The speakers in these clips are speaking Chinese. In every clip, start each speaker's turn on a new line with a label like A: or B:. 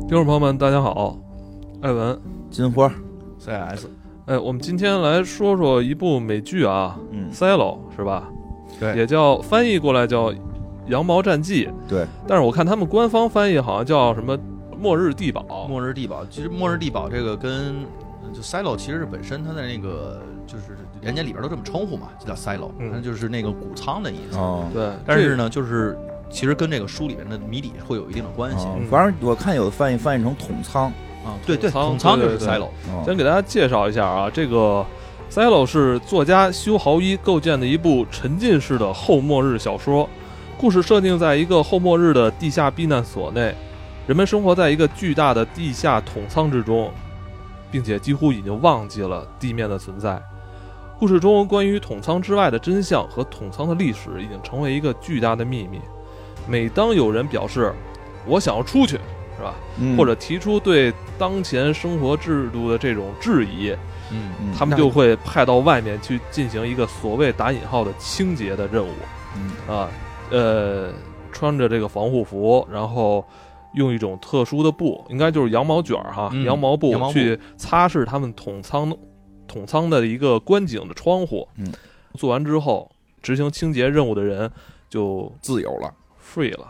A: 听众朋友们，大家好，艾文，
B: 金花
C: CS，
A: 哎，我们今天来说说一部美剧啊，
B: 嗯
A: 《Silo》是吧？
C: 对
A: 也叫翻译过来叫《羊毛战记》，
B: 对，
A: 但是我看他们官方翻译好像叫什么《末日地堡》。
C: 末日地堡，其实末日地堡这个跟就 silo 其实是本身它的那个就是人家里边都这么称呼嘛，就叫 silo，
A: 嗯
C: 它就是那个谷仓的意思。
B: 哦，
A: 对，
C: 但是
A: 这
C: 呢，就是其实跟这个书里面的谜底会有一定的关系
B: 哦
A: 嗯
B: 反正我看有的翻译翻译成统仓，
C: 啊。对对，
A: 谷仓
C: 谷仓就是
A: 对对
C: silo，
B: 哦
A: 先给大家介绍一下啊，这个《Silo》是作家修豪伊构建的一部沉浸式的后末日小说，故事设定在一个后末日的地下避难所内，人们生活在一个巨大的地下桶仓之中，并且几乎已经忘记了地面的存在。故事中关于桶仓之外的真相和桶仓的历史已经成为一个巨大的秘密。每当有人表示“我想要出去”，是吧？
B: 嗯
A: 或者提出对当前生活制度的这种质疑，
C: 嗯，
B: 嗯
A: 他们就会派到外面去进行一个所谓打引号的清洁的任务
B: 嗯
A: 啊，呃，穿着这个防护服，然后用一种特殊的布，应该就是羊毛卷儿哈，
C: 嗯
A: 羊毛布
C: 羊毛布
A: 去擦拭他们桶仓桶仓的一个观景的窗户。
B: 嗯，
A: 做完之后，执行清洁任务的人就
B: 自由了，
A: free 了。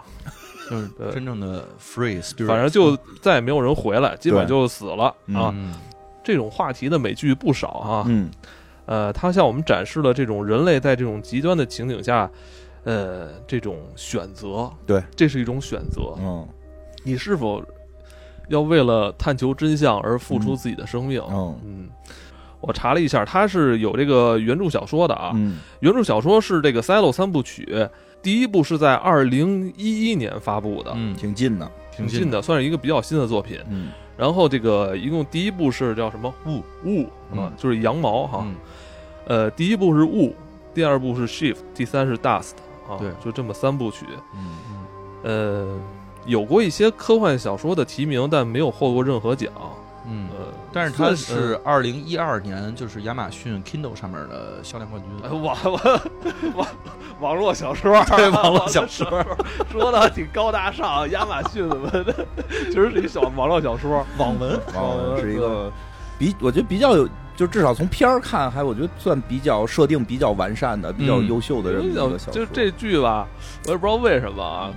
C: 就是
A: 对
C: 真正的 free spirit，
A: 反正就再也没有人回来，基本就死了
B: 对
A: 啊！
C: 嗯
A: 这种话题的美剧不少哈、
B: 嗯
A: 呃，它向我们展示了这种人类在这种极端的情景下，呃，这种选择，
B: 对，
A: 这是一种选择，
B: 嗯
A: 你是否要为了探求真相而付出自己的生命？
B: 嗯
A: 嗯我查了一下，它是有这个原著小说的啊，
B: 嗯
A: 原著小说是这个《Silo》三部曲，第一部是在二零一一年发布的，
C: 嗯，
B: 挺近的，
A: 挺近的，算是一个比较新的作品。
B: 嗯
A: 然后这个一共第一部是叫什么雾雾啊
C: 嗯，
A: 就是羊毛哈。
C: 嗯
A: 呃，第一部是雾，第二部是 shift，第三是 dust 啊，
C: 对
A: 就这么三部曲。
B: 嗯
A: 呃，有过一些科幻小说的提名，但没有获过任何奖。
C: 嗯。
A: 呃，
C: 但是它
A: 算
C: 是二零一二年，就是亚马逊 Kindle 上面的销量冠军。
A: 呃网网网网络小说，
C: 对网络小说
A: 网络小说说的挺高大上，亚马逊怎么的， 其实是一小网络小说，
C: 网文
B: 哦，是一个比我觉得比较有，就至少从片儿看，还我觉得算比较设定比较完善的、比较优秀的这么一
A: 有
B: 个
A: 点
B: 小
A: 就
B: 说，
A: 这剧吧，我也不知道为什么啊，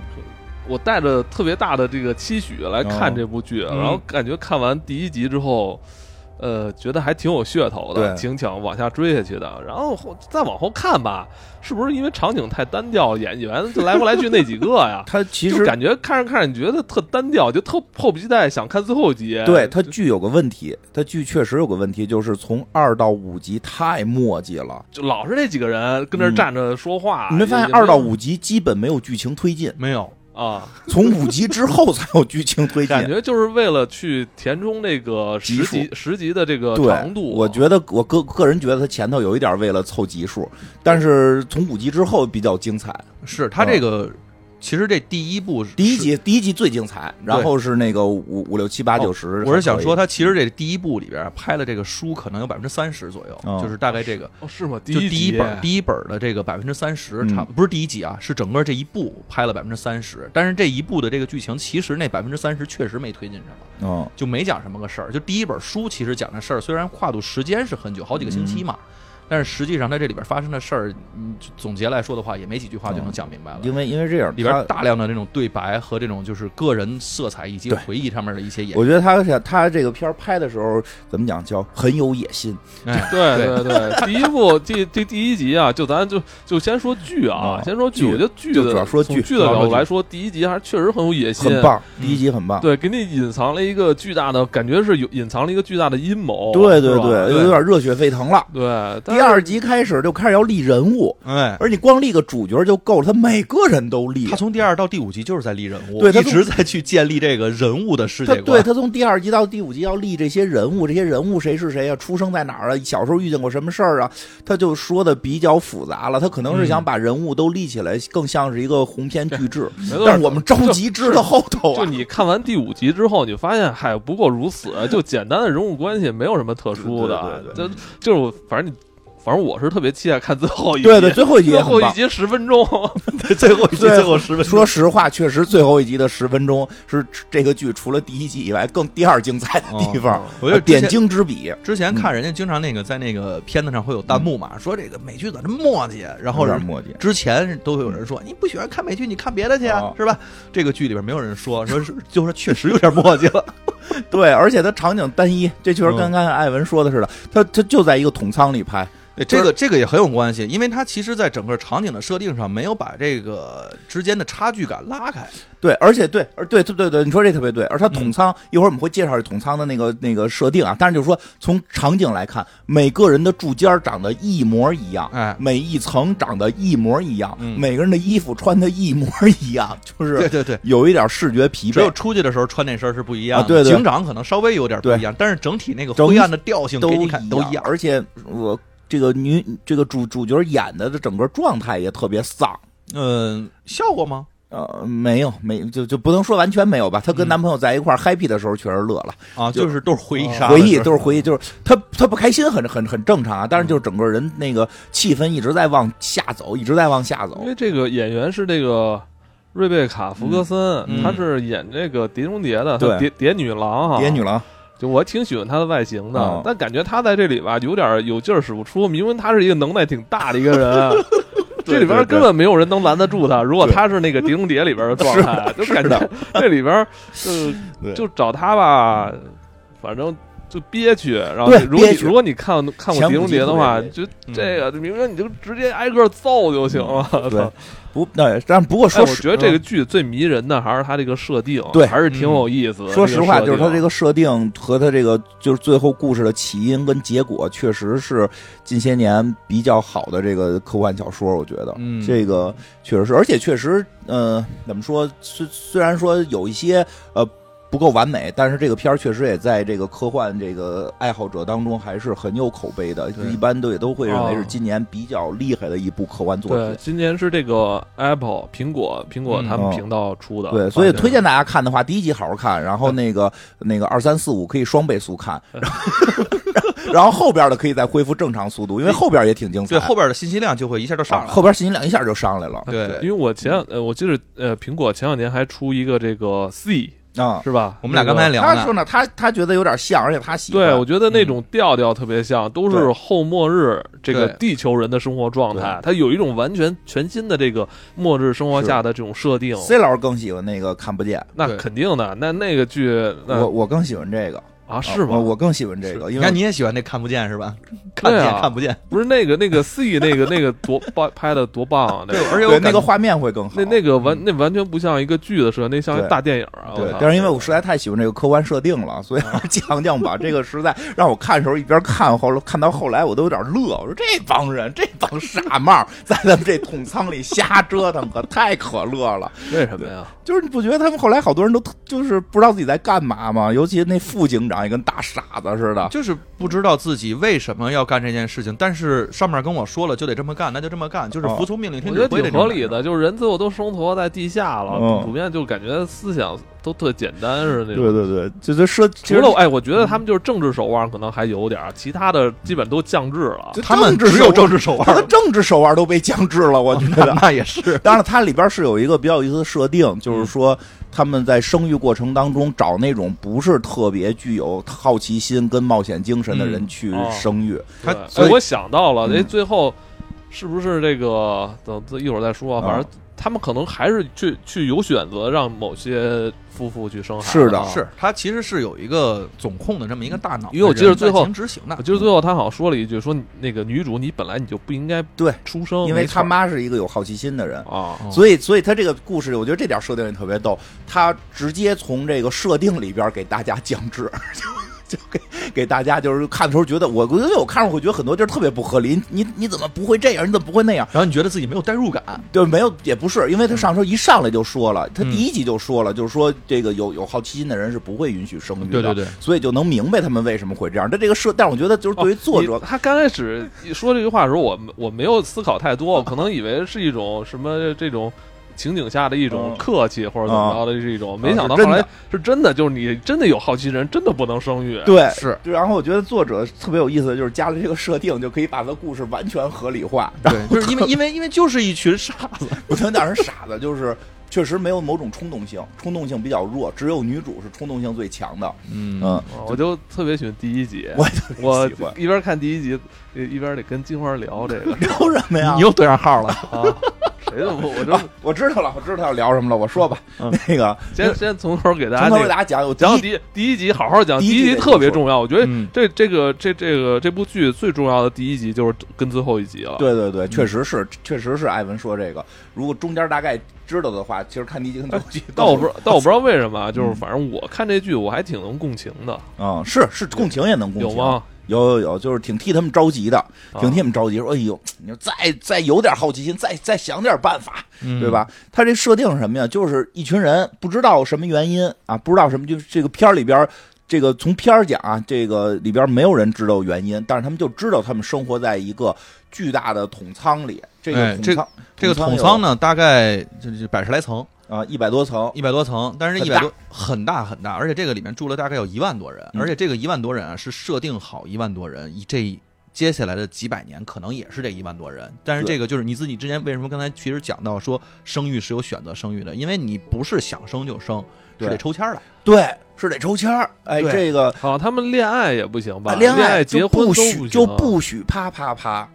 A: 我带着特别大的这个期许来看
B: 哦
A: 这部剧，
C: 嗯
A: 然后感觉看完第一集之后。呃，觉得还挺有噱头的，
B: 对？
A: 挺想往下追下去的。然后后再往后看吧，是不是因为场景太单调，演员就来不来去那几个呀
B: 它 其
A: 就
B: 实
A: 感觉看着看着，你觉得特单调，就特迫不及待想看最后集。
B: 对它剧有个问题，它剧确实有个问题，就是从二到五集太墨迹了。
A: 就老是那几个人跟那儿
B: 嗯
A: 站着说话。
B: 你没发现
A: 哎也
B: 二到五集基本没有剧情推进，
C: 没有，
A: 啊？
B: 从五集之后才有剧情推进
A: 感。觉就是为了去填充这个十
B: 集数
A: 集十集的这个
B: 对，
A: 长
C: 啊
A: 度。
B: 我觉得我个个人觉得他前头有一点为了凑集数，但是从五集之后比较精彩。
C: 是它这个，其实这第一部是
B: 啊
C: 哦
B: 第一集第一集最精彩，然后是那个五五六七八九十。
C: 我是想说，，他其实这第一部里边拍的这个书可能有百分之三十左右，
B: 哦
C: 就是大概这个，
A: 哦是吗？第
C: 就第一
A: 集哎
C: 本第一本的这个百分之三十，
B: 嗯
C: 差不不是第一集啊，是整个这一部拍了百分之三十，但是这一部的这个剧情其实那百分之三十确实没推进什么，
B: 嗯
C: 就没讲什么个事儿。就第一本书其实讲的事儿，虽然跨度时间是很久，好几个星
B: 嗯
C: 期嘛。但是实际上，在这里边发生的事儿，嗯，就总结来说的话，也没几句
B: 哦
C: 话就能讲明白了。
B: 因为因为这样，
C: 里边
B: 他
C: 大量的那种对白和这种就是个人色彩以及
B: 对
C: 回忆上面的一些演
B: 我觉得他想他这个片儿拍的时候怎么讲叫很有野心
C: 哎
A: 对对
C: 对
A: 对，第一部第第第一集啊，就咱就就先说剧啊，
B: 啊
A: 先说剧。
B: 剧
A: 我觉得剧
B: 就
A: 的
B: 主要说
A: 从
B: 剧
A: 剧的
B: 主要
A: 角
B: 说
A: 度来说，第一集还是确实很有野心，
B: 很。棒，
C: 嗯
B: 第一集很棒。
A: 对，给你隐藏了一个巨大的感觉，是有隐藏了一个巨大的阴谋。
B: 对
A: 是
B: 对
A: 吧
B: 有点热血沸腾了。
A: 对。但
B: 第二集开始就开始要立人物，
C: 哎，
B: 而你光立个主角就够了，他每个人都立。
C: 他从第二到第五集就是在立人物，
B: 对他
C: 一
B: 从
C: 直在去建立这个人物的世
B: 他
C: 界
B: 对
C: 观。
B: 他从第二集到第五集要立这些人物，这些人物谁是谁啊？出生在哪儿啊？小时候遇见过什么事儿啊？他就说的比较复杂了。他可能是
C: 嗯
B: 想把人物都立起来，更像是一个鸿篇巨 制。
A: 没错
B: 但是我们着急知道后头
A: 就
B: 啊，
A: 你看完第五集之后，你发现嗨 不过如此，就简单的人物关系没有什么特殊的，
B: 对对
A: 就就是我反正你反正我是特别期待看最后一集，
B: 对对，最后一集
A: 最
B: 也很
A: 后一
B: 棒。
A: 集十分钟，
C: 最后一集
B: 对
C: 最后十分钟
B: 说实话，确实最后一集的十分钟是这个剧除了第一集以外更第二精彩的地方，
C: 哦
B: 呃
C: 我觉得之前
B: 啊点睛嗯之笔。
C: 之前看人家经常那个在那个片子上会有弹幕嘛，说这个美剧咋这么磨叽，然后
B: 嗯有
C: 人
B: 点墨迹，
C: 之前都会有人说你不喜欢看美剧，你看别的去啊
B: 哦，
C: 是吧？这个剧里边没有人说，说是就说确实有点磨叽了，
B: 对，而且它场景单一，这确实跟
C: 嗯
B: 刚才艾文说的似的，它它就在一个桶仓里拍，
C: 哎这个这个也很有关系，因为它其实在整个场景的设定上没有把这个之间的差距感拉开，
B: 对，而且对，而对对对对，你说这特别对。
C: 嗯
B: 而它统仓、一会儿我们会介绍统仓的那个那个设定啊，但是就是说从场景来看，每个人的柱尖儿长得一模一样，
C: 哎
B: 每一层长得一模一样，
C: 嗯
B: 每个人的衣服穿的一模一样，就
C: 对
B: 是
C: 对对。
B: 有一点视觉疲
C: 只有
B: 惫。
C: 出去的时候穿那身是不一样的，
B: 啊对对
C: 警长可能稍微有点不一样，但是整体那个
B: 整
C: 灰暗的调性
B: 都
C: 给你看都一样，
B: 而且我这个女这个主主角演的这整个状态也特别丧。
C: 嗯，笑话吗？
B: 呃，没有，没就就不能说完全没有吧。她跟
C: 嗯
B: 男朋友在一块儿 happy 的时候，确实乐了。
C: 啊，
B: 就
C: 就是都是回忆杀的
B: 回
C: 事
B: 忆
C: 儿
B: 都是回忆，就是他他不开心很很很正常啊，但是就是整个人那个气氛一直在往下走，一直在往下走
A: 因。为这个演员是这个瑞贝卡·福格森，
C: 嗯
A: 她是演这个《碟中谍》的，
B: 对
A: 她碟碟女郎哈，
B: 蝶女郎，
A: 就我还挺喜欢她的外形的，
B: 哦
A: 但感觉她在这里吧有点有劲儿使不出，明明她是一个能耐挺大的一个 人。这里边根本没有人能拦得住她。如果她是那个《碟中谍》里边的状态，就感 觉这里 边就
B: 对
A: 就找她吧，反正就憋屈。然后
B: 对
A: 如果你
B: 憋屈
A: 如果你看看过《
B: 前
A: 碟
B: 五
A: 中
B: 集
A: 谍》的话，
B: 特别嗯
A: 就这个明明你就直接挨个揍就行了。
B: 对，不，那但不过
A: 哎，
B: 说
A: 我
B: 实，嗯
A: 觉得这个剧最迷人的还是它这个设定，
B: 对
A: 还是挺有意思的。
B: 嗯说实话，
A: 这
B: 就
A: 个设定啊
B: 是他这个设定和他这个就是最后故事的起因跟结果，确实是近些年比较好的这个科幻小说，我觉得。
C: 嗯
B: 这个确实是，而且确实，呃，怎么说？虽虽然说有一些呃不够完美，但是这个片儿确实也在这个科幻这个爱好者当中还是很有口碑的，
C: 对
B: 一般都也都会认为
A: 哦
B: 是今年比较厉害的一部科幻作
A: 对
B: 品。，
A: 今年是这个 Apple 苹果苹果他们
B: 嗯
A: 频道出的，
B: 对，所以
A: 反正
B: 推荐大家看的话，第一集好好看，然后那个那个二三四五可以双倍速看，然后 然后后边的可以再恢复正常速度，因为后边也挺精彩。
C: 对后边的信息量就会一下就上
B: 啊
C: 来了。
B: 后边信息量一下就上来了
A: 哎因
C: 对，
A: 为我
B: 嗯
A: 前两呃，我记得呃，苹果前两年还出一个这个 C
B: 啊。
A: 是吧？
C: 我们俩刚才
A: 那个
C: 聊
B: 他说
C: 呢，
B: 呢，他他觉得有点像，而且他喜欢。
A: 对，我觉得那种调调特别像，都是
B: 对
A: 后末日这个
C: 对
A: 地球人的生活状态，它有一种完全全新的这个末日生活
B: 是
A: 下的这种设定，
B: C 老师更喜欢那个看不见，
A: 那
C: 对
A: 肯定的。那那个剧，
B: 我
A: 那
B: 我更喜欢这个，
A: 嗯啊是吗？
B: 我我更喜欢这个，
C: 你
B: 因
C: 看
B: 为
C: 你也喜欢那看不见是吧？看不
A: 对
C: 见
A: 啊
C: 看不见，
A: 不是那个那个 C 那个那个多棒拍的多棒啊！那
C: 对
A: 个，
C: 而且我
B: 对那个画面会更好。
A: 那那个完那完全不像一个剧的设定，那像一
B: 对
A: 大电影啊！我
B: 对，
A: 操
B: 但是因为我实在太喜欢这个科幻设定了，所以 强强把这个实在让我看的时候一边看，后来看到后来我都有点乐，我说这帮人这帮傻帽在咱们这桶仓里瞎折腾，可太可乐了。
A: 为什么呀？
B: 就是你不觉得他们后来好多人都特就是不知道自己在干嘛吗？尤其那副警长也跟大傻子似的。
C: 就是不知道自己为什么要干这件事情，但是上面跟我说了就得这么干，那就这么干，就是
B: 哦
C: 服从命令
A: 我
C: 听
A: 觉
C: 指
A: 得
C: 挥
A: 挺
C: 这
A: 合
C: 种
A: 理
C: 感觉。
A: 的，就是人最后都生活在地下了，
B: 嗯
A: 普遍就感觉思想都特简单似的那
B: 对
A: 种。
B: 对对，就这设其
A: 除
B: 实嗯
A: 了哎，我觉得他们就是政治手腕可能还有点儿，其他的基本都降智了。
B: 就
C: 他们只有政治手
B: 他的
C: 腕，
B: 政治手腕都被降智了，我觉
C: 那
A: 哦
B: 得。
C: 那也是
B: 当然，它里边是有一个比较有意思的设
A: 嗯
B: 定，就是说他们在生育过程当中找那种不是特别具有好奇心跟冒险精神的人去
A: 嗯哦
B: 生育。
A: 对
C: 他
B: 所
A: 哎，
B: 以
A: 我想到了，哎，
B: 嗯
A: 最后是不是这个？等一会儿再说啊，
B: 啊
A: 反正他们可能还是去去有选择让某些夫妇去生孩子。
B: 是的
C: 是， 他其实是有一个总控的这么一个大脑，
A: 因为我记得最后
C: 人在执行的
A: 我，记得啊最后他好像说了一句，说你那个女主你本来你就不应该
B: 对
A: 出生，
B: 因为
A: 没错
B: 他妈是一个有好奇心的人。
A: 啊，
C: 哦
B: 所以，所以他这个故事，我觉得这点设定也特别逗。他直接从这个设定里边给大家降智， 就就给给大家就是看的时候觉得，我我觉得我看着会觉得很多地儿特别不合理。你你你怎么不会这样？你怎么不会那样？
C: 然后你觉得自己没有代入感，
B: 对，没有，也不是，因为他上车一上来就说了，他
C: 嗯
B: 第一集就说了，就是说这个有有好奇心的人是不会允许生育的，
C: 对对对
B: 所以就能明白他们为什么会这样。他这个设，但是我觉得就是对于作者，
A: 哦你他刚开始说这句话的时候，我我没有思考太多，我可能以为是一种什么这种情景下的一种
B: 嗯啊
A: 客气或者怎么着的是一种，没想到
B: 是
A: 后
B: 真的
A: 来是真的，就是你真的有好奇人，真的不能生育。
B: 对，
C: 是
B: 对，然后我觉得作者特别有意思，就是加了这个设定，就可以把他的故事完全合理化。然后
C: 对，就是因为因为因为就是一群傻子，
B: 不能让人傻的，就是确实没有某种冲动性，冲动性比较弱，只有女主是冲动性最强的。
C: 嗯
B: 嗯，
A: 我就特别喜欢第一集，
B: 我也 特别
A: 我
B: 喜欢。
A: 一边看第一集，呃一边得跟金花聊这 个
B: 聊什么呀？
C: 你又对上号了，
A: 啊，谁都不，我就
B: 啊我知道了，我知道要聊什么了，我说吧。
A: 嗯
B: 那个
A: 先先从头给大家
B: 从头
A: 那个
B: 给大家讲，我第
A: 讲
B: 一
A: 第一第一集，好好讲，
B: 第
A: 第一
B: 一集
A: 集
B: 得
A: 特别
B: 说
A: 重要，我觉得
C: 嗯
A: 这这个这这个这部剧最重要的第一集就是跟最后一集了。
B: 对对
C: 嗯
B: 对，确实是，确实是艾文说这个。如果中间大概知道的话，其实看第一集
C: 哎
B: 跟最后一集 都
A: 但我不知，但我不知道
B: 道，
A: 为什么
C: 嗯
A: 啊，就是反正我看这剧，我还挺能共情的，
B: 嗯，是是共情也能共情，
A: 有吗？
B: 有有有，就是挺替他们着急的，
C: 啊
B: 挺替他们着急，说哎呦，你说再再有点好奇心，再再想点办法，对
C: 对？
B: 吧？他这设定是什么呀？就是一群人不知道什么原因啊，不知道什么，就是这个片儿里边儿，这个从片儿讲啊，这个里边儿没有人知道原因，但是他们就知道他们生活在一个巨大的桶仓里。这
C: 哎
B: 个桶
C: 这
B: 仓，
C: 这个桶仓
B: 呢
C: 呢，大概就就百十来层，
B: 啊，一百多层，
C: 一百多层，但是这一
B: 很
C: 百
B: 大
C: 多很大很大，而且这个里面住了大概有一万多人，
B: 嗯
C: 而且这个一万多人啊是设定好一万多人，以这接下来的几百年可能也是这一万多人，但是
B: 对
C: 这个就是你自己之前为什么刚才其实讲到说生育是有选择生育的，因为你不是想生就生，是
B: 对
C: 得抽签儿的，
B: 对，是得抽签儿。哎，
C: 对
B: 这个
A: 好像啊他们恋爱也不行吧？
B: 啊恋
A: 爱、结
B: 就
A: 婚都
B: 许
A: 行
B: 就不许啪啪啪，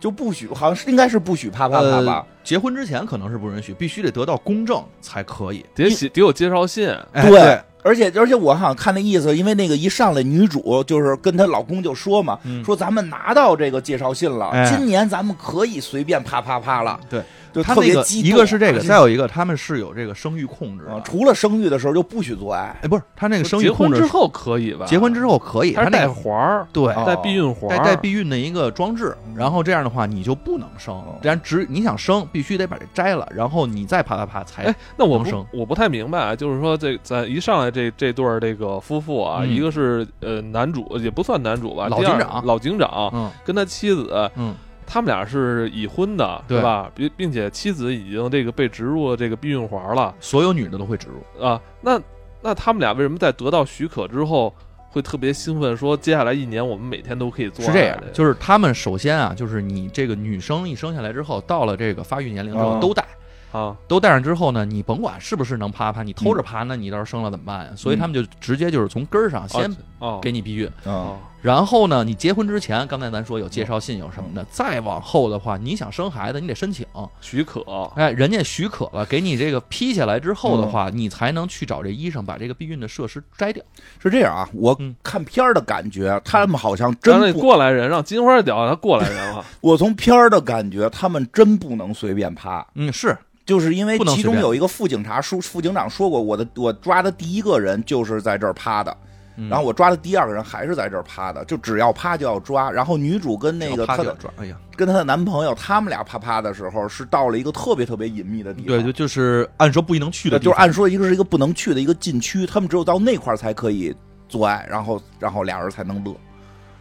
B: 就不许，好像是应该是不许啪啪啪吧
C: 呃？，结婚之前可能是不允许，必须得得到公证才可以。
A: 得写得有介绍信，
C: 哎
B: 对，而且而且我好像看那意思，因为那个一上来女主就是跟她老公就说嘛，
C: 嗯
B: 说咱们拿到这个介绍信了，
C: 哎
B: 今年咱们可以随便啪啪啪了，
C: 对，
B: 就
C: 他
B: 特
C: 那
B: 别
C: 个
B: 激动。
C: 一个是这个，
B: 而且
C: 再有一个他们是有这个生育控制的
B: 啊，除了生育的时候就不许做爱，
C: 哎，不是他那个生育
A: 结
C: 控
A: 婚
C: 制
A: 之
C: 是，
A: 后可以吧？
C: 结婚之后可以，
A: 他
C: 他
A: 是
C: 那
A: 带
C: 个
A: 环儿，
C: 对
B: 哦
A: 带避孕环
C: 带
A: 儿，嗯
C: 带避孕的一个装置，然后这样的话你就不能生
B: 哦，
C: 然只你想生必须得把这摘了，然后你再啪啪啪才
A: 哎，那我
C: 能
A: 不
C: 生
A: 我不太明白啊，就是说这咱一上来这这对儿这个夫妇啊，
C: 嗯
A: 一个是呃男主也不算男主吧，
C: 老
A: 第二
C: 警长
A: 老警长、
C: 嗯
A: 跟他妻子，
C: 嗯
A: 他们俩是已婚的，
C: 对
A: 是吧？并并且妻子已经这个被植入了这个避孕环了
C: 所有女的都会植入，
A: 啊，那那他们俩为什么在得到许可之后会特别兴奋，说接下来一年我们每天都可以做
C: 是
A: 爱
C: 这样
A: 的，
C: 就是他们首先啊，就是你这个女生一生下来之后，到了这个发育年龄之后
B: 嗯
C: 都带。
A: 啊，
C: 都带上之后呢，你甭管是不是能啪啪，你
A: 嗯
C: 偷着啪，那你到时候生了怎么办呀？所以他们就直接就是从根儿上先
A: 哦
C: 给你避孕，
B: 嗯
A: 哦
C: 然后呢，你结婚之前，刚才咱说有介绍信有什么
A: 嗯
C: 的，再往后的话，你想生孩子，你得申请，
A: 许 可
C: 哎，人家许可了，给你这个批下来之后的话，你才能去找这医生把这个避孕的设施摘掉。
B: 是这样啊，我
C: 嗯
B: 看片儿的感觉，他们好像
A: 让那
B: 真不，
A: 过来人让金花聊，他过来人了，
B: 我从片儿的感觉，他们真不能随便啪，
C: 嗯，是
B: 就是因为
C: 不能
B: 其
C: 随
B: 中
C: 便
B: 有一个副警察说，副警长说过，我的我抓的第一个人就是在这儿趴的，
C: 嗯
B: 然后我抓的第二个人还是在这儿趴的，就只要趴就要抓。然后女主跟那个
C: 啪
B: 她
C: 就要
B: 的
C: 抓，哎呀，
B: 跟她的男朋友，他们俩啪啪的时候，是到了一个特别特别隐秘的地方，
C: 对，就呃就是按说不能去的
B: 对
C: 地
B: 就是
C: 方，
B: 按说一个是一个不能去的一个禁区，他们只有到那块儿才可以做爱，然后然后俩人才能乐。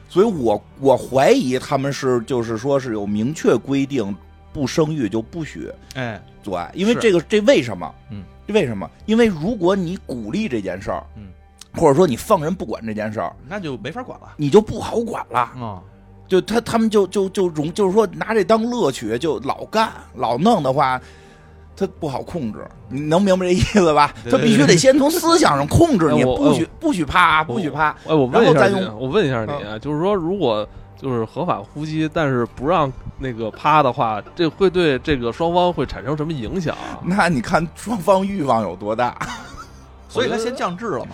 B: 所以我我怀疑他们是就是说是有明确规定，不生育就不许
C: 哎，
B: 做爱，因为
C: 是
B: 这个这为什么？
C: 嗯，
B: 为什么？因为如果你鼓励这件事儿，
C: 嗯，
B: 或者说你放任不管这件事儿，
C: 那就没法管了。
B: 你就不好管了。
C: 啊，
B: 就他他们就就就容就是说拿这当乐趣，就老干老弄的话。他不好控制，你能明白这意思吧？
C: 对
B: 他
C: 对
B: 必须得先从思想上控 制你，
A: 哎我
B: 不许不许啪，不许啪。
A: 哎，我问一
B: 然后
A: 下
B: 再
A: 你啊，
B: 用嗯
A: 我问一下你啊，就是说，如果就是合法夫妻，但是不让那个趴的话，这会对这个双方会产生什么影响啊？
B: 那你看双方欲望有多大？
C: 所以他先降智了嘛。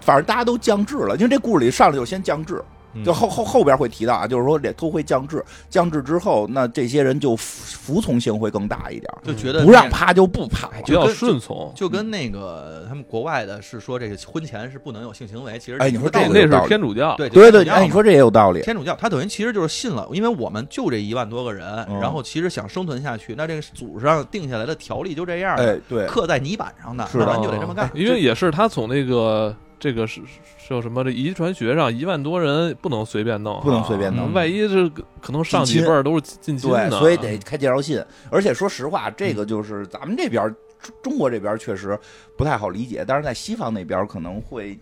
B: 反正大家都降智了，因为这故事里上来就先降智，
C: 嗯
B: 就后后后边会提到啊，就是说这都会降智，降智之后，那这些人就服服从性会更大一点，
C: 就觉得嗯
B: 不让啪就不啪了
C: 哎
A: 比
C: 就
A: 较
C: 跟
A: 顺从，哦
C: 就跟那个他们国外的是说这个婚前是不能有性行为，其实
B: 哎你说
C: 这
B: 这
A: 那
B: 个
C: 个道理
A: 那
B: 有道
A: 是
B: 理
A: 天主教，
C: 对
B: 对
C: 就
B: 对，
C: 是一样
B: 哎，你
C: 嘛
B: 说这也有道理，
C: 天主教，他等于其实就是信了，因为我们就这一万多个人，
B: 嗯
C: 然后其实想生存下去，那这个祖上定下来的条例就这样，
B: 哎，对，
C: 刻在泥板上的，哦
B: 是哎
C: 那
B: 的
C: 咱就得这么干。
A: 因为也是他从那个。这个是是有什么这遗传学上一万多人不能随便弄啊，
B: 不能随便
C: 弄
A: 那万一是可能上几辈儿都是近亲
B: 对，
A: 的，啊嗯
B: 所以得开介绍信。而且说实话，这个就是咱们这边儿中中国这边儿确实不太好理解，但是在西方那边儿可能会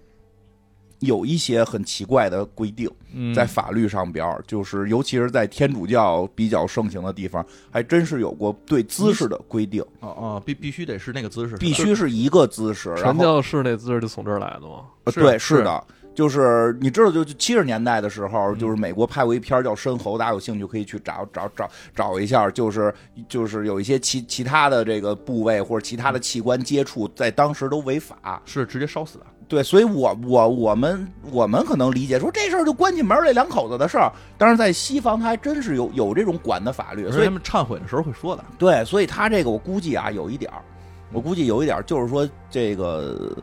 B: 有一些很奇怪的规定，
C: 嗯
B: 在法律上边儿，就是尤其是在天主教比较盛行的地方，还真是有过对姿势的规定，
C: 哦哦，必必须得是那个姿势，
B: 必须是一个姿势，然
A: 传
B: 后
A: 教士那姿势就从这儿来的嘛。
B: 呃
C: 是
B: 对，
C: 是嗯
B: 是的。就是你知道，就七十年代的时候，就是美国拍过一片儿叫《深喉》，大家有兴趣可以去找找找找一下。就是就是有一些其其他的这个部位或者其他的器官接触，在当时都违法。
C: 是直接烧死的。
B: 对，所以我我我们我们可能理解说这事儿就关起门儿来两口子的事儿，但是在西方他还真是有有这种管的法律，
C: 所
B: 所
C: 以
B: 以
C: 他们忏悔的时候会说的，
B: 对，所以他这个我估计啊，有一点儿，我估计有一点儿就是说这个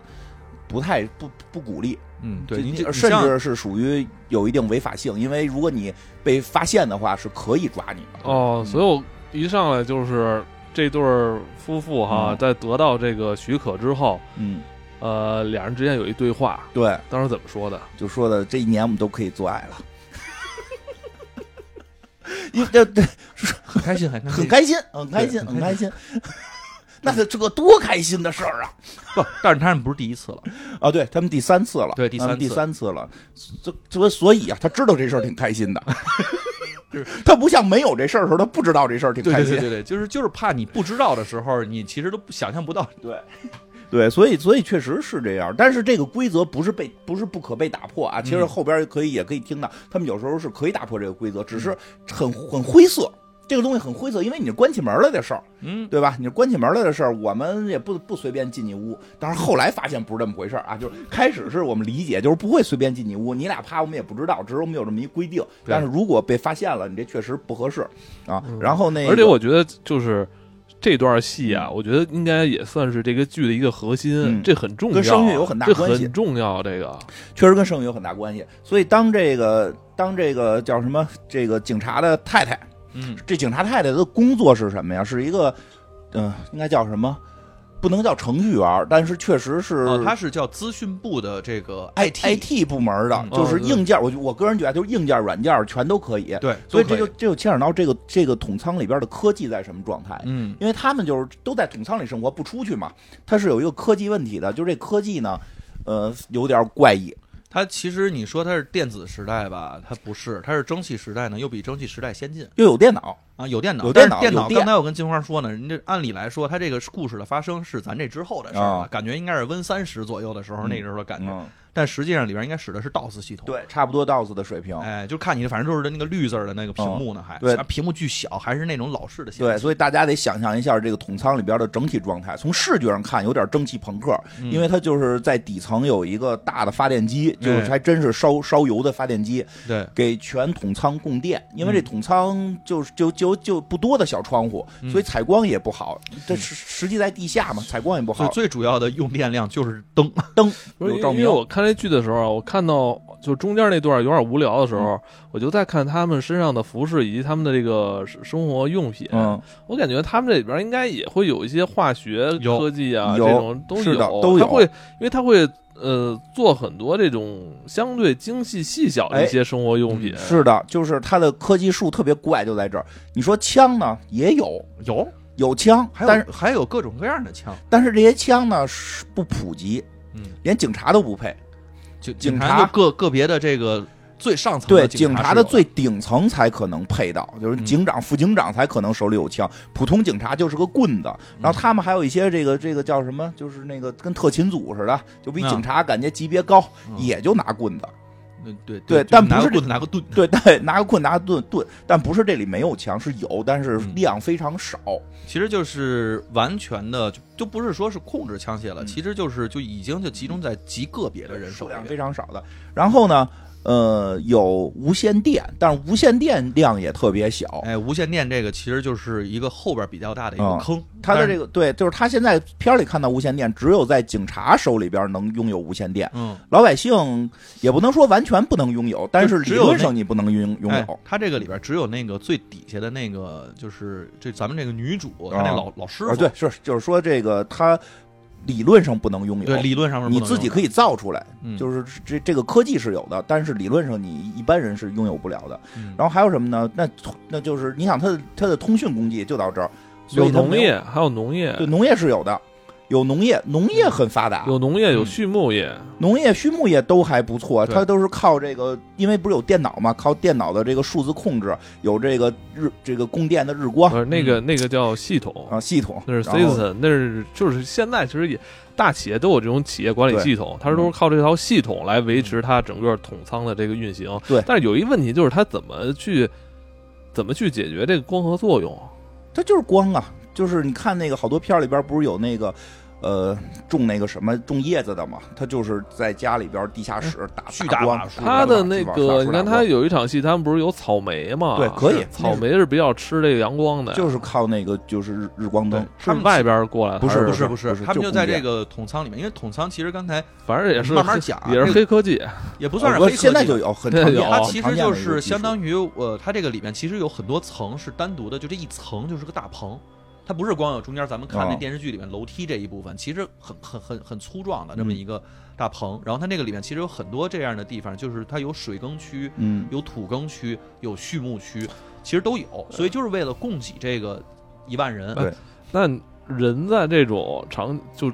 B: 不太不不鼓励，
C: 嗯，对，
B: 这
C: 您
B: 这呃
C: 这你
B: 甚
C: 像
B: 至是属于有一定违法性，因为如果你被发现的话，是可以抓你的。
A: 哦
B: 嗯，
A: 所以我一上来就是这对儿夫妇哈，
B: 嗯
A: 在得到这个许可之后，
B: 嗯，
A: 呃，俩人之间有一对话，
B: 对，
A: 当时怎么说的？
B: 就说的这一年我们都可以做爱了，因为这这
C: 很开心，很
B: 很
C: 心。
B: 开心，很开心，很开心。 那这这个多开心的事儿啊！
C: 不，但是他们不是第一次了，
B: 啊，对他们第三次了，
C: 对第
B: 他们
C: 三次
B: 第三次了，这这所以啊，他知道这事儿挺开心的， 他不像没有这事儿的时候，他不知道这事儿挺
C: 对
B: 开
C: 对
B: 心
C: 对。对对，就是就是怕你不知道的时候，你其实都不想象不到。
B: 对，对，所以所以确实是这样，但是这个规则不是被不是不可被打破啊。其
A: 嗯
B: 实后边儿可以也可以听到，他们有时候是可以打破这个规则，只
A: 嗯
B: 是很很灰色。这个东西很灰色，因为你是关起门来的事儿，
C: 嗯，
B: 对吧？你是关起门来的事儿，我们也不不随便进你屋。但是后来发现不是这么回事儿啊，就是开始是我们理解，就是不会随便进你屋。你俩趴我们也不知道，只是我们有这么一规定。
C: 对
B: 但是如果被发现了，你这确实不合适啊
A: 嗯。
B: 然后那个
A: 而且我觉得就是这段戏啊，我觉得应该也算是这个剧的一个核心，
B: 嗯
A: 这很重要啊，
B: 跟声乐有很大
A: 这
B: 关系
A: 很重要。这个
B: 确实跟剩余有很大关系。所以当这个当这个叫什么这个警察的太太，
C: 嗯，
B: 这警察太太的工作是什么呀？是一个，嗯、应该叫什么？不能叫程序员，但是确实是、
C: 哦，他是叫资讯部的这个 IT
B: IT 部门的，
C: 嗯
B: 就是
A: 哦对
B: 硬件。我我个人觉得，就是硬件、软件全都可以。
C: 对，
B: 所以
C: 都
B: 这
C: 可
B: 就这就牵扯到这个这个统仓里边的科技在什么状态。
C: 嗯
B: 因为他们就是都在统仓里生活，不出去嘛，它是有一个科技问题的，就是这科技呢，呃，有点怪异，，
C: 它其实你说它是电子时代吧，它不是，它是蒸汽时代呢，又比蒸汽时代先进
B: 又有电脑，
C: 啊，有电脑，
B: 有
C: 但是
B: 电脑
C: 电
B: 有
C: 脑。
B: 电
C: 刚才我跟金花说呢，人家按理来说，它这个故事的发生是咱这之后的事儿了，
B: 啊
C: 感觉应该是 Win 三十左右的时候那时候的感觉，
B: 嗯，
C: 但实际上里边应该使的是 DOS 系统。。
B: 对，差不多 DOS 的水平。
C: 哎，就看你，反正就是那个绿字儿的那个屏幕呢，还
B: 嗯对
C: 啊屏幕巨小，还是那种老式的显
B: 对，
C: 示器。
B: 所以大家得想象一下这个筒仓里边的整体状态。从视觉上看，有点蒸汽朋克，
C: 嗯
B: 因为它就是在底层有一个大的发电机，就是还真是烧烧油的发电机，
C: 对
B: 给全筒仓供电。
C: 嗯
B: 因为这筒仓就是就就就不多的小窗户，
C: 嗯
B: 所以采光也不好。这实实际在地下嘛，采光也不
C: 所以
B: 好，
C: 最主要的用电量就是灯。
B: 灯
A: 不是
B: 有
A: 因
B: 照
A: 为因
B: 明
A: 为。我看这剧的时候啊，我看到就中间那段有点无聊的时
B: 嗯
A: 候，我就在看他们身上的服饰以及他们的这个生活用品。
B: 嗯，
A: 我感觉他们这里边应该也会有一些化学
C: 有
A: 科技啊，
B: 有
A: 这种都
B: 是的
A: 有，
B: 都有
A: 他会，因为他会呃做很多这种相对精细细小的一些生活用
C: 呃
A: 品。
B: 哎嗯是的，就是它的科技树特别怪，就在这儿。你说枪呢，也 有
C: 有，
B: 有枪，
C: 还
B: 但是
C: 有还有各种各样的枪。
B: 但是这些枪呢是不普及，
C: 嗯，
B: 连警察都不配。
C: 警
B: 警
C: 察
B: 察
C: 就各个别的这个最上层
B: 对，
C: 的
B: 警
C: 察是
B: 的
C: 有
B: 最顶层才可能配到，就是
C: 嗯
B: 警长、副警长才可能手里有枪，普通警察就是个棍子。然后
C: 嗯
B: 他们还有一些这个这个叫什么，就是那个跟特勤组似的，就比
C: 嗯
B: 警察感觉级别高，
C: 嗯
B: 也就拿棍子。
C: 嗯对
B: 对
C: 就
B: 但
C: 拿
B: 不
C: 个
B: 是
C: 棍子拿个盾，
B: 对，但拿个棍拿个盾盾，但不是这里没有枪，是有，但是
C: 嗯
B: 量非常少。
C: 其实就是完全的就就不是说是控制枪械了，
B: 嗯
C: 其实就是就已经就集中在极个别的人手
B: 数
C: 里
B: 量
C: 面
B: 非常少的。然后呢，呃，有无线电，但是无线电量也特别小。
C: 哎，无线电这个其实就是一个后边比较大的一个
B: 嗯
C: 坑，
B: 他的
C: 但是
B: 这个对，就是他现在片儿里看到无线电，只有在警察手里边能拥有无线电，
C: 嗯，
B: 老百姓也不能说完全不能拥有，但是理
C: 只有那
B: 论上你不能拥拥
C: 哎
B: 有。，
C: 他这个里边只有那个最底下的那个，就是这咱们这个女主，她
B: 啊
C: 那老老师
B: 啊，
C: 傅，
B: 对，是就是说这个他理论上不能拥有，
C: 对，理论上是
B: 你自己可
C: 以，
B: 以造出来，
C: 嗯
B: 就是这这个科技是有的，但是理论上你一般人是拥有不了的。
C: 嗯
B: 然后还有什么呢？那那就是你想它的它的通讯工具就到这儿，所
A: 有
B: 以它
A: 农
B: 没有
A: 业，还有农业，
B: 对农业是有的，有农业，农业很发达，
A: 有农业，有
C: 嗯
A: 畜牧业，
B: 农业、畜牧业都还不错，
C: 对
B: 它都是靠这个，因为不是有电脑嘛，靠电脑的这个数字控制，有这个日这个供电的日光
A: 呃，那个那个叫系统，
B: 啊系统，
A: 那是
B: 然后
A: system，那是就是现在其实也大企业都有这种企业管理
B: 对嗯
A: 系统，它都是靠这套系统来维持它整个统仓的这个运行。
B: 对
A: 但是有一问题就是它怎么去怎么去解决这个光合作用？
B: 它就是光啊，就是你看那个好多片儿里边不是有那个。呃，种那个什么种叶子的嘛，他就是在家里边地下室打
C: 巨
B: 大
C: 大
B: 光
C: 瓦数，
A: 它的那
B: 打光
A: 个，你看它
B: 打光
A: 有一场戏，他们不是有草莓吗？
B: 对可以
A: 草莓是比较吃这个阳光的呀，
B: 就是靠那个就是日日光灯
C: 对，
A: 是外边过来的，
B: 不
C: 不
B: 是
C: 是
A: 还
C: 不
A: 是，
C: 不是
B: 不，是
C: 他们
B: 就
C: 就在
B: 供
C: 这
B: 电
C: 个统仓里面，因为统仓其实刚才
A: 反正也是
C: 慢慢
A: 黑
C: 讲啊
A: 也是
C: 这个
A: 黑科技，
C: 也不算是
B: 啊我
C: 黑科技
B: 现在就有很常
A: 对
B: 见，
A: 有
C: 它
A: 哦
C: 其
B: 常见的一
C: 实就
B: 个
C: 是
B: 技
C: 相
B: 术
C: 当于呃，它这个里面其实有很多层是单独的，就这一层就是个大棚，它不是光有中间咱们看
B: 哦
C: 那电视剧里面楼梯这一部分，其实很很很很粗壮的这
B: 嗯
C: 么一个大棚。然后它那个里面其实有很多这样的地方，就是它有水耕区，
B: 嗯，
C: 有土耕区，有畜牧区，其实都有，所以就是为了供给这个一万人。
B: 对
A: 那人在这种长就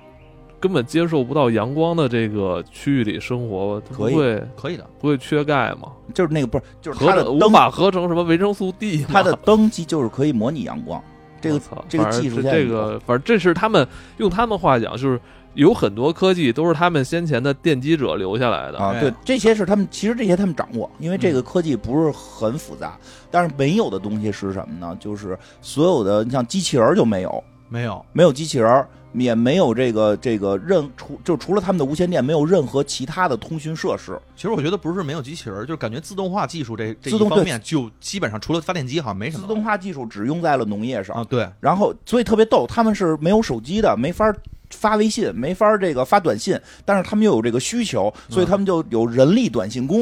A: 根本接受不到阳光的这个区域里生活，它不
B: 可以
A: 会
C: 可以的，
A: 不会缺钙吗？
B: 就是那个不是就是
A: 合
B: 它的
A: 成无
B: 灯
A: 法合成什么维生素 D 吗。
B: 它的灯机就是可以模拟阳光，这
A: 我
B: 个
A: 操
B: 这个
A: 反正
B: 技术
A: 这
B: 现在
A: 这
B: 有
A: 个反正这是他们用他们话讲，就是有很多科技都是他们先前的奠基者留下来的。
B: 啊，
C: 哎
B: 对，这些是他们其实这些他们掌握，因为
A: 嗯
B: 这个科技不是很复杂，但是没有的东西是什么呢？就是所有的，你像机器人儿就没有，
C: 没有，
B: 没有机器人儿，也没有这个这个任除就除了他们的无线电，没有任何其他的通讯设施。
C: 其实我觉得不是没有机器人，就是感觉自动化技术这这
B: 自
C: 一
B: 动
C: 方
B: 对
C: 面，就基本上除了发电机好像没什
B: 自
C: 么了
B: 动化技术只用在了农业上，
C: 啊，对，
B: 然后所以特别逗，他们是没有手机的，没法。发微信没法这个发短信，但是他们又有这个需求，所以他们就有人力短信工。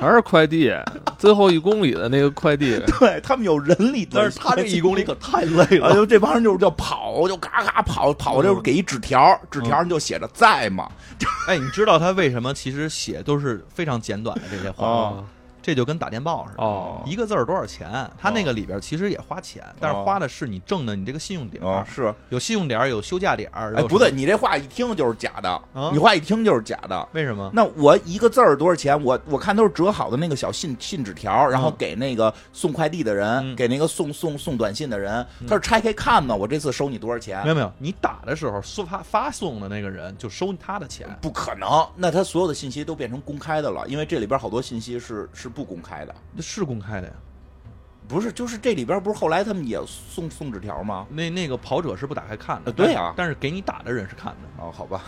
A: 还是快递，最后一公里的那个快 递，
B: 对他们有人力短
C: 但
B: 信
C: 是他这一公里可太
B: 累 了，就这帮人就是叫跑，就嘎嘎跑，跑就是给一纸条，纸条上就写着在吗？
C: 哎，你知道他为什么其实写都是非常简短的这些话吗？
B: 哦
C: 这就跟打电报似的，
A: 哦
C: 一个字儿多少钱？他那个里边其实也花钱，但是花的是你挣的你这个信用点儿，
B: 是，
C: 有信用点儿，有休假点儿。
B: 哦哎，
C: 有
B: 不对，，你这话一听就是假的，
C: 啊
B: 你话一听就是假的。
C: 为什么？
B: 那我一个字儿多少钱？我我看都是折好的那个小信信纸条，然
A: 嗯
B: 后给那个送快递的人，
C: 嗯
B: 给那个送送送短信的人，
A: 嗯
B: 他是拆开看呢。我这次收你多少钱
C: 没？有没有，你打的时候收发发送的那个人就收他的钱，
B: 不可能，那他所有的信息都变成公开的了，因为这里边好多信息是是不公开的。
C: 这是公开的呀。
B: 不是，就是这里边不是后来他们也送送纸条吗？
C: 那那个跑者是不打开看的，
B: 呃对啊
C: 但是给你打的人是看的。
B: 哦，好吧，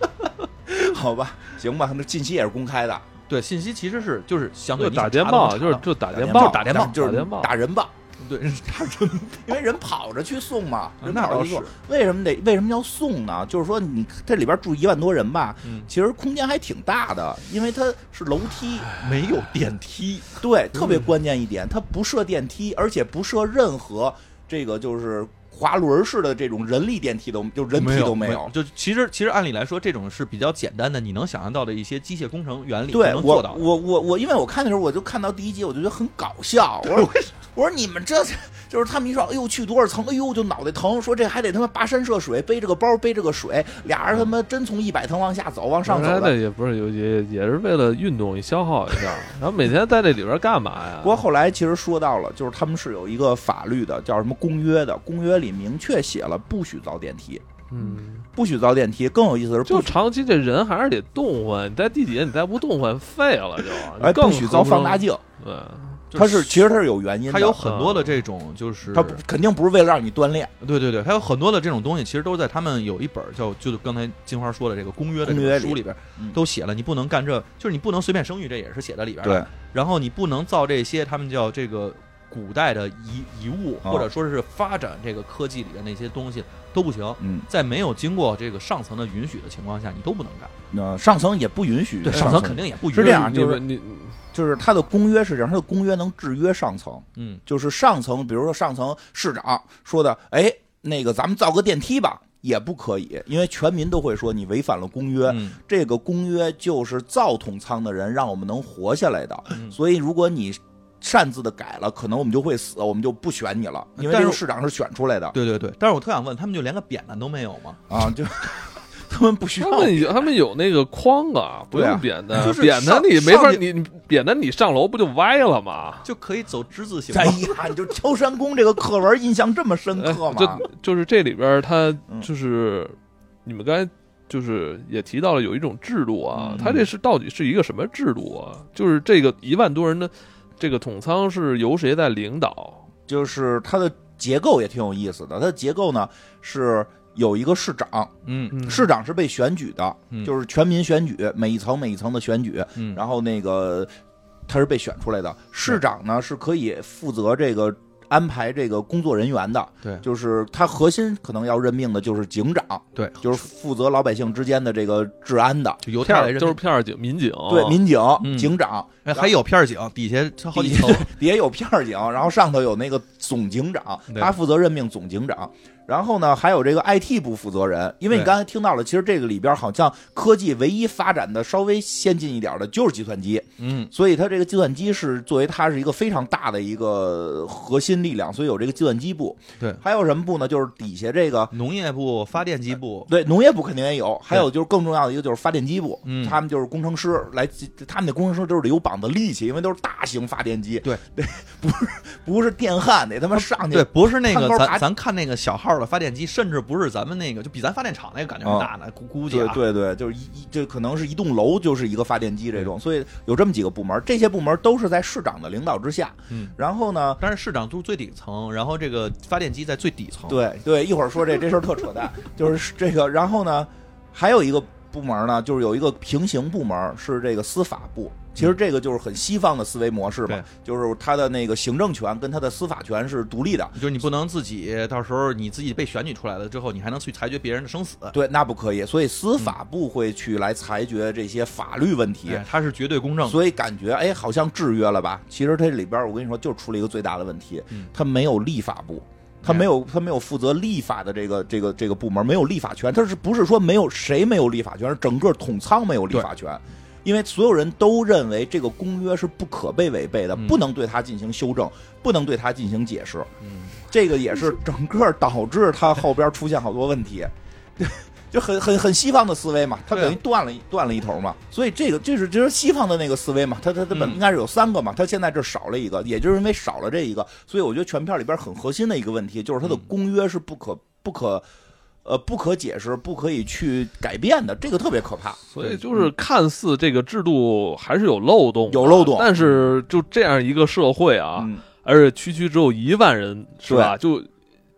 B: 好吧，行吧，那信息也是公开的，
C: 对，信息其实是就是
B: 哦
C: 相
A: 就
C: 对
A: 打电报，就是
C: 这
A: 就打电
B: 电
A: 报，
B: 打
C: 电报
B: 就是
A: 打电报
B: 打人报，
C: 对， 他真
B: 因为人跑着去送嘛，人
C: 那
B: 跑着
C: 嗯倒
B: 去送
C: 是。
B: 为什么得为什么要送呢？就是说你这里边住一万多人吧，
C: 嗯
B: 其实空间还挺大的，因为它是楼梯，
C: 没有电梯，
B: 对，
C: 嗯
B: 特别关键一点，它不设电梯，而且不设任何这个就是滑轮式的这种人力电梯都就人
C: 没
B: 梯都
C: 没
B: 有。
C: 就其实其实按理来说，这种是比较简单的，你能想象到的一些机械工程原理
B: 对
C: 能做
B: 我
C: 到，的。
B: 我我我，因为我看的时候，我就看到第一集，我就觉得很搞笑。我说我说你们这就是他们一说，哎呦去多少层，哎呦就脑袋疼，说这还得他妈跋山涉水，背着个包，背着个水，俩人他妈真从一百层往下走，往上
A: 原来
B: 走的。
A: 的也不是有也也是为了运动消耗一下，然后每天在这里边干嘛呀？
B: 不过后来其实说到了，就是他们是有一个法律的，叫什么公约的，公约里明确写了不许造电梯，
A: 嗯。
B: 不许造电梯。更有意思的是
A: 就
B: 不许，
A: 长期这人还是得动换，你在地铁你再不动换废了就，你
B: 哎，
A: 更
B: 不许造放大镜，
A: 合不上。
C: 就
B: 它是其实它是有原因的，
C: 它有很多的这种就是
B: 嗯它不肯定不是为了让你锻炼。
C: 对对对，它有很多的这种东西，其实都是在他们有一本儿叫就是刚才金花说的这个公约的这
B: 公约
C: 本
B: 里
C: 书里边儿
B: 嗯
C: 都写了，你不能干这，就是你不能随便生育，这也是写在里边儿的。
B: 对，
C: 然后你不能造这些，他们叫这个古代的遗遗物，
B: 哦
C: 或者说是发展这个科技里的那些东西都不行。
B: 嗯，
C: 在没有经过这个上层的允许的情况下，你都不能干。
B: 那上层也不允许，
C: 上
B: 层
C: 层肯定也不允许。
B: 是这样
A: 你
B: 就是
A: 你
B: 就是它的公约是这样，它的公约能制约上层，
C: 嗯，
B: 就是上层，比如说上层市长说的，哎，那个咱们造个电梯吧，也不可以，因为全民都会说你违反了公约。
C: 嗯
B: 这个公约就是造统仓的人让我们能活下来的，
C: 嗯
B: 所以如果你擅自的改了，可能我们就会死，我们就不选你了，因为这
C: 呃但
B: 个
C: 是
B: 市长是选出来的
C: 对对对，但是我特想问，他们就连个扁担都没有吗？
B: 啊，就他们不需要
A: 他。们有他们有那个框啊，不
B: 对啊
A: 用扁担，
C: 就是
A: 扁担
C: 上
A: 你没法
C: 上去
A: 你你扁担你上楼不就歪了吗？
C: 就可以走之字形吗
B: 哎？呀，你就敲山宫这个课文印象这么深
A: 哎
C: 呃
B: 刻吗？
A: 就就是这里边儿它
B: 嗯
A: 就是、你们刚才就是也提到了有一种制度啊
C: 嗯，
A: 它这是到底是一个什么制度啊？就是这个一万多人的这个统仓是由谁在领导？
B: 就是它的结构也挺有意思的。它的结构呢是有一个市长，
C: 嗯
A: 嗯
B: 市长是被选举的，
C: 嗯
B: 就是全民选举，每一层每一层的选举，
C: 嗯，
B: 然后那个他是被选出来的。市长呢是可以负责这个安排这个工作人员的，
C: 对
B: 就是他核心可能要任命的就是警长，
C: 对，
B: 就是负责老百姓之间的这个治安的，
C: 就犹
A: 片
C: 太
A: 儿
C: 人
A: 就是片儿警民警，
B: 对，民警、
C: 嗯
B: 警长，
C: 哎，还有片儿警，底下它好几
B: 底下
C: 层，
B: 底下有片儿警，然后上头有那个总警长，
C: 对
B: 他负责任命总警长。然后呢，还有这个 IT 部负责人，因为你
C: 对
B: 刚才听到了，其实这个里边好像科技唯一发展的稍微先进一点的就是计算机，
C: 嗯，
B: 所以它这个计算机是作为它是一个非常大的一个核心力量，所以有这个计算机部。
C: 对
B: 还有什么部呢？就是底下这个
C: 农业部、发电机部，
B: 对，农业部肯定也有，还有就是更重要的一个就是发电机部，
C: 嗯
B: 他们就是工程师来，他们那工程师都是有膀子力气，因为都是大型发电机，
C: 对
B: 对，不是不是电焊，得他妈上去
C: 对，不是那
B: 攀
C: 个
B: 高爬
C: 咱咱看那个小号的发电机，甚至不是咱们那个，就比咱发电厂那个感觉还大呢，估估计
B: 对
C: 啊，
B: 对对，就是一一这可能是一栋楼就是一个发电机这种，所以有这么几个部门，这些部门都是在市长的领导之下。
C: 嗯，
B: 然后呢，
C: 但是市长住最底层，然后这个发电机在最底层，，
B: 对对，一会儿说这这事儿特扯淡，就是这个。然后呢，还有一个部门呢，就是有一个平行部门是这个司法部。其实这个就是很西方的思维模式嘛
C: 嗯对，
B: 就是他的那个行政权跟他的司法权是独立的。
C: 就是你不能自己到时候你自己被选举出来了之后，你还能去裁决别人的生死，
B: 对，那不可以，所以司法部会去来裁决这些法律问题。
C: 哎，它是嗯绝对公正的，
B: 所以感觉哎，好像制约了吧？其实它里边儿我跟你说，就出了一个最大的问题
C: 嗯，
B: 它没有立法部，它没有它没有负责立法的这个这个这个部门，没有立法权。它是不是说没有谁没有立法权？是整个统仓没有立法权。因为所有人都认为这个公约是不可被违背的，
C: 嗯
B: 不能对它进行修正，不能对它进行解释。
C: 嗯，
B: 这个也是整个导致它后边出现好多问题，就很很很西方的思维嘛，它
C: 对啊
B: 等于断了一断了一头嘛，所以这个这是这是西方的那个思维嘛，它它它本
C: 嗯
B: 应该是有三个嘛，它现在这少了一个，也就是因为少了这一个，所以我觉得全片里边很核心的一个问题就是它的
C: 嗯
B: 公约是不可不可。呃，不可解释、不可以去改变的，这个特别可怕。
A: 所以就是看似这个制度还是有漏洞的，
B: 有漏
C: 啊
B: 洞
A: 但是就这样一个社会啊，
B: 嗯，
A: 而且区区只有一万人，是吧？就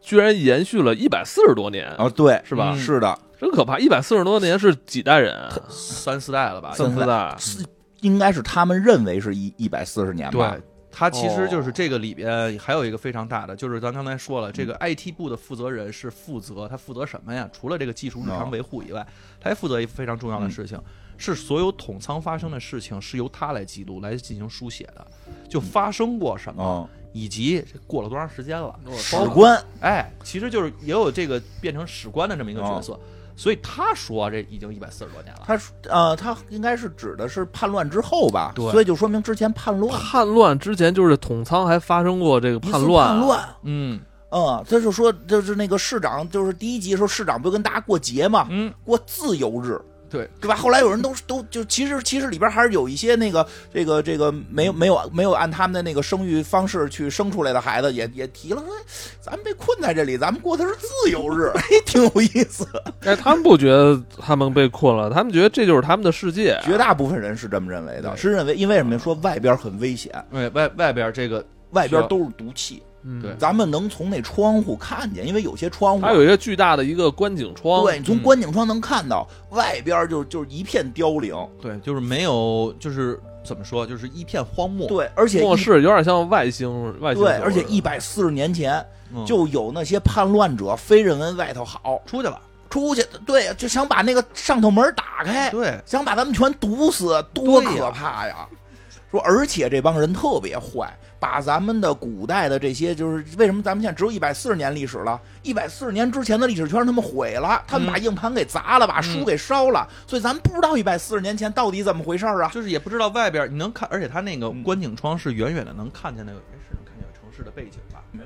A: 居然延续了一百四十多年，
B: 啊，对，
A: 是吧？
C: 嗯
B: 是的，
A: 真可怕！一百四十多年是几代人？啊
C: 三四代了吧，
B: 三
A: 三四代，
B: 是应该是他们认为是一一百四十年吧哦
C: 对。，它其实就是这个里边还有一个非常大的，就是咱刚才说了，
B: 嗯
C: 这个 IT 部的负责人是负责他负责什么呀？除了这个技术日
B: 哦
C: 常维护以外，他还负责一非常重
B: 嗯
C: 要的事情，是所有统仓发生的事情是由他来记录、来进行书写的，就发生过什么，
B: 嗯，
C: 以及这过了多长时间了。
B: 史
A: 包括
B: 官
C: 哎，其实就是也有这个变成史官的这么一个角色，所以他说这已经一百四十多年了。
B: 哦他说呃，他应该是指的是叛乱之后吧，
C: 对
B: 所以就说明之前叛乱，
A: 叛乱之前就是统仓还发生过这个
B: 一次
A: 叛乱，
B: 叛乱，啊
C: 嗯
B: 嗯，他就说就是那个市长，就是第一集的时候市长不就跟大家过节嘛，
C: 嗯，
B: 过自由日。
C: 对
B: 对吧？后来有人都都就其实其实里边还是有一些那个这个这个没有没有没有按他们的那个生育方式去生出来的孩子也也提了说，咱们被困在这里，咱们过的是自由 日，哎，挺有意思。
A: 哎，他们不觉得他们被困了，他们觉得这就是他们的世界。
B: 绝大部分人是这么认为的，
C: 对
B: 是认为因为什么呀？说外边很危险，
C: 外哎外外边这个
B: 外边
C: 是
B: 都是毒气，
A: 嗯
C: 对
B: 咱们能从那窗户看见，因为有些窗户
A: 它有一个巨大的一个观景窗，
B: 对，你从
C: 嗯
B: 观景窗能看到外边就就是一片凋零，
C: 对，就是没有，就是怎么说，就是一片荒漠。
B: 对，而且
A: 末
B: 一
A: 世有点像外星外星球
B: 对
A: 似，的，
B: 而且一百四十年前
C: 嗯
B: 就有那些叛乱者非认为外头好，
C: 出去了。
B: 出去对，就想把那个上头门打开，
C: 对，
B: 想把咱们全毒死，多
C: 对呀
B: 可怕呀！说，而且这帮人特别坏，把咱们的古代的这些，就是为什么咱们现在只有一百四十年历史了，一百四十年之前的历史全让他们毁了，他们把
C: 嗯
B: 硬盘给砸了，把书给烧了，所以咱们不知道一百四十年前到底怎么回事儿啊。
C: 就是也不知道外边你能看，而且它那个
B: 嗯
C: 观景窗是远远的能看见那个，哎，是能看见城市的背景吧？
B: 嗯
C: 没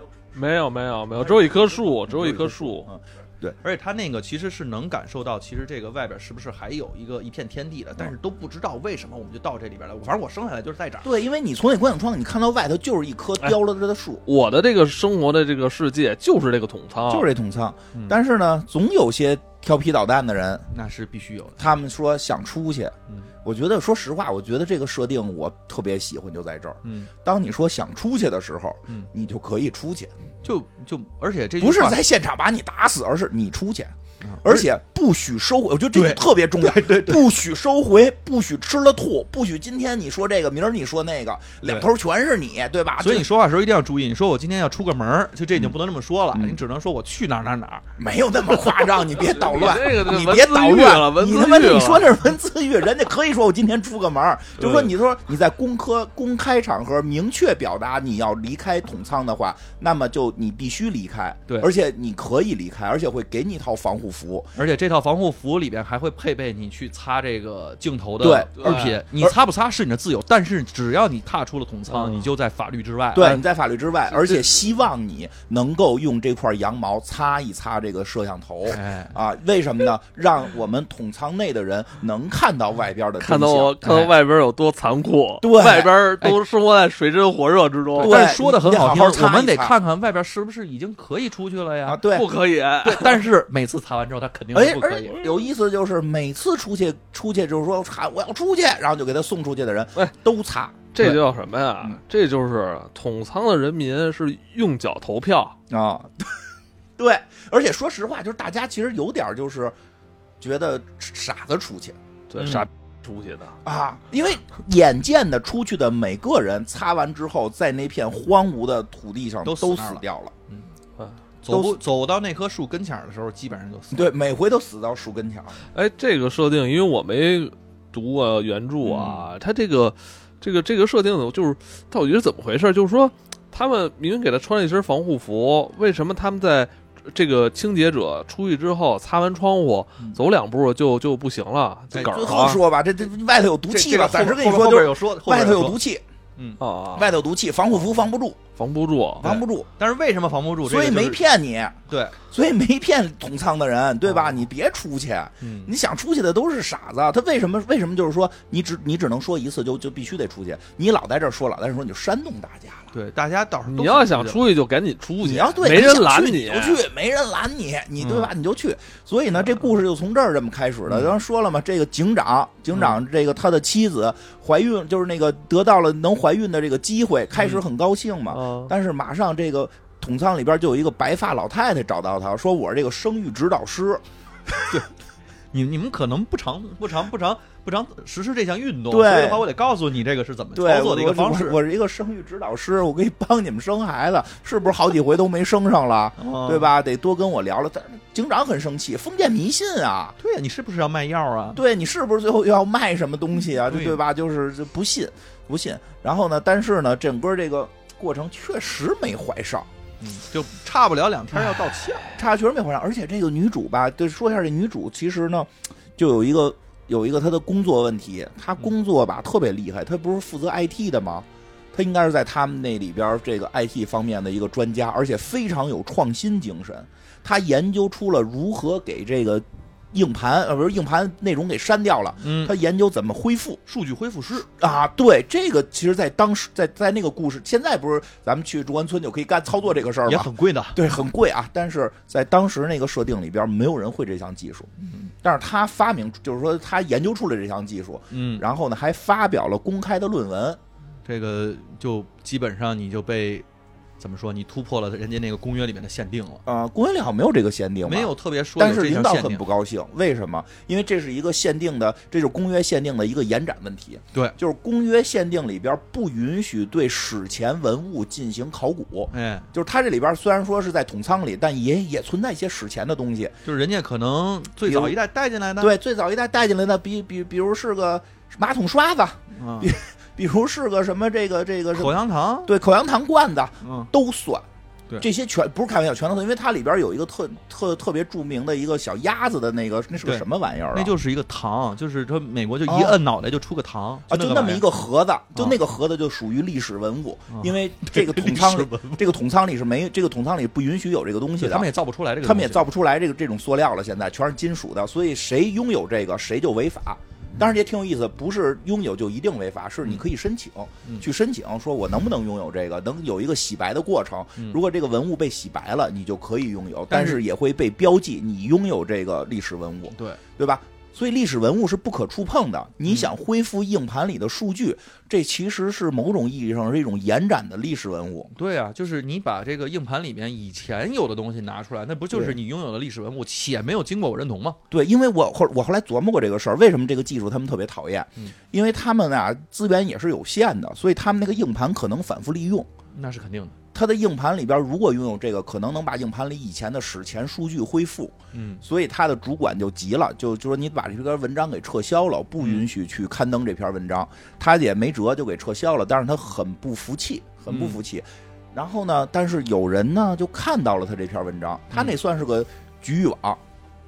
A: 没有
C: 有，
A: 没有没有，只有一棵树，只有一棵树。
C: 嗯，
B: 对。
C: 而且它那个其实是能感受到，其实这个外边是不是还有一个一片天地的，但是都不知道为什么我们就到这里边来。反正我生下来就是在这儿。
B: 对，因为你从那观景窗，你看到外头就是一棵
C: 哎
B: 凋了的树，
A: 我的这个生活的这个世界就是这个桶仓，
C: 啊
B: 就是这桶仓
A: 嗯。
B: 但是呢，总有些调皮捣蛋的人，
C: 那是必须有的，
B: 他们说想出去。
C: 嗯
B: 我觉得，说实话，我觉得这个设定我特别喜欢，就在这儿。
C: 嗯，
B: 当你说想出去的时候，
C: 嗯
B: 你就可以出去，
C: 就就而且这句
B: 不是
C: 话
B: 在现场把你打死，而是你出去
C: 嗯，
B: 而且不许收回。我觉得这个
C: 对
B: 特别重要，不许收回，不许吃了吐，不许今天你说这个，明儿你说那个，两头全是你，对吧？
C: 所以
B: 这
C: 你说话的时候一定要注意。你说我今天要出个门儿，就这已经
B: 嗯
C: 不能这么说了，
B: 嗯
C: 你只能说我去哪儿哪儿哪儿。
B: 没有那么夸张，你别捣乱
A: 你， 这个
B: 你别捣乱，
A: 文字
B: 你
A: 狱啊
B: 他
A: 了，
B: 妈
A: 文字狱
B: 你
A: 了。
B: 说那是文字狱，人家可以说我今天出个门儿，就说
A: 对
B: 你说你在公科公开场合明确表达你要离开统仓的话，那么就你必须离开，
C: 对
B: 而且你可以离开，而且会给你一套防护服，
C: 而且这套防护服里边还会配备你去擦这个镜头的
B: 对
C: 物品，你擦不擦是你的自由，但是只要你踏出了统仓，
A: 嗯
C: 你就在法律之外。
B: 对，
A: 哎
C: 而
B: 你在法律之外，而且希望你能够用这块羊毛擦一擦这个摄像头。
C: 哎，
B: 啊，为什么呢？让我们统仓内的人能看到外边的真
A: 看到
B: 相
A: 我，看到外边有多残酷，
B: 哎对
A: 外边都生活在水深火热之中
B: 对，
C: 但是说的很好
B: 你
C: 听，
B: 好好擦一擦
C: 我们得看看外边是不是已经可以出去了呀？
B: 啊，对
A: 不，可以。
C: 对，但是每次擦完之后，他肯定
B: 而
C: 是不
B: 哎而
C: 可以。
B: 有意思就是每次出去出去就是说喊我要出去，然后就给他送出去的人
A: 哎
B: 都擦
A: 这就叫什么呀
B: 嗯？
A: 这就是统仓的人民是用脚投票，
B: 啊， 对，而且说实话，就是大家其实有点儿就是觉得傻子出去
A: 对，
C: 嗯
A: 傻逼出去的。
B: 啊，因为眼见的出去的每个人擦完之后，在那片荒芜的土地上
C: 都死
B: 都
C: 那儿
B: 死
C: 了
B: 掉了，
C: 嗯
A: 啊，
C: 走
B: 都
C: 不走到那棵树跟前儿的时候，基本上就死了。
B: 对，每回都死到树根前儿。
A: 哎，这个设定，因为我没读过原著啊，
B: 嗯
A: 它这个这个这个设定呢，就是到底是怎么回事？就是说，他们明明给他穿了一身防护服，为什么他们在这个清洁者出去之后擦完窗户
B: 嗯
A: 走两步就就不行了，就
C: 哎
A: 杆儿
B: 最后
A: 了
B: 说吧，这这外头有毒
C: 这
B: 气
C: 这个
B: 了，
C: 后
B: 暂时
C: 边
B: 跟你
C: 后
B: 说就
C: 边后边
B: 是
C: 有说，后边
B: 外头有
C: 说
B: 毒气，
C: 嗯，
A: 啊，
B: 外头有毒气，防护服防不住，
A: 防不住。啊
B: 防不住，
C: 但是为什么防不住？
B: 所以
C: 这个就
B: 没
C: 是
B: 骗你。
C: 对，
B: 所以没骗同仓的人，对吧？
A: 哦
B: 你别出去，
C: 嗯
B: 你想出去的都是傻子。他为什么？为什么就是说你只你只能说一次就就必须得出去？你老在这儿说，老在这儿说，你就煽动大家了。
C: 对，大家倒是都
A: 你要想
C: 出去
A: 出去就赶紧出去，
B: 你要对
A: 没人拦
B: 你想去，你就去，没人拦你，你对吧？你就去。所以呢，这故事就从这儿这么开始的。
C: 嗯
B: 刚刚说了嘛，这个警长，警长这个他的妻子怀孕，就是那个得到了能怀孕的这个机会，开
C: 嗯
B: 始很高兴嘛。
A: 啊，
B: 但是马上这个统仓里边就有一个白发老太太找到他，说我是这个生育指导师。
C: 你你们可能不常不常不常不常实施这项运动，
B: 对
C: 所以的话我得告诉你这个是怎么
B: 对，
C: 操作的一个方式
B: 我。我是一个生育指导师，我可以帮你们生孩子，是不是好几回都没生上了，
C: 对
B: 对？吧？得多跟我聊聊。但警长很生气，封建迷信啊！
C: 对呀，你是不是要卖药啊？
B: 对你是不是最后又要卖什么东西啊？
C: 对
B: 对对吧？就是就不信，不信。然后呢，但是呢，整个这个过程确实没坏事儿。
C: 嗯就差不了两
B: 哎
C: 天要到期了。
B: 差确实没怀上，而且这个女主吧，对，说一下这女主，其实呢，就有一个有一个她的工作问题，她工作吧特别厉害，她不是负责 IT 的吗？她应该是在他们那里边儿这个 IT 方面的一个专家，而且非常有创新精神。她研究出了如何给这个硬盘，呃，不是硬盘内容给删掉了，
C: 嗯，
B: 她研究怎么恢复。
C: 数据恢复师，
B: 啊，对，这个其实，在当时，在在那个故事，现在不是咱们去中关村就可以干操作这个事儿吗？
C: 也很贵的。
B: 对，很贵啊，但是在当时那个设定里边，没有人会这项技术。
C: 嗯
B: 但是他发明，就是说他研究出了这项技术，
C: 嗯，
B: 然后呢还发表了公开的论文。
C: 这个就基本上你就被怎么说？你突破了人家那个公约里面的限定了，
B: 呃，公园里好像没有这个限定吧，
C: 没有特别说有
B: 但是
C: 这
B: 领
C: 项
B: 导
C: 限
B: 很
C: 定
B: 不。高兴，为什么？因为这是一个限定的，这就是公约限定的一个延展问题。
C: 对
B: 就是公约限定里边不允许对史前文物进行考古。
C: 哎，
B: 就是它这里边虽然说是在统仓里，但也也存在一些史前的东西。
C: 就是人家可能最
B: 比
C: 早
B: 如
C: 一代带进来的，
B: 对，最早一代带进来的，比比比如是个马桶刷子，
C: 嗯，
B: 比如是个什么这个这个什
C: 口
B: 么，
C: 香糖，
B: 对口香糖罐子
C: 嗯，
B: 都算。
C: 对
B: 这些全不是开玩笑，全都算，因为它里边有一个特特特别著名的一个小鸭子的那个，那是个
C: 对
B: 什么玩意儿、啊？
C: 那就是一个糖，就是说美国就一
B: 哦
C: 摁脑袋就出个糖
B: 啊，就那么一个盒子，就
C: 啊
B: 那个盒子就属于历史文物，
C: 啊
B: 因为这个
C: 历
B: 统仓
C: 史
B: 里，这个统仓里是没，这个统仓里不允许有这个东西
C: 对
B: 的，
C: 他们也造不出来这个，
B: 他们也，造不出来这个这种塑料了，现在全是金属的，所以谁拥有这个谁就违法。
C: 嗯
B: 当然也挺有意思，不是拥有就一定违法，是你可以申请，
C: 嗯
B: 去申请说我能不能拥有这个，能有一个洗白的过程
C: 嗯。
B: 如果这个文物被洗白了，你就可以拥有，
C: 但
B: 但
C: 是
B: 是也会被标记你拥有这个历史文物，
C: 对，
B: 对吧？所以历史文物是不可触碰的。你
C: 嗯
B: 想恢复硬盘里的数据，这其实是某种意义上是一种延展的历史文物。
C: 对啊，就是你把这个硬盘里面以前有的东西拿出来，那不就是
B: 对
C: 你拥有的历史文物，且没有经过我认同吗？
B: 对，因为我后我后来琢磨过这个事儿，为什么这个技术他们特别讨厌？
C: 嗯
B: 因为他们啊资源也是有限的，所以他们那个硬盘可能反复利用。
C: 那是肯定的，
B: 它的硬盘里边如果拥有这个，可能能把硬盘里以前的史前数据恢复，
C: 嗯，
B: 所以他的主管就急了，就就说你把这篇文章给撤销了，不
C: 嗯
B: 允许去刊登这篇文章。他也没辙，就给撤销了。但是他很不服气，很
C: 嗯
B: 不服气。然后呢，但是有人呢就看到了他这篇文章，
C: 嗯
B: 他那算是个局域网。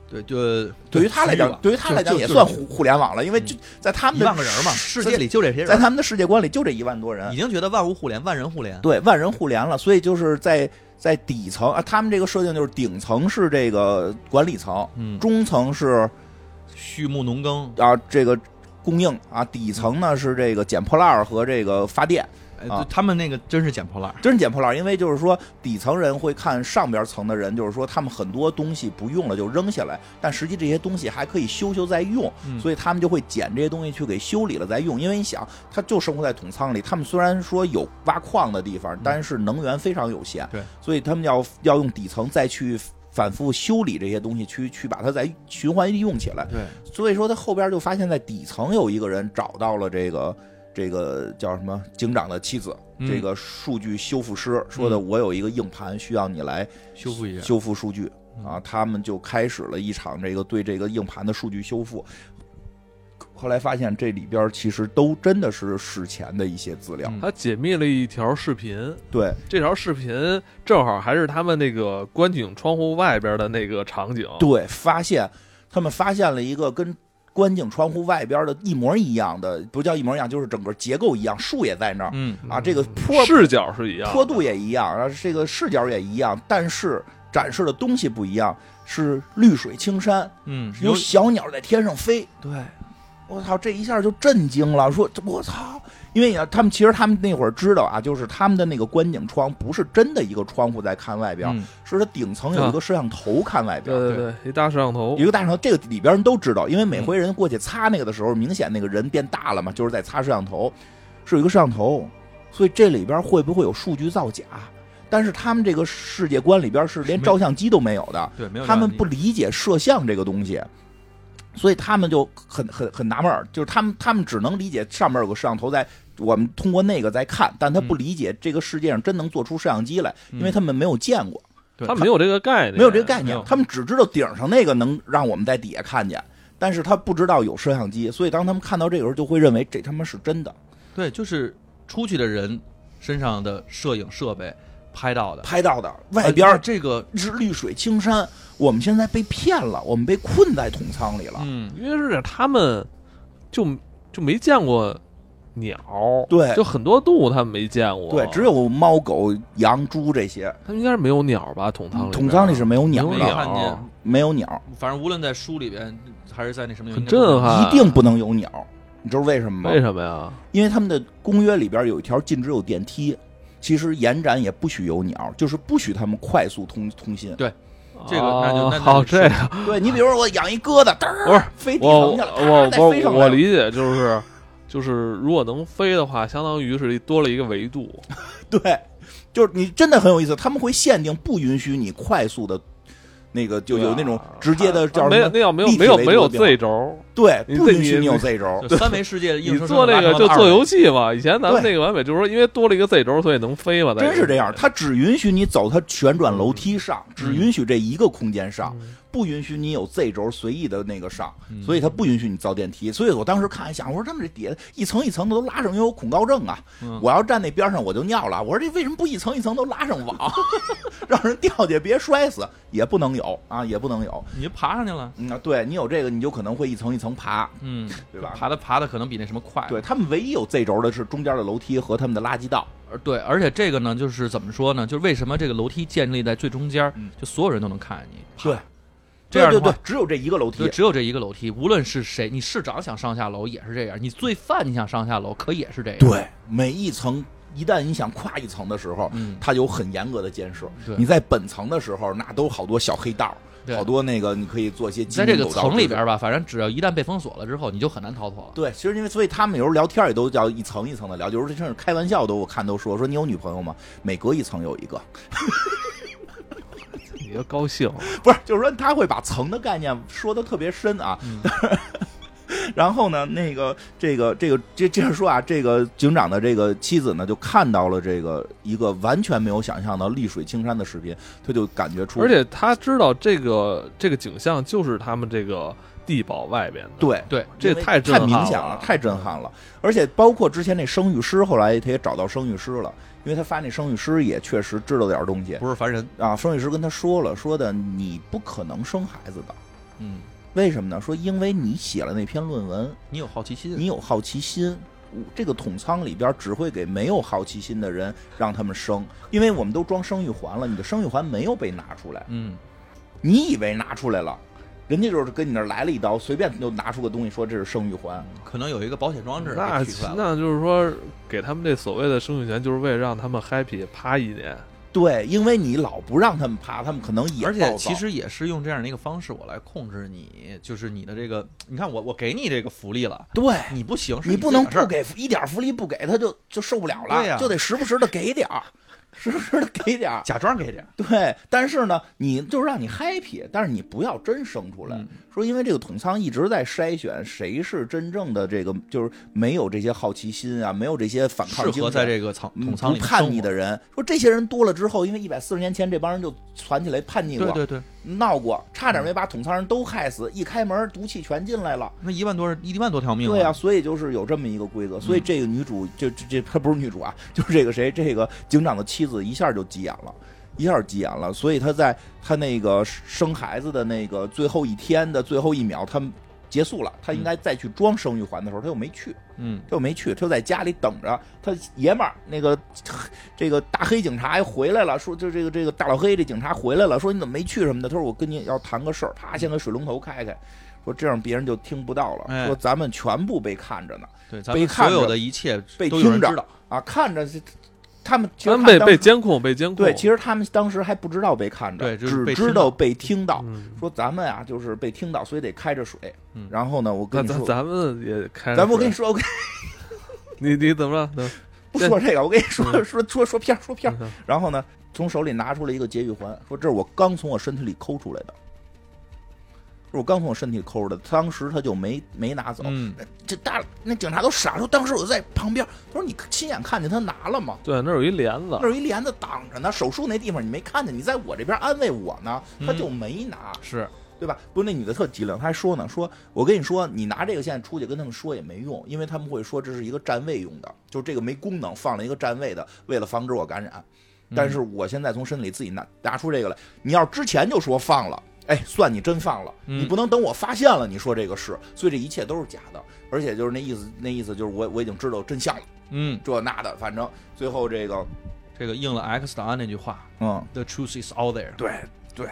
C: 对，就
B: 对于他来
C: 区域
B: 讲
C: 吧，
B: 对于他来讲
C: 就
B: 也
C: 就
B: 算互互联网了，因为
C: 嗯
B: 就在他们
C: 一
B: 的
C: 万个人嘛，世界里就这些
B: 在
C: 人，
B: 他们的世界观里就这一万多人
C: 已，经觉得万物互联，万人互联，
B: 对万人互联了，所以就是在在底层啊，他们这个设定就是顶层是这个管理层，
C: 嗯，
B: 中层是
C: 畜牧农耕，
B: 啊这个供应啊，底层呢是这个捡破烂儿和这个发电，
C: 哎
B: 啊
C: 他们那个真是捡破烂儿，
B: 真是捡破烂儿，因为就是说底层人会看上边层的人，就是说他们很多东西不用了就扔下来，但实际这些东西还可以修修再用，
C: 嗯
B: 所以他们就会捡这些东西去给修理了再用。因为你想，他就生活在桶仓里，他们虽然说有挖矿的地方，但是能源非常有限，
C: 嗯对，
B: 所以他们要要用底层再去。反复修理这些东西，去去把它再循环利用起来。
C: 对，
B: 所以说，他后边就发现，在底层有一个人找到了这个这个叫什么警长的妻子，
C: 嗯
B: 这个数据修复师说的，
C: 嗯
B: 我有一个硬盘需要你来
C: 修复一下，
B: 修复数据
C: 嗯
B: 啊，他们就开始了一场这个对这个硬盘的数据修复。后来发现这里边其实都真的是史前的一些资料，
C: 嗯
A: 他解密了一条视频，
B: 对
A: 这条视频正好还是他们那个观景窗户外边的那个场
C: 哦
A: 景。
B: 对，发现他们发现了一个跟观景窗户外边的一模一样的，不叫一模一样，就是整个结构一样，树也在那儿
C: 嗯，
B: 啊，这个坡
A: 视角是一样的，
B: 坡度也一样，然后这个视角也一样，但是展示的东西不一样，是绿水青山，
C: 嗯，
B: 有小鸟在天上飞。
C: 对，
B: 我操，这一下就震惊了，说这我操，因为啊，他们其实他们那会儿知道啊，就是他们的那个观景窗不是真的一个窗户在看外边，
C: 嗯
B: 是它顶层有一个摄像头看外边。
A: 对对对，一大摄像头
C: 哦
B: 一，个大摄像头，这个里边人都知道，因为每回人过去擦那个的时候，明显那个人变大
C: 嗯
B: 了嘛，就是在擦摄像头，是有一个摄像头，所以这里边会不会有数据造假？但是他们这个世界观里边是连
C: 没
B: 照相机都没有的，
C: 对，没有
B: 他们
C: 这样的
B: 不理解摄像这个东西，所以他们就很很很纳闷儿，就是他们他们只能理解上面有个摄像头在。我们通过那个在看，但他不
C: 嗯
B: 理解这个世界上真能做出摄像机来，因为
C: 嗯
B: 他们没有见过。
C: 对
A: 他没有这个概念，
B: 没有这个概
A: 啊没
B: 念
A: 有，
B: 他们只知道顶上那个能让我们在底下看见，但是他不知道有摄像机，所以当他们看到这个时候，就会认为这他妈是真的，
C: 对，就是出去的人身上的摄影设备拍到的，
B: 拍到的
C: 哎
B: 外边
A: 嗯
C: 那
B: 儿
C: 这个，
B: 是绿水青山，我们现在被骗了，我们被困在桶仓里了。
C: 嗯，
A: 因为是他们就就没见过鸟，
B: 对
A: 就很多动物他们没见过，
B: 对，只有猫、狗、羊、猪这些，
A: 他们应该是没有鸟吧？桶仓里边，啊
B: 桶仓里是没有鸟
A: 没有
C: 没
B: 的，
C: 看见
A: 鸟，
B: 没有鸟，
C: 反正无论在书里边还是在那什么，
A: 很
C: 应该都
A: 震撼啊嗯
B: 一定不能有鸟。你知道为什么吗？
A: 为什么呀？
B: 因为他们的公约里边有一条禁止有电梯，其实延展也不许有鸟，就是不许他们快速通通信。
C: 这个那就那
A: 哦
C: 那就
A: 好，这个
B: 对你比如说我养一疙瘩，嘚儿
A: 不是
B: 飞地
A: 我
B: 层去了，
A: 我
B: 咔再飞
A: 我
B: 上
A: 我
B: 来了
A: 理解就是就是，如果能飞的话，相当于是多了一个维度。
B: 对，就是你真的很有意思，他们会限定不允许你快速的，那个就
A: 对啊
B: 有那种直接的叫
A: 没
B: 什
A: 有
B: 么
A: 那要没有
B: 立体
A: 没有
B: 维
A: 没
B: 度
A: 有
B: 的变化
A: Z 轴，
B: 对，
A: 你
B: 不
A: 自
B: 允
A: 己
B: 许你有
A: 你
B: Z 轴，
C: 就三维世界硬
A: 你
C: 生生
A: 做
C: 地
A: 那个
C: 拉成
A: 就
C: 了
A: 做
C: 二维
A: 游戏嘛。以前咱们
B: 对
A: 那个版本就是说，因为多了一个 Z 轴，所以能飞嘛。在
B: 真是这
A: 里
B: 样，
A: 面嗯
B: 它只允许你走它旋转楼梯上，只允许这一个空间上，不允许你有 Z 轴随意的那个上，
C: 嗯
B: 所以它不允许你造电梯。所以我当时看一想，我说他们这底下一层一层的都拉上，因为我恐高症啊，
C: 嗯
B: 我要站那边上我就尿了。我说这为什么不一层一层都拉上网， 让人掉下去别摔死？也不能有啊，也不能有。
C: 你就爬上去了，
B: 嗯，对你有这个，你就可能会一层一层爬，
C: 嗯，
B: 对吧？
C: 爬的爬的可能比那什么快，
B: 对他们唯一有 Z 轴的是中间的楼梯和他们的垃圾道。
C: 而对，而且这个呢，就是怎么说呢？就是为什么这个楼梯建立在最中间儿
B: 嗯，
C: 就所有人都能看见你，
B: 对，
C: 这样
B: 对
C: 的
B: 对
C: 话
B: 对，只有这一个楼
C: 就
B: 梯。
C: 只有这一个楼梯，无论是谁，你市长想上下楼也是这样，你罪犯你想上下楼可也是这样，，
B: 对，每一层，一旦你想跨一层的时候，
C: 嗯，
B: 它有很严格的监视。
C: 对
B: 你在本层的时候，那都好多小黑道，
C: 对
B: 好多那个你可以做一些
C: 在这
B: 鸡
C: 个
B: 鸣狗盗
C: 层里
B: 之类
C: 边
B: 的。
C: 儿吧，反正只要一旦被封锁了之后，你就很难逃脱了。
B: 对，其实因为所以他们有时候聊天也都叫一层一层的聊，有时候甚至开玩笑都我看都说说你有女朋友吗？每隔一层有一个，
A: 你就高兴，
B: 不是，就是说他会把层的概念说的特别深啊。
C: 嗯
B: 然后呢，那个这个这个这接着说啊，这个警长的这个妻子呢，就看到了这个一个完全没有想象到丽水青山的视频，他就感觉出，
A: 而且他知道这个这个景象就是他们这个地堡外边的，，
B: 对
C: 对，
A: 这
B: 因为
A: 太
B: 太
A: 震
B: 明
A: 撼
B: 显
A: 了啊
B: 太震撼了。而且包括之前那生育师，后来他也找到生育师了，因为他发现那生育师也确实知道点东西
C: 不是凡人，
B: 啊。生育师跟他说了，说的你不可能生孩子的，
C: 嗯，
B: 为什么呢？说因为你写了那篇论文，
C: 你有好奇心，
B: 你有好奇心。我这个统仓里边只会给没有好奇心的人让他们生，因为我们都装生育环了，你的生育环没有被拿出来，
C: 嗯，
B: 你以为拿出来了，人家就是跟你那儿来了一刀，随便就拿出个东西说这是生育环，
C: 可能有一个保险装置
A: 那
C: 给取出来了，
A: 那就是说给他们这所谓的生育权，就是为了让他们 happy 趴一年，
B: 对，因为你老不让他们爬，他们可能也
C: 而
B: 暴
C: 且
B: 躁
C: 其实也是用这样的一个方式我来控制你，就是你的这个，你看我我给你这个福利了，
B: 对
C: 你不行，是
B: 你
C: 自
B: 不
C: 己
B: 能
C: 的事儿
B: 不给一点福利不给他就就受不了了，
C: 对呀
B: 就得时不时的给点儿，时不时的给点儿。
C: 假装给点儿，
B: 对，但是呢，你就是让你 happy，但是你不要真生出来。
C: 嗯
B: 说因为这个统仓一直在筛选谁是真正的这个，就是没有这些好奇心啊，没有这些反抗
C: 适
B: 精
C: 合
B: 神，
C: 在这个仓
B: 嗯
C: 桶仓里
B: 不
C: 面
B: 叛
C: 生
B: 逆
C: 活
B: 的人。说这些人多了之后，因为一百四十年前这帮人就攒起来叛逆过、
C: 对对对，
B: 闹过，差点没把统仓人都害死。一开门，毒气全进来了。
C: 那一万多人一万多条命、
B: 对啊，，所以就是有这么一个规则，所以这个女主就这这她不是女主啊， 就是这个谁，这个警长的妻子一下就急眼了，一下就急眼了，所以她在她那个生孩子的那个最后一天的最后一秒，他们结束了，她应该再去装生育环的时候，她又没去，
C: 嗯，
B: 她又没去，她就在家里等着她爷们儿那个这个大黑警察又回来了，说就这个这个大老黑这警察回来了，说你怎么没去什么的，他说我跟你要谈个事儿，啪先给水龙头开开。说这样别人就听不到了，
C: 哎
B: 说咱们全部被看着呢，
C: 对，咱
B: 被
C: 们所
B: 看着
C: 有的一切
B: 被
C: 都有
B: 听
C: 人知
B: 着
C: 道，
B: 啊，看着是他们其
A: 他
B: 实他
A: 们被
B: 当
A: 被
B: 时
A: 监控，被监控，
B: 对，其实他们当时还不知道被看着，
C: 对就是
B: 只
C: 被
B: 知
C: 听
B: 道
C: 到
B: 被听到。
A: 嗯
B: 说咱们啊，就是被听到，所以得开着水。
C: 嗯
B: 然后呢，我
A: 那
B: 跟你
A: 咱
B: 说，
A: 咱们也开，
B: 咱不跟你，说，我跟
A: 你你怎么了？怎么
B: 不
A: 这
B: 说这个，我跟你说
A: 嗯
B: 说说说片儿说片儿。
A: 了
B: 然后呢，从手里拿出了一个节育环，说这是我刚从我身体里抠出来的，是我刚从我身体里抠出来的。当时他就没没拿走，
C: 嗯，
B: 这大那警察都傻了，说当时我在旁边，他说你亲眼看见他拿了吗？
A: 对，那儿有一帘子
B: 那，儿有一帘子挡着呢，手术那地方你没看见，你在我这边安慰我呢，他就没拿，
C: 是，
B: 对吧？不是那女的特机灵，她还说呢，说我跟你说，你拿这个现在出去跟他们说也没用，因为他们会说这是一个占位用的，就是这个没功能，放了一个占位的，为了防止我感染。但是我现在从身体里自己拿拿出这个来，你要是之前就说放了。哎，算你真放了，
C: 嗯
B: 你不能等我发现了你说这个是，所以这一切都是假的，而且就是那意思，那意思就是我我已经知道真相了，
C: 嗯，
B: 这那的，反正最后这个，
C: 这个应了 X 档案那句话
B: 嗯，
C: ，The truth is out there，
B: 对对，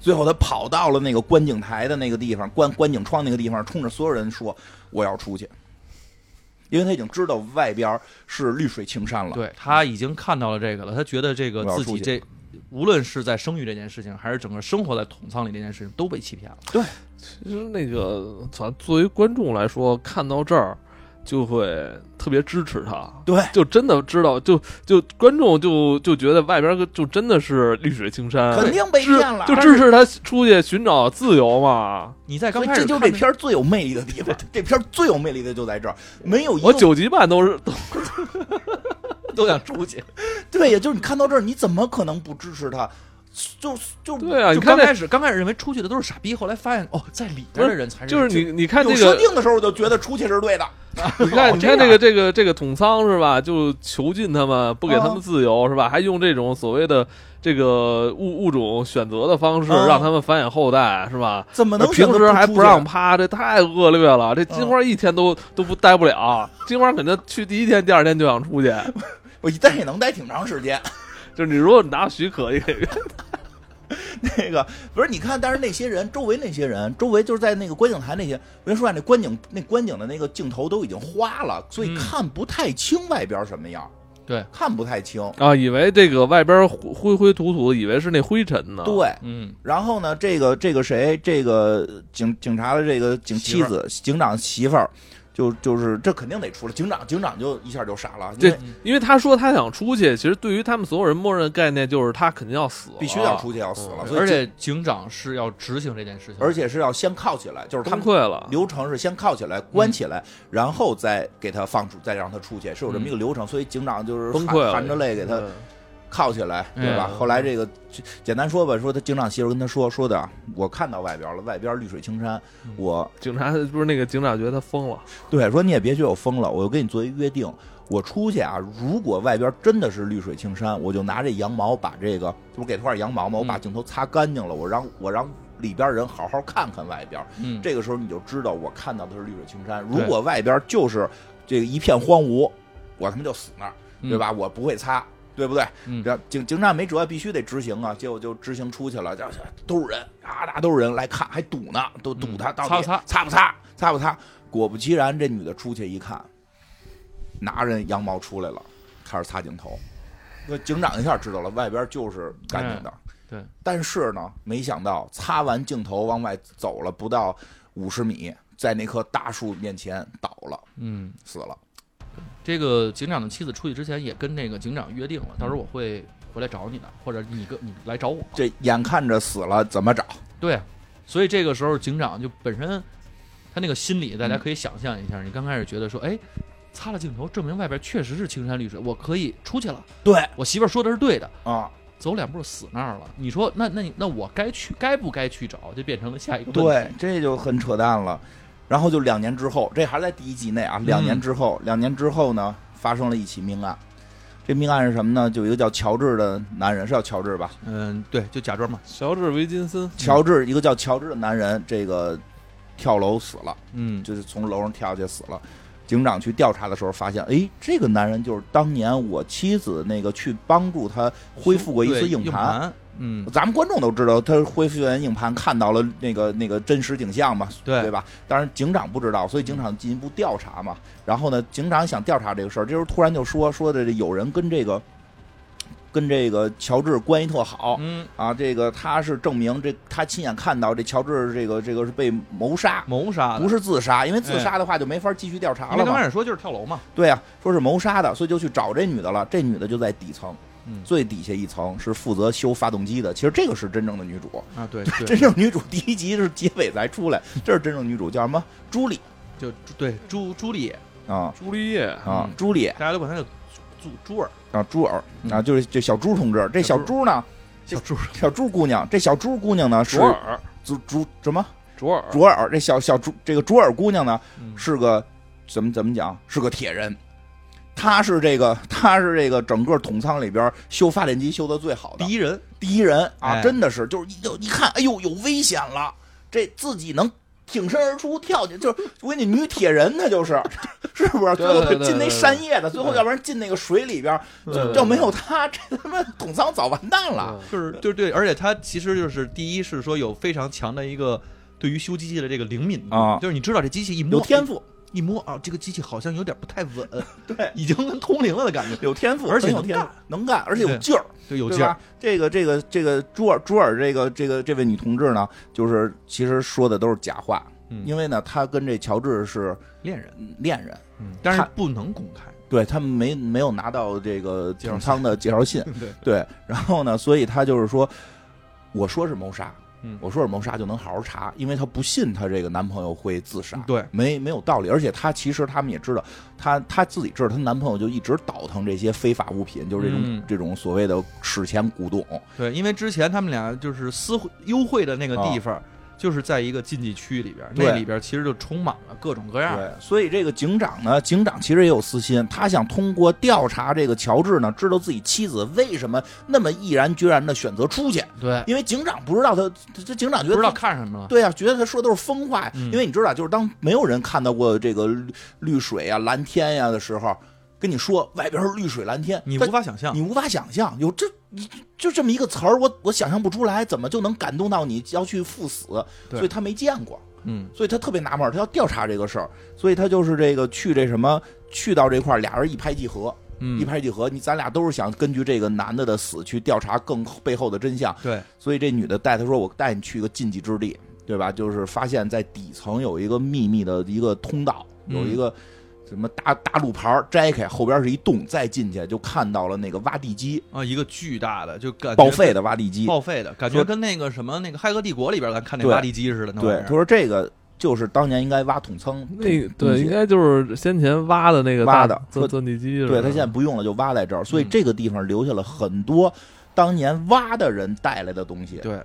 B: 最后他跑到了那个观景台的那个地方，观观景窗那个地方，冲着所有人说：“我要出去。”因为他已经知道外边是绿水青山了。
C: 对他已经看到了这个了，他觉得这个
B: 我要
C: 自
B: 出
C: 己
B: 去
C: 这。无论是在生育这件事情，还是整个生活在桶仓里这件事情，都被欺骗了。
A: 其实那个，咱作为观众来说，看到这儿就会特别支持他。
B: 对
A: 就真的知道，就就观众就就觉得外边儿就真的是绿水青山，
B: 肯定被
A: 支
B: 骗了
A: 就支持他出去寻找自由嘛。
C: 你在刚
B: 所以
C: 开始
B: 这就
C: 看
B: 这
C: 的
B: 片儿最有魅力的地方，这片儿最有魅力的就在这儿，没有一
A: 我
B: 个
A: 九级半都是都
C: 都想出去，
B: 对呀，就是你看到这儿，你怎么可能不支持他？就就
A: 对啊，你
C: 就
A: 看
C: 刚
A: 那
C: 开始刚开始认为出去的都是傻逼，后来发现哦，在里边的人才
A: 就是你你看
B: 有
A: 这
B: 设
A: 个，
B: 定的时候就觉得出去是对的，
A: 你看
C: 哦
A: 你
C: 这
A: 看这
C: 样
A: 个这个这个统仓是吧？就囚禁他们，不给他们自由是吧？还用这种所谓的这个物物种选择的方式
B: 啊
A: 让他们繁衍后代是吧？
B: 怎么能选
A: 平
B: 择
A: 时还
B: 出
A: 不
B: 去嗯
A: 让趴，这太恶劣了。这金花一天都都不待不了，金花可能去第一天、第二天就想出去。
B: 我一待也能待挺长时间。
A: 就是你如果拿许可 也可以，
B: 那个不是，你看，但是那些人，周围那些人，周围就是在那个观景台那些，我跟你说啊，那观景那观景的那个镜头都已经花了，所以
C: 嗯
B: 看不太清外边什么样，
C: 对，
B: 看不太清。
A: 啊，以为这个外边灰灰灰土土，以为是那灰尘呢。，
B: 对，
C: 嗯，
B: 然后呢，这个这个谁，这个警警察的这个警
C: 媳
B: 妻
C: 妇
B: 子，警长媳妇儿，就就是这肯定得出来，警长警长就一下就傻了，
A: 这
B: 因为
A: 因为他说他想出去，其实对于他们所有人默认的概念就是他肯定要死了，
B: 必须要出去要死了，
A: 嗯
B: 所以
C: 哦而
B: 这
C: 且警长是要执行这件事情，
B: 而且是要先铐起来，就是他
A: 崩
B: 们
A: 溃了。
B: 流程是先铐起来、关起来，
A: 嗯
B: 然后再给他放出，再让他出去，是有这么一个流程。所以警长就是
A: 崩
B: 含
A: 溃了
B: 含着泪给他
A: 嗯
B: 铐起来，对吧？
A: 嗯
B: 后来这个简单说吧，说他警长媳妇跟他说说的啊，我看到外边了，外边绿水青山，
C: 嗯
B: 我
A: 警察不是那个警长觉得他疯了，
B: 对说你也别觉得我疯了，我跟你做一约定，我出去啊，如果外边真的是绿水青山，我就拿这羊毛把这个，这不给他块羊毛吗？我把
C: 嗯
B: 镜头擦干净了，我让我让里边人好好看看外边。
C: 嗯，
B: 这个时候你就知道我看到的是绿水青山。如
C: 对
B: 果外边就是这个一片荒芜，我他妈就死那儿，
C: 嗯
B: 对？吧？我不会擦，对不对？
C: 嗯，
B: 然后警警察没辙，必须得执行啊。结果就执行出去了，这这都是人啊，大都是人来看，还堵呢，都堵他，
C: 嗯
B: 到底
C: 擦不擦
B: 擦不擦？擦不擦？果不其然，这女的出去一看，拿着羊毛出来了，开始擦镜头。那警长一下知道了，外边就是干净的。
C: 对，
B: 但是呢，没想到擦完镜头往外走了不到五十米，在那棵大树面前倒了，
C: 嗯，
B: 死了。
C: 这个警长的妻子出去之前也跟那个警长约定了，到时候我会回来找你的，或者你跟你来找我。
B: 这眼看着死了，怎么找？
C: 对，啊所以这个时候警长就本身他那个心理，大家可以想象一下，你刚开始觉得说，哎，擦了镜头，证明外边确实是青山绿水，我可以出去了，
B: 对
C: 我媳妇儿说的是对的，
B: 啊，
C: 走两步死那儿了。你说那那那我该去该不该去找，就变成了下一个问题。
B: 对，这就很扯淡了。然后就两年之后，这还是在第一集内啊。两
C: 嗯
B: 年之后，两年之后呢，发生了一起命案。这命案是什么呢？就有一个叫乔治的男人，是叫乔治吧？
C: 嗯，对，就假装嘛，
A: 乔治·维金森
B: 乔治，一个叫乔治的男人，这个跳楼死了。
C: 嗯，
B: 就是从楼上跳下去死了。警长去调查的时候发现，哎，这个男人就是当年我妻子那个去帮助他恢复过一次
C: 对
B: 硬
C: 硬
B: 盘。
C: 盘，嗯，
B: 咱们观众都知道，他恢复完硬盘看到了那个那个真实景象嘛，
C: 对
B: 对吧？当然警长不知道，所以警长进一步调查嘛。然后呢，警长想调查这个事儿，这时候突然就说说的这有人跟这个跟这个乔治关系特好，
C: 嗯，
B: 啊，这个他是证明这他亲眼看到这乔治这个这个是被谋杀，
C: 谋杀的
B: 不是自杀，因为
C: 哎
B: 自杀的话就没法继续调查
C: 因为
B: 了
C: 刚
B: 嘛。
C: 开始说就是跳楼嘛，
B: 对啊，说是谋杀的，所以就去找这女的了。这女的就在底层，
C: 嗯
B: 最底下一层是负责修发动机的。其实这个是真正的女主，
C: 啊， 对，
B: 真
C: 对，
B: 正女主第一集是结尾才出来，这是真正女主叫什么？朱莉
C: 就对朱朱丽叶，
B: 啊
A: 朱丽叶，
B: 啊
C: 嗯，
B: 朱莉
C: 大家都管她叫朱朱儿，
B: 啊，朱尔
C: 嗯
B: 啊，就是这小朱同志。这小
C: 小
B: 朱呢，
C: 小朱儿，
B: 小朱姑娘，这小朱姑娘呢是
A: 卓尔，
B: 朱朱什么
A: 卓尔，
B: 卓尔？这小小朱这个卓尔姑娘呢
C: 嗯
B: 是个怎么怎么讲？是个铁人。他是这个，他是这个整个统仓里边修发电机修的最好的
C: 第一人，
B: 第一人啊，
C: 哎
B: 真的是就是一就一看，哎呦有危险了，这自己能挺身而出跳进，就是我跟你女铁人，她就是 是不是？最
A: 对
B: 后
A: 对对
B: 进那
A: 对
B: 山叶的，最后
A: 对
B: 要不然进那个水里边，
A: 对对对
B: 要没有他，这他妈统仓早完蛋了。
A: 嗯
C: 就是就是对，而且他其实就是第一是说有非常强的一个对于修机器的这个灵敏度，
B: 啊
C: 就是你知道这机器一摸
B: 有天赋，
C: 一摸啊，这个机器好像有点不太 稳，
B: 对，
C: 已经跟通灵了的感 觉，
B: 有天赋，
C: 而且
B: 很有
C: 能
B: 天赋
C: 干，
B: 能干，而且有
C: 对
B: 劲儿。
C: 对，有
B: 对
C: 劲儿
B: 吧，？这个这个这个朱尔朱尔这个这个这位女同志呢，就是其实说的都是假话，
C: 嗯
B: 因为呢，她跟这乔治是
C: 恋人，
B: 恋人，
C: 嗯，但是
B: 他
C: 不能公开，
B: 对他们没没有拿到这个
C: 介
B: 警
C: 绍信
B: 仓的介绍信，
C: 对，
B: 对，然后呢，所以他就是说，我说是谋杀，
C: 嗯
B: 我说是谋杀就能好好查，因为她不信她这个男朋友会自杀，
C: 嗯对
B: 没没有道理。而且她其实他们也知道，她她自己知道，她男朋友就一直倒腾这些非法物品，就是这种、
C: 嗯
B: 这种所谓的史前古董，
C: 对，因为之前他们俩就是私会幽会的那个地方，就是在一个禁忌区里边，
B: 对
C: 那里边其实就充满了各种各样
B: 对
C: 的，，
B: 所以这个警长呢，警长其实也有私心，他想通过调查这个乔治呢，知道自己妻子为什么那么毅然决然的选择出去，
C: 对，
B: 因为警长不知道他，这这警长觉
C: 不
B: 得
C: 知道
B: 他。
C: 看什么了，
B: 对呀、觉得他说的都是疯话，
C: 嗯
B: 因为你知道，就是当没有人看到过这个绿绿水啊、蓝天呀、的时候，跟你说外边是绿水蓝天，
C: 你
B: 他
C: 无法想象
B: 你。无法想象，有这你就这么一个词儿，我我想象不出来，怎么就能感动到你要去赴死？
C: 对
B: 所以他没见过。
C: 嗯，
B: 所以他特别纳闷儿，他要调查这个事儿，所以他就是这个去这什么，去到这块儿，俩人一拍即合，
C: 嗯
B: 一拍即合，你咱俩都是想根据这个男的的死去调查更背后的真相，
C: 对，
B: 所以这女的带他说，我带你去一个禁忌之地，对吧？就是发现在底层有一个秘密的一个通道，
C: 嗯
B: 有一个。什么大大路牌儿摘开，后边是一洞，再进去就看到了那个挖地机，
C: 啊，一个巨大的就感觉
B: 报废的挖地机。
C: 报废的感觉，
B: 说
C: 跟那个什么那个《骇客帝国》里边咱看那
B: 对
C: 挖地基似的，那玩
B: 对，
C: 意
B: 他
C: 儿
B: 说这个就是当年应该挖土仓，
A: 那
B: 东
A: 对，
B: 西
A: 应该就是先前挖的那个
B: 挖
A: 大
B: 的
A: 钻钻地机是吧，
B: 对他现在不用了，就挖在这儿，所以
C: 嗯
B: 这个地方留下了很多当年挖的人带来的东西。
C: 对。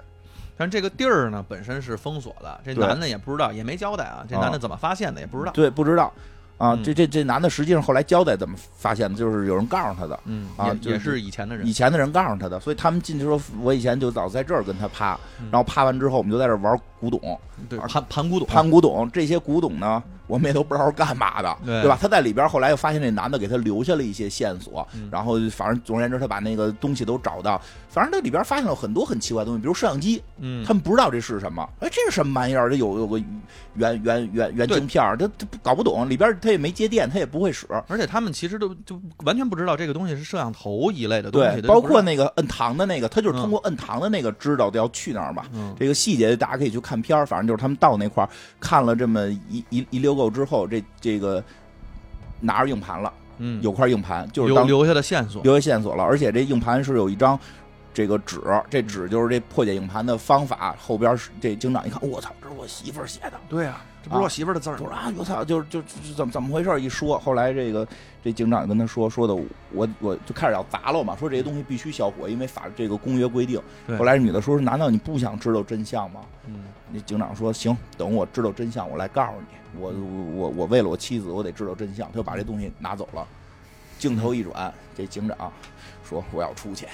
C: 但这个地儿呢，本身是封锁的，这
B: 对
C: 男的也不知道，也没交代啊。这
B: 啊
C: 男的怎么发现的也不知道。
B: 对，不知道啊，
C: 嗯
B: 这这这男的实际上后来交代怎么发现的，就是有人告诉他的，
C: 嗯，
B: 啊
C: 也
B: 就
C: 也
B: 是
C: 是以前的人
B: 以。前的人告诉他的，所以他们进去说，我以前就老在这儿跟他趴，
C: 嗯
B: 然后趴完之后，我们就在这儿玩古董，
C: 对，
B: 啊
C: 盘盘古董，
B: 盘古董，这些古董呢，我们也都不知道是干嘛的，
C: 对
B: 对吧？他在里边后来又发现这男的给他留下了一些线索
C: 嗯，
B: 然后反正总而言之，他把那个东西都找到，反正他里边发现了很多很奇怪的东西，比如摄像机，
C: 嗯，
B: 他们不知道这是什么，哎，这是什么玩意儿？这有有个圆圆圆圆
C: 对
B: 镜片儿，他他不搞不懂，里边他也没接电，他也不会使。
C: 而且他们其实都就完全不知道这个东西是摄像头一类的东
B: 对
C: 西，，
B: 包括
C: 那
B: 那个摁糖的那个，他就是通过摁糖的那个知道的要去哪儿嘛。
C: 嗯
B: 这个细节大家可以去看片儿，反正就是他们到那块儿看了这么一一一溜够之后，这这个拿着硬盘了，
C: 嗯
B: 有块硬盘就是
C: 留
B: 当
C: 留下的线索，
B: 留下线索了，而且这硬盘是有一张这个纸，这纸就是这破解硬盘的方法。后边是这警长一看，我操，这是我媳妇儿写的。
C: 对啊，这
B: 不是我
C: 媳妇儿的字
B: 我说啊，我操，就是就就怎么怎么回事儿？一说，后来这个这警长跟他说说的，我我就开始要砸了嘛，说这些东西必须销毁，因为法这个公约规定
C: 对。
B: 后来女的说是，难道你不想知道真相吗？
C: 嗯，
B: 那警长说行，等我知道真相，我来告诉你。我
C: 嗯
B: 我我为了我妻子，我得知道真相。他就把这东西拿走了。镜头一转，这警长说我要出去。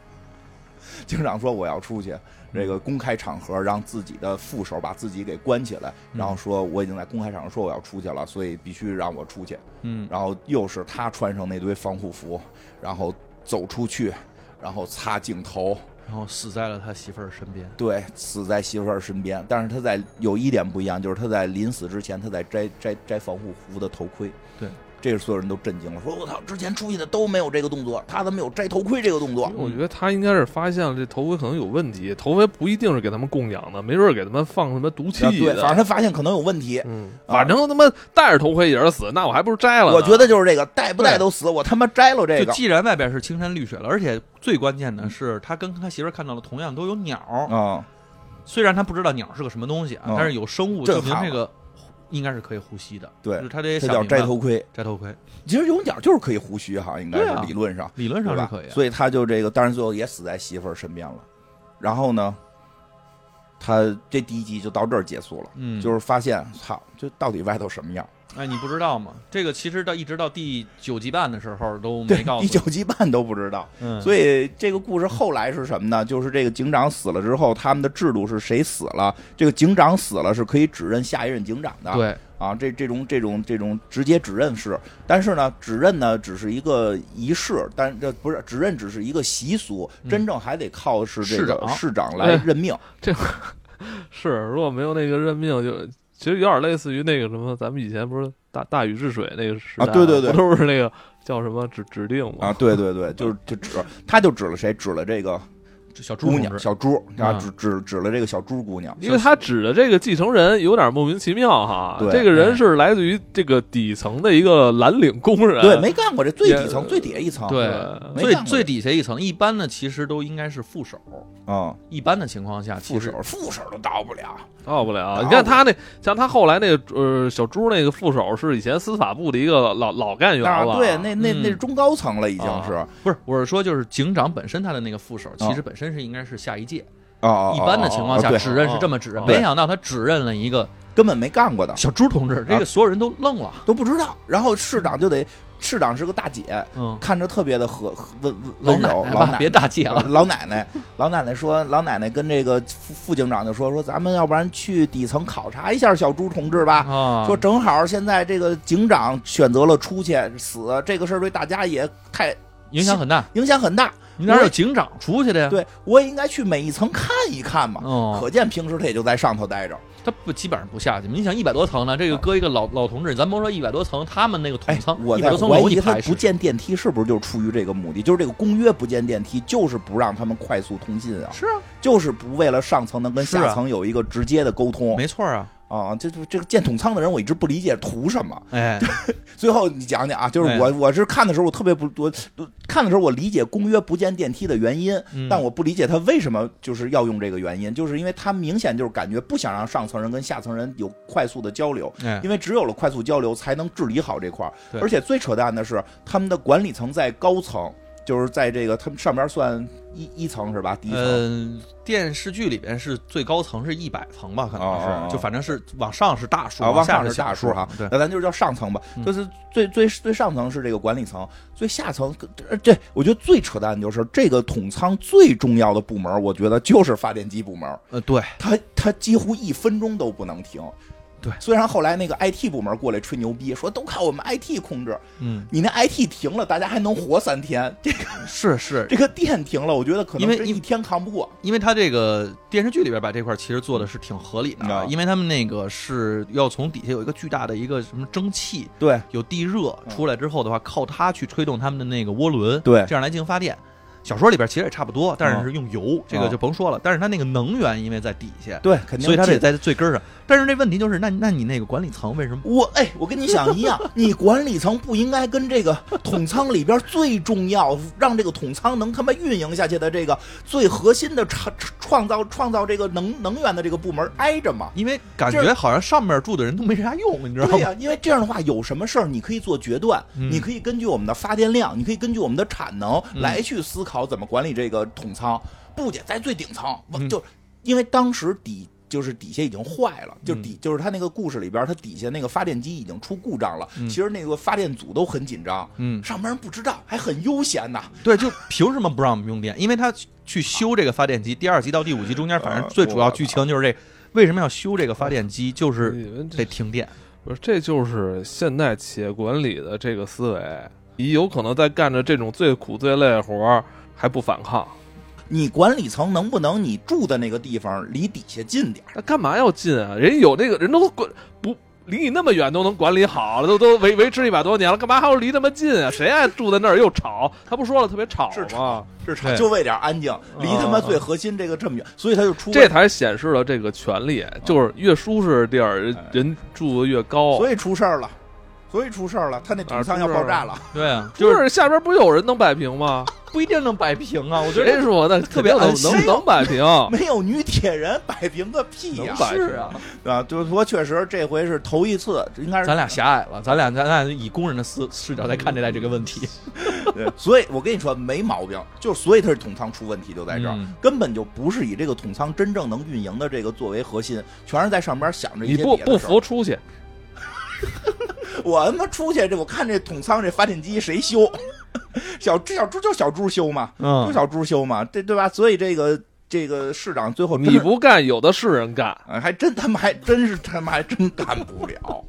B: 警长说我要出去，这个公开场合让自己的副手把自己给关起来，
C: 嗯
B: 然后说我已经在公开场合说我要出去了，所以必须让我出去。
C: 嗯，
B: 然后又是他穿上那堆防护服，然后走出去，然后擦镜头，
C: 然后死在了他媳妇儿身边，
B: 对，死在媳妇儿身边。但是他在有一点不一样，就是他在临死之前，他在摘摘摘防护服的头盔。
C: 对，
B: 这是所有人都震惊了，说我操，之前出去的都没有这个动作，他怎么有摘头盔这个动作
A: 因为？我觉得他应该是发现了这头盔可能有问题，头盔不一定是给他们供养的，没准儿给他们放他妈毒气
B: 啊对，
A: 的
B: 反正他发现可能有问题。
A: 嗯，
B: 啊
A: 反正他妈戴着头盔也是死，那我还不如摘了呢。
B: 我觉得就是这个，戴不戴
C: 对
B: 都死，我他妈摘了这
C: 就
B: 个。嗯
C: 既然外边是青山绿水了，而且最关键的是，他跟他媳妇儿看到了同样都有鸟，
B: 啊、
C: 虽然他不知道鸟是个什么东西啊，
B: 嗯
C: 但是有生物
B: 震
C: 证明
B: 撼
C: 这个应该是可以呼吸的，
B: 对
C: 就是他这
B: 这叫摘头盔。
C: 摘头盔，
B: 其实有鸟就是可以胡须哈，应该
C: 对啊
B: 是理论上。
C: 理论上
B: 对
C: 是
B: 吧？
C: 可以啊，
B: 所以他就这个，当然最后也死在媳妇儿身边了。然后呢，他这第一集就到这儿结束了，
C: 嗯，
B: 就是发现操，这到底外头什么样？
C: 哎，你不知道吗？这个其实到一直到第九集半的时候都
B: 对
C: 嗯没告，诉
B: 第九
C: 你，
B: 集半都不知道。
C: 嗯，
B: 所以这个故事后来是什么呢？就是这个警长死了之后，他们的制度是谁死了，这个警长死了是可以指认下一任警长的。
C: 对，
B: 啊，这这种这种这种直接指认是，但是呢，指认呢只是一个仪式，但这不是指认只是一个习俗，真正还得靠是这
C: 嗯市
B: 个
C: 长
B: 市长来
A: 哎
B: 任命。
A: 是，如果没有那个任命，就其实有点类似于那个什么，咱们以前不是大大禹治水那个时代吗，
B: 啊对对对
A: 不都是那个叫什么指指定吗？
B: 啊啊，对对对，就是就指，他就指了谁？指了这个
C: 小猪
B: 姑
C: 同
B: 娘
C: 志，
B: 小猪啊，
C: 嗯
B: 指指指了这个小猪姑娘，
A: 因为他指的这个继承人有点莫名其妙哈，
B: 对
A: 这个人是来自于这个底层的一个蓝领工人，
B: 对，没干过这最
A: 也
B: 底层最底下一层，
C: 对
A: 呃
B: 没
C: 最
B: 干过
C: 最底下一层，一般的其实都应该是副手，
B: 啊，
C: 一般的情况下，
B: 副
C: 其实
B: 手副手都到不了，
A: 到不了。
B: 到
A: 你看
B: 不
A: 他那，像他后来那个呃小猪那个副手是以前司法部的一个老老干员
B: 啊，
A: 了，
B: 对，那那
C: 嗯
B: 那是中高层了，已经
A: 啊
B: 是啊
C: 不是，我是说就是警长本身他的那个副手，
B: 嗯
C: 其实本身是应该是下一届，
B: 啊，
C: 一般的情况
B: 啊
C: 下
B: 对
C: 指认是这么指认，
A: 哦
C: 没想到他指认了一个
B: 根本没干过的
C: 小猪同
B: 啊
C: 志，这个所有人都愣了，
B: 都不知道，然后市长就得市长是个大姐，
C: 嗯，
B: 看着特别的和和温温
C: 老
B: 温
C: 奶
B: 柔，哎
C: 奶
B: 老
C: 吧，
B: 奶呃
C: 别大姐了，
B: 老奶奶，老奶奶说，老奶奶跟这个副副警长就说说，咱们要不然去底层考察一下小朱同志吧。
C: 啊，
B: 说正好现在这个警长选择了出去死，这个事儿对大家也太
C: 影响很大，
B: 影响很大。
C: 你哪有警长出去的呀？，
B: 对啊我也应该去每一层看一看嘛。
C: 哦，
B: 可见平时他也就在上头待着。
C: 他不基本上不下去。你想一百多层呢，这个搁一个老老同志，咱甭说一百多层，他们那个统
B: 啊哎
C: 仓，，
B: 我
C: 一百
B: 在
C: 多层
B: 怀
C: 楼你
B: 疑他
C: 排
B: 不建电梯是不是就是出于这个目的，就是这个公约不建电梯，就是不让他们快速通信啊，
C: 是啊，
B: 就是不为了上层能跟
C: 是啊
B: 下层有一个直接的沟通。
C: 没错啊，
B: 啊，这就这个建统仓的人，我一直不理解图什么。
C: 哎，
B: 最后你讲讲啊，就是我我是看的时候，我特别不我看的时候，我理解公约不建电梯的原因，
C: 嗯
B: 但我不理解他为什么就是要用这个原因，就是因为他明显就是感觉不想让上层人跟下层人有快速的交流。
C: 哎，
B: 因为只有了快速交流，才能治理好这块儿。
C: 对
B: 而且最扯淡的是，他们的管理层在高层，就是在这个他们上边算一一层是吧？第一层、
C: 嗯，电视剧里边是最高层是一百层吧，可能
B: 哦哦哦
C: 是，就反正是往上是大数，
B: 啊，往
C: 下
B: 上是
C: 小
B: 大
C: 数
B: 数哈，
C: 对，
B: 那咱就是叫上层吧，
C: 嗯
B: 就是最最最上层是这个管理层，最下层，呃这我觉得最扯淡的就是这个统仓最重要的部门，我觉得就是发电机部门，
C: 呃，对，
B: 它它几乎一分钟都不能停。
C: 对
B: 虽然后来那个 IT 部门过来吹牛逼，说都靠我们 IT 控制，
C: 嗯，
B: 你那 IT 停了，大家还能活三天。这个
C: 是是，
B: 这个电停了，我觉得可
C: 因
B: 能
C: 为
B: 这
C: 因
B: 一天扛不过。
C: 因为他这个电视剧里边把这块儿其实做的是挺合理的啊，
B: 啊
C: 因为他们那个是要从底下有一个巨大的一个什么蒸汽，
B: 对
C: 有地热
B: 啊
C: 出来之后的话，靠它去吹动他们的那个涡轮，
B: 对
C: 这样来进行发电。小说里边其实也差不多，但是
B: 嗯
C: 是用油，这个就甭说了。但是它那个能源因为在底下，
B: 对，肯定
C: 所以它得
B: 进
C: 在最根儿上。但是这问题就是，那那你那个管理层为什么？
B: 我哎，我跟你想一样，你管理层不应该跟这个统仓里边最重要，让这个统仓能他妈运营下去的这个最核心的创创造创造这个能能源的这个部门挨着吗？
C: 因为感
B: 这
C: 觉好像上面住的人都没啥用，你知道
B: 对
C: 吗？
B: 呀、因为这样的话，有什么事儿你可以做决断，
C: 嗯
B: 你可以根据我们的发电量，你可以根据我们的产能
C: 嗯
B: 来去思考怎么管理这个统仓，不仅在最顶层，
C: 嗯
B: 就因为当时底。就是底下已经坏
C: 嗯
B: 了，就底就是他那个故事里边，他底下那个发电机已经出故障了。
C: 嗯
B: 其实那个发电组都很紧张，
C: 嗯，
B: 上边人不知道，还很悠闲呐。
C: 对，就凭什么不让我们用电？因为他去修这个发电机，第二集到第五集中间，反正最主要剧情就是这为什么要修这个发电机，就是
A: 你们
C: 得
A: 哎这
C: 停电。
A: 不是这就是现代企业管理的这个思维，你有可能在干着这种最苦最累的活儿还不反抗，
B: 你管理层能不能你住的那个地方离底下近点儿？
A: 那干嘛要进啊？人有那个人都管不离你那么远都能管理好了，都都维维持一百多年了，干嘛还要离那么近啊？谁爱住在那儿又吵？他不说了，特别吵
B: 是
A: 吗？
B: 是
C: 对嗯
B: 就为点安静，离他妈最核心这个这么远，所以他就出
A: 这才显示了这个权利，
B: 啊
A: 就是越舒适的地儿，人人住的越高。
B: 哎所以出事儿了，所以出事儿了，他那
A: 哪儿
B: 统
A: 出
B: 仓要
A: 事儿
B: 爆炸了。
C: 对啊，
A: 就是下边不有人能摆平吗？
C: 不一定能摆平啊。我觉
A: 谁
C: 得
A: 说的？
C: 特别
A: 能
C: 安心
A: 能能摆平？
B: 没有女铁人摆平个屁呀
A: 能、摆
C: 是啊
A: 平。
B: 啊，就是说，确实这回是头一次，应该是
C: 咱俩狭隘了，咱俩咱俩以工人的视视角在看待这个问题。
B: 对所以我跟你说没毛病，就是所以他是统仓出问题就在这儿，
C: 嗯
B: 根本就不是以这个统仓真正能运营的这个作为核心，全是在上边想着一
A: 你
B: 些
A: 不
B: 别
A: 不
B: 的事儿。
A: 服出去，
B: 我他妈出去这，我看这统仓这发电机谁修？ 小这小猪就是小猪修嘛，就
C: 嗯，
B: 小猪修嘛，这对吧？所以这个这个市长最后哦真
A: 你
B: 是
A: 不干，有的是人干。
B: 哎，还真他们还真是他们还真干不了。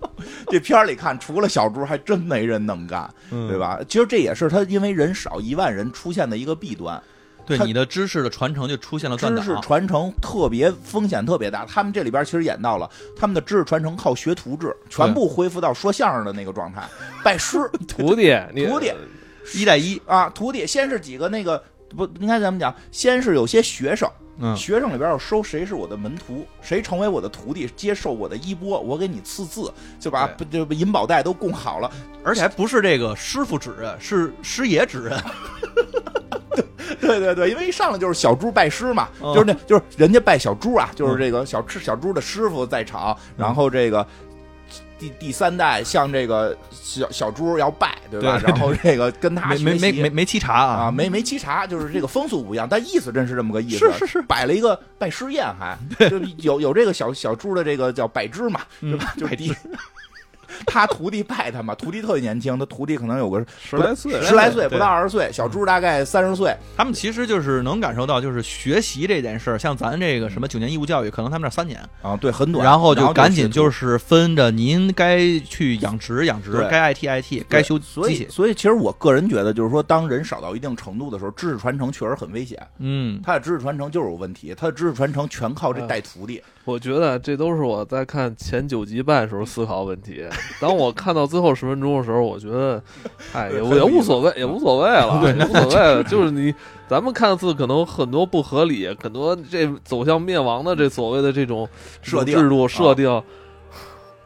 B: 这片儿里看，除了小猪，还真没人能干，
C: 嗯
B: 对吧？其实这也是他因为人少一万人出现的一个弊端，
C: 对
B: 他
C: 你的知识的传承就出现了断
B: 知识
C: 档。
B: 传承特别风险特别大。他们这里边其实演到了，他们的知识传承靠学徒制，全部恢复到说相声的那个状 态，拜师
A: 徒弟，你
B: 徒弟
C: 一带一，
B: 啊，徒弟先是几个那个。不应该咱们讲，先是有些学生，
C: 嗯
B: 学生里边要收谁是我的门徒，谁成为我的徒弟，接受我的衣钵，我给你赐字，就把不就把银宝袋都供好了，
C: 而且还不是这个师傅指认，是师爷指认。
B: 对对对，因为一上来就是小猪拜师嘛，
C: 嗯
B: 就是那就是人家拜小猪啊，就是这个小吃小猪的师傅在场，
C: 嗯
B: 然后这个。第第三代向这个小小猪要拜，对吧？
C: 对对
B: 然
C: 对
B: 后这个跟他
C: 没没
B: 学
C: 没
B: 习
C: 没没沏茶啊，
B: 啊，没没沏茶，就是这个风俗不一样，但意思真是这么个意思。
C: 是是是，
B: 摆了一个拜师宴 还，就有有这个小小猪的这个叫拜师嘛，
C: 嗯
B: 对 吧？就是第一他徒弟拜他嘛，徒弟特别年轻，他徒弟可能有个
A: 十来岁，
B: 十来岁，
C: 对
B: 不到二十岁，小猪大概三十岁，
C: 他们其实就是能感受到，就是学习这件事儿，像咱这个什么九年义务教育，可能他们那三年，
B: 啊，对，很短，
C: 然后就赶紧
B: 学徒
C: 就是分着您该去养殖养殖
B: 对，
C: 该 IT IT，该修
B: 所
C: 机
B: 以，
C: 器，
B: 所以其实我个人觉得，就是说，当人少到一定程度的时候，知识传承确实很危险。
C: 嗯，
B: 他的知识传承就是有问题，他的知识传承全靠这带徒弟。
A: 我觉得这都是我在看前九集半时候思考问题。当我看到最后十分钟的时候，我觉得，哎，也无也无所谓，也无所谓了，
B: 啊
A: 也无所谓了。就是你，咱们看似可能很多不合理，很多这走向灭亡的这所谓的这种
B: 设定啊
A: 制度设定，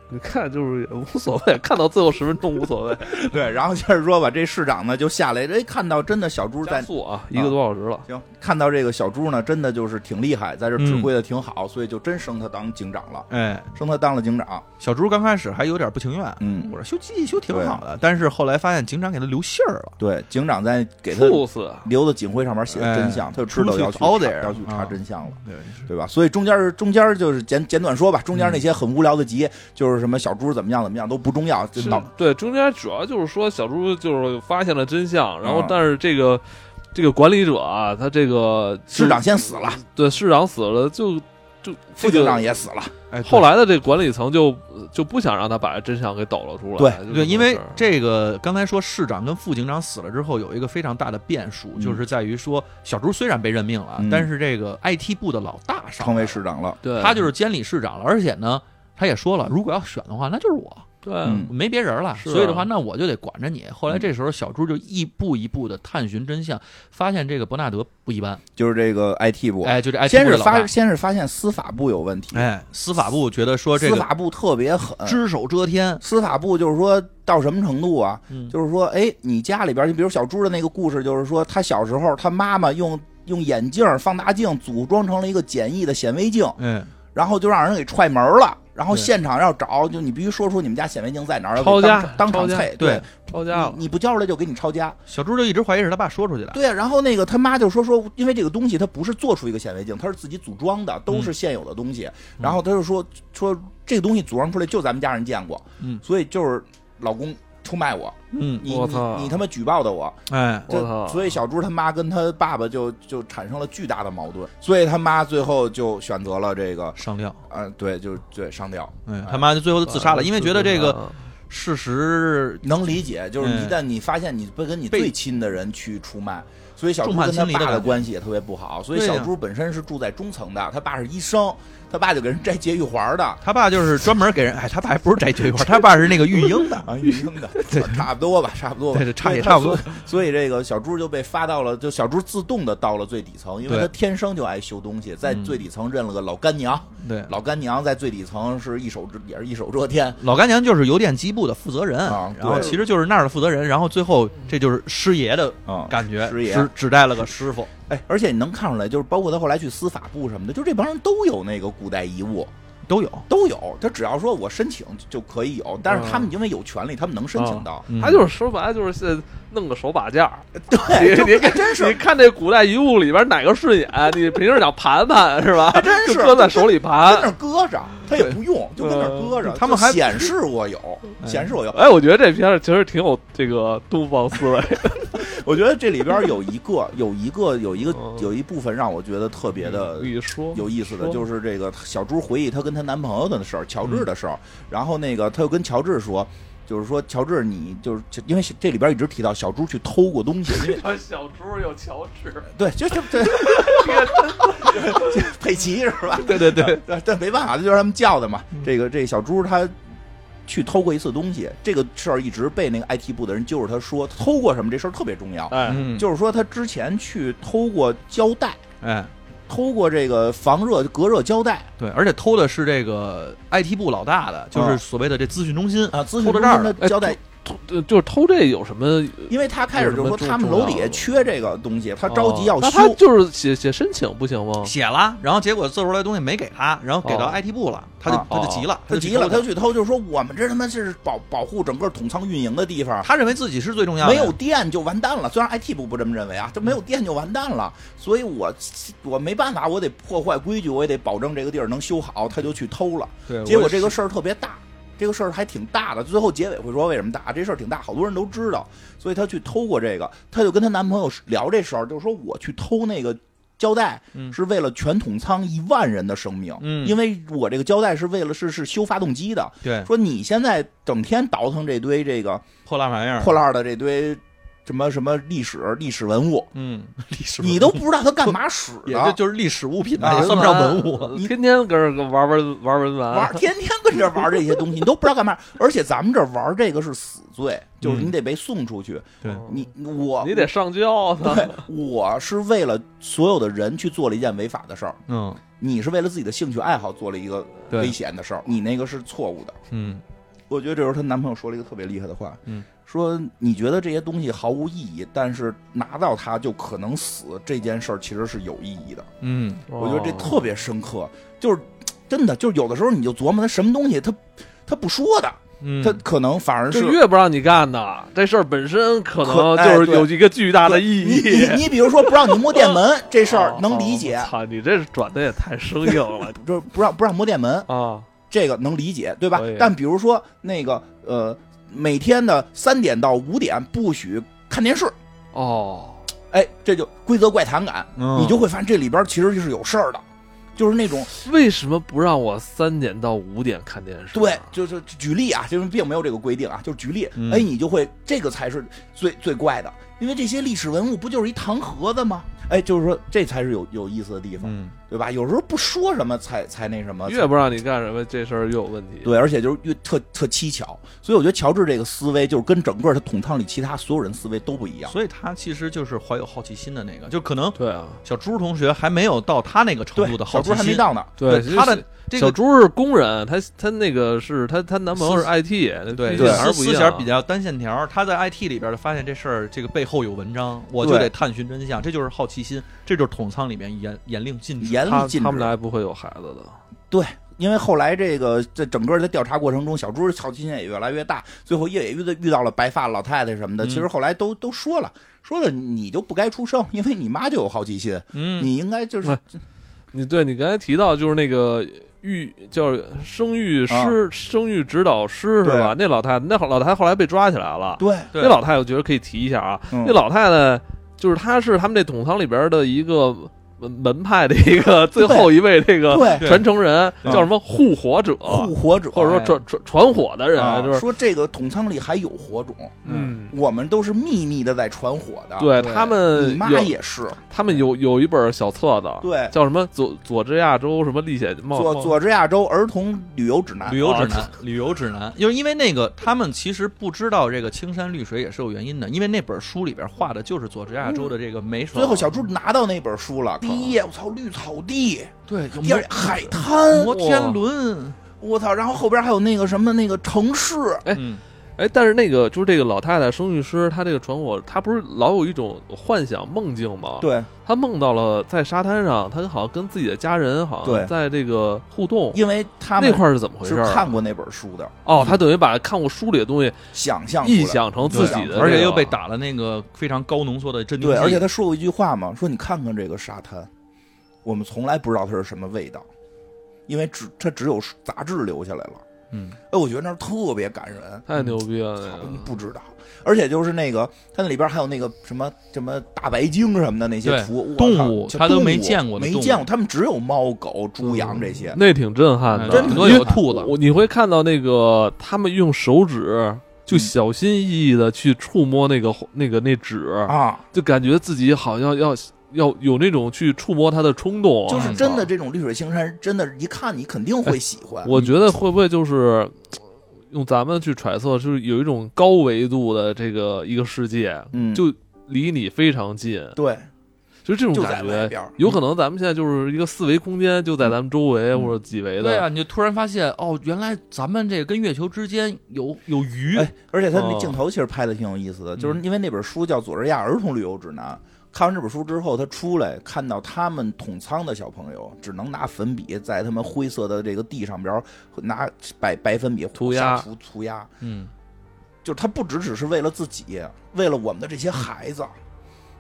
A: 你看就是也无所谓，看到最后十分钟无所谓。
B: 对，然后接着说吧，这市长呢就下来，哎，看到真的小猪
A: 加
B: 在
A: 速啊，一个多小时了。
B: 行，看到这个小猪呢，真的就是挺厉害，在这
C: 嗯
B: 指挥的挺好，所以就真升他当警长了，
C: 哎，
B: 升他当了警长。
C: 小猪刚开始还有点不情愿，
B: 嗯
C: 我，说修机器修挺好的，但是后来发现警长给他留信儿了，
B: 对，警长在给他
A: 猝死，啊
B: 留的警徽上面写的真相，
C: 哎
B: 他就知道要去查
C: Truth is out there
B: 要去查
C: 啊
B: 真相了。
C: 对，
B: 对吧？所以中间儿中间儿就是简简短说吧，中
C: 嗯
B: 间儿那些很无聊的集，就是什么小猪怎么样怎么样都不重要，就是脑
A: 对，中间主要就是说小猪就是发现了真相，然后
C: 啊
B: 嗯
A: 但是这个、这个管理者啊，他这个
B: 市长先死了，
A: 对市长死了就就
B: 副警长，也死了，
A: 这
C: 哎，对
A: 个后来的这管理层就就不想让他把真相给抖了出来，
B: 对
A: 就这么
C: 对，因为
A: 回事儿
C: 这个刚才说市长跟副警长死了之后，有一个非常大的变数，
B: 嗯
C: 就是在于说小猪虽然被任命了，
B: 嗯
C: 但是这个 IT 部的老大上
B: 成为
C: 来
B: 市长了。
A: 对
C: 了，他就是监理市长了，而且呢，他也说了，如果要选的话，那就是我，
A: 对、
B: 嗯
C: 没别人了，
A: 是啊
C: 所以的话，那我就得管着你。后来这时候，小猪就一步一步的探寻真相，发现这个伯纳德不一般，
B: 就是这个 IT 部，
C: 哎，就这 IT
B: 先
C: 部
B: 是
C: 的老
B: 发
C: 大，
B: 先是发现司法部有问题，
C: 哎，司法部觉得说这
B: 司
C: 个呃
B: 法部特别狠，
C: 只手遮天，
B: 司法部就是说到什么程度啊？
C: 嗯
B: 就是说，哎，你家里边，就比如小猪的那个故事，就是说他小时候，他妈妈用用眼镜放大镜组装成了一个简易的显微镜，
C: 嗯，
B: 然后就让人给踹门了。然后
C: 对
B: 现场要找，就你必须说出你们家显微镜在哪儿，
A: 抄家
B: 当场当场
A: 抄家
B: 菜，
C: 对，
A: 抄家了
C: 嗯
B: 你，你不交出来就给你抄家。
C: 小猪就一直怀疑是他爸说出去的，
B: 对，啊然后那个他妈就说说，因为这个东西它不是做出一个显微镜，它是自己组装的，都是
A: 嗯
B: 现有的东西。然后他就说说这个东西组装出来就咱们家人见过，
C: 嗯
B: 所以就是老公出卖我，
C: 嗯，
B: 你
A: 我
B: 你
A: 操
B: 你他妈举报的我，
C: 哎，
A: 我操
B: 这所以小猪他妈跟他爸爸就就产生了巨大的矛盾，所以他妈最后就选择了这个，
C: 上吊。
B: 呃，对，就对上吊，
C: 哎，他妈就最后就自
A: 嗯
C: 杀了，因为觉得这个事实
B: 能理解，就是
C: 嗯
B: 一旦你发现你被跟你
C: 被
B: 最亲的人去出卖，所以小猪
C: 众叛
B: 跟他
C: 亲离的
B: 爸
C: 感
B: 的
C: 觉
B: 关系也特别不好，所以
C: 对呀
B: 小猪本身是住在中层的，他爸是医生，他爸就给人摘节玉环的。
C: 他爸就是专门给人， 哎，他爸还不是摘菊花，他爸是那个育婴的，
B: 啊，医生 的，对， 差不多吧，差不多吧，
C: 对对差
B: 所
C: 也
B: 以他
C: 差不多
B: 所以。所以这个小猪就被发到了，就小猪自动的到了最底层，因为
C: 对
B: 他天生就爱修东西，在
C: 嗯
B: 最底层认了个老干娘，
C: 对。
B: 老干娘在最底层是一手遮也是一手遮天，
C: 老干娘就是邮电机部的负责人，
B: 啊
C: 然后
B: 对
C: 其实就是那儿的负责人，然后最后这就是师爷的
B: 啊
C: 感觉，
B: 师爷
C: 只只带了个师傅，
B: 哎，而且你能看出来，就是包括他后来去司法部什么的，就这帮人都有那个古代遗物，
C: 都有。
B: 都有，他只要说我申请就可以有，但是他们因为有权利，他们能申
C: 嗯
B: 请 到。
A: 他就是说白了就是现弄个手把件儿，
B: 对，
A: 你
B: 这
A: 你
B: 还真
A: 你
B: 是，
A: 看这古代遗物里边哪个顺眼，你平时想盘盘是吧？
B: 真是
A: 就搁在手里盘
B: 跟那。儿搁着，他也不用，就跟那儿搁着。
C: 嗯他们还嗯
B: 就显示我有， 显示我有。
A: 哎，我觉得这片儿其实挺有这个东方思维，
B: 我觉得这里边有一个，有一个，有一个
A: 嗯，
B: 有一部分让我觉得特 别的
C: 嗯
A: 一说
B: 有意思的
A: 说
B: 就是这个小猪回忆她跟她男朋友的事儿，
C: 嗯
B: 乔治的事儿。然后那个她又跟乔治说，就是说乔治你就是因为这里边一直提到小猪去偷过东西，因为
A: 有啊小猪有乔治，
B: 对，就就对，佩奇是吧？
C: 对对对，
B: 但但没办法，这就是他们叫的嘛。这个这小猪它去偷过一次东西，这个事儿一直被那个 IT 部的人揪着他说，偷过什么这事儿特别重要。
A: 哎，
C: 嗯，
B: 就是说他之前去偷过胶带，
C: 哎，
B: 偷过这个防热隔热胶带
C: 对，而且偷的是这个 IT 部老大的，
B: 哦
C: 就是所谓的这咨询中心，
B: 啊，咨询
C: 偷到
B: 中
C: 这儿
B: 心
C: 了
B: 的胶带，
A: 偷呃就是偷这有什么？
B: 因为他开始就是说他们楼底下缺这个东西，他着急要
A: 哦那他
B: 修。
A: 就是写写申请不行吗？
C: 写了，然后结果做出来的东西没给他，然后给到
A: 哦
C: IT 部了，他就
B: 啊
C: 他就急了，
B: 他
C: 就
B: 急了，
C: 去偷
B: 他去偷，就是说我们这他妈是保保护整个统仓运营的地方，
C: 他认为自己是最重要的，
B: 没有电就完蛋了。虽然 IT 部不这么认为
C: 嗯
B: 啊，这没有电就完蛋了，所以我我没办法，我得破坏规矩，我也得保证这个地儿能修好，他就去偷了。
C: 对，
B: 结果这
C: 哎我
B: 个事儿特别大，这个事儿还挺大的。最后结尾会说为什么大，这事儿挺大，好多人都知道，所以她去偷过这个，她就跟她男朋友聊这事儿，就是说我去偷那个。胶带
C: 嗯
B: 是为了全统仓一万人的生命，
C: 嗯嗯
B: 因为我这个胶带是为了是是修发动机的。
C: 对
B: 说你现在整天倒腾这堆这个
C: 破烂玩意儿，
B: 破烂的这堆什么什么历史历史文物，
C: 嗯，历史
B: 你都不知道它干嘛使
C: 也就
B: 的，
C: 就是历史物品吧，
A: 哎
B: 啊
C: 也算不上文物。
A: 呃
B: 你
A: 天天跟这儿玩玩玩文玩，
B: 玩天天跟这玩这些东西，你都不知道干嘛。而且咱们这玩这个是死罪，就是
C: 嗯
B: 你得被送出去。
C: 对
B: 你我
A: 你得上交他。
B: 对，我 是为了所有的人去做了一件违法的事儿，
C: 嗯，
B: 你是为了自己的兴趣爱好做了一个危
C: 对，
B: 险的事儿，你那个是错误的。
C: 嗯
B: 我觉得这时候她男朋友说了一个特别厉害的话，
C: 嗯，
B: 说你觉得这些东西毫无意义，但是拿到它就可能死，这件事儿其实是有意义的。
C: 嗯，
B: 我觉得这
A: 哦
B: 特别深刻，就是真的，就是有的时候你就琢磨他什么东西，他他不说的，
C: 嗯
B: 他可能反而是
A: 哦就越不让你干的这事儿本身，可能
B: 可哎
A: 就是
B: 对
A: 有一个巨大的意
B: 你
A: 义。哦
B: 你你比如说不让你摸电门这
A: 这
B: 事儿能理解，
A: 哦操、你这转的也太生硬 了
B: 就是不让不让摸电门，
A: 啊！
B: 这个能理解，对吧
A: 可以？
B: 但比如说那个呃，每天的三点到五点不许看电视，
A: 哦，
B: 哎，这就规则怪谈感，
C: 嗯
B: 你就会发现这里边其实就是有事儿的，就是那种
A: 为什么不让我三点到五点看电视、
B: 对，就是举例啊，就是并没有这个规定啊，就是举例
C: 啊嗯，
B: 哎，你就会这个才是最最怪的，因为这些历史文物不就是一糖盒子吗？哎，就是说这才是有有意思的地方，
C: 嗯
B: 对吧？有时候不说什么才才那什么，
A: 越不让你干什么，这事儿越有问题。
B: 对，而且就是越特特蹊跷，所以我觉得乔治这个思维就是跟整个他统烫里其他所有人思维都不一样。
C: 嗯所以他其实就是怀有好奇心的那个，就可能
A: 对啊，
C: 小猪同学还没有到他那个程度
B: 对
C: 的，好
B: 小
C: 奇
B: 猪
C: 心，
B: 还没到呢，
A: 对，
C: 对他的这
A: 小
C: 个
A: 猪是工人，他他那个是他他男朋友是 IT，
C: 对
B: 对
A: 而不
C: 思
A: 一
C: 思
A: 样
C: 想比较单线条，他在 IT 里边就发现这事儿这个背后有文章，我就
B: 对
C: 得探寻真相，这就是好奇心，这就是统仓里面严严令禁止。
B: 严
A: 他
B: 厉禁
A: 他们俩
B: 止。
A: 还不会有孩子的。
B: 因为后来这个在整个在调查过程中，小猪好奇心也越来越大，最后也遇到遇到了白发老太太什么的。
C: 嗯
B: 其实后来都都说了，说了你就不该出生，因为你妈就有好奇心，
C: 嗯，
B: 你应该就是
A: 哎你对你刚才提到就是那个育叫生育
C: 啊
A: 师、生育指导师是吧？那老太那老太太后来被抓起来了。
B: 对
C: 对
A: 那老太太我觉得可以提一下啊，
B: 嗯
A: 那老太太就是她是他们这统堂里边的一个门门派的一个最后一位这个
B: 对
C: 对
A: 传承人，
B: 嗯
A: 叫什么护火者，
B: 护火者，
A: 或者说传传传火的人，
B: 啊
A: 就是
B: 说这个统仓里还有火种，
A: 嗯，
B: 我们都是秘密的在传火的。，
A: 对
C: 对
A: 他们
B: 你妈
A: 有啊
B: 也是，
A: 他们有有一本小册子，
B: 对
A: 叫什么佐佐治亚州什么历险冒
B: 佐佐治亚州儿童旅游指南
C: 旅。游指
A: 啊
C: 南，旅游指南，就是因为那个他们其实不知道这个青山绿水也是有原因的，因为那本书里边画的就是佐治亚州的这个梅
B: 嗯
C: 爽。
B: 最后，小猪拿到那本书
A: 啊
B: 了。第一页，我操，绿草地；
C: 对有
B: 第二哎
C: 摩
B: 页，海滩，
C: 摩天轮，
B: 我操。然后后边还有那个什么那个城市，
A: 哎
C: 嗯
A: 哎，但是那个就是这个老太太生育师，她这个传火，她不是老有一种幻想梦境吗？，
B: 对，
A: 她梦到了在沙滩上，她好像跟自己的家人好
B: 对
A: 像在这个互动，
B: 因为他们
A: 那块儿是怎么回
B: 是
A: 事儿啊？
B: 看过那本书的，
A: 哦，她等于把看过书里的东西
B: 想象出来
A: 臆想成自己的，
C: 而且又被。打了那个非常高浓缩的镇定
B: 对，
C: 剂
B: 而且他说过一句话嘛，说你看看这个沙滩，我们从来不知道它是什么味道，因为只它只有杂质留下来了。
C: 嗯，
B: 哎，我觉得那儿特别感人，
A: 太牛逼了！那
B: 操
A: 个
B: 不知道。而且就是那个，它那里边还有那个什么什么大白鲸什么的那些
C: 对
B: 图，我
C: 动
B: 靠
C: 物
B: 就
C: 他都
B: 动
C: 没
B: 物
C: 见过的
B: 没
C: 动
B: 见
C: 物
B: 过，
C: 嗯
B: 他们只有猫、狗、猪、羊这些。
A: 那挺震撼的，
C: 哎
B: 真的
A: 因
B: 多
A: 为
B: 有
C: 兔子
A: 我你会看到那个他们用手指就
B: 嗯
A: 小心翼翼的去触摸那个那个那纸，
B: 啊，
A: 就感觉自己好像要要有那种去触摸它的冲动啊，
B: 就是真
A: 嗯。
B: 的
A: 哎
B: 这种绿水青山，真的，一看你肯定会喜欢。
A: 我觉得会不会就是用咱们去揣测，就是有一种高维度的这个一个世界，
B: 嗯，
A: 就离你非常近，
B: 对，
A: 就这种
B: 就在
A: 感
B: 外边
A: 觉
B: 儿。
A: 有可能咱们现在就是一个四维空间，就在咱们周围
B: 嗯
A: 或者几维
C: 对
A: 的。
C: 啊，你就突然发现哦，原来咱们这个跟月球之间有有鱼，
B: 哎，而且他那
A: 哦
B: 镜头其实拍的挺有意思的，就是
C: 嗯
B: 因为那本书叫《佐治亚儿童旅游指南》。看完这本书之后，他出来看到他们统仓的小朋友只能拿粉笔在他们灰色的这个地上边儿拿白白粉笔
A: 涂鸦
B: 瞎涂涂鸦，
C: 嗯，
B: 就是他不只只是为了自己，为了我们的这些孩子，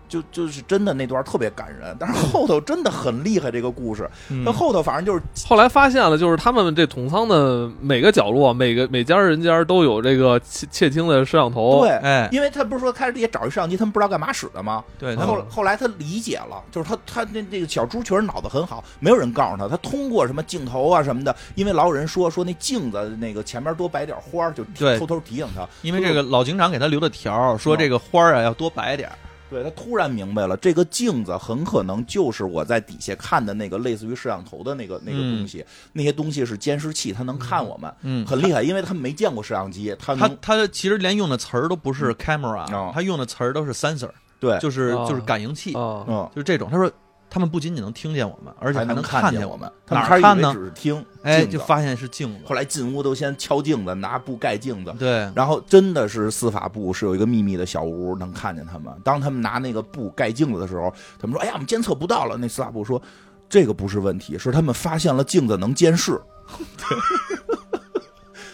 B: 就就是真的那段特别感人。但是后头真的很厉害，这个故事，
C: 嗯
B: 那后头反正就是
A: 后来发现了，就是他们这统仓的每个角落，每个每家人家都有这个窃窃听的摄像头。啊
B: 对，
C: 哎，
B: 因为他不是说开始也找一摄像机，他们不知道干嘛使的吗？
C: 对，
B: 后后来他理解了，就是他他那那个小猪确实脑子很好，没有人告诉他，他通过什么镜头啊什么的，因为老有人说说那镜子那个前面多摆点花儿，就
C: 对
B: 偷偷提醒他。
C: 因为这个老警长给他留的条儿说这个花儿啊要多摆点儿，
B: 对他突然明白了，这个镜子很可能就是我在底下看的那个类似于摄像头的那个那个
C: 嗯
B: 东西，那些东西是监视器，他能看我们，
C: 嗯
B: 很厉害，因为他们没见过摄像机，他
C: 他
B: 能
C: 他其实连用的词儿都不是 camera，、
B: 哦
C: 他用的词儿都是 sensor，
B: 对，
C: 就是、
A: 哦
C: 就是感应器，
A: 啊，
B: 嗯，
C: 就是这种。他说他们不仅仅能听见我们，而且
B: 还
C: 能
B: 看
C: 见
B: 我们，他
C: 哪
B: 们
C: 儿
B: 开始
C: 看
B: 以为
C: 呢？
B: 只是听，
C: 哎，
B: 镜子
C: 就发现是镜子。
B: 后来进屋都先敲镜子，拿布盖镜子，
C: 对，
B: 然后真的是司法部是有一个秘密的小屋，能看见他们。当他们拿那个布盖镜子的时候，他们说：“哎呀，我们监测不到了。”那司法部说：“这个不是问题，是他们发现了镜子能监视。”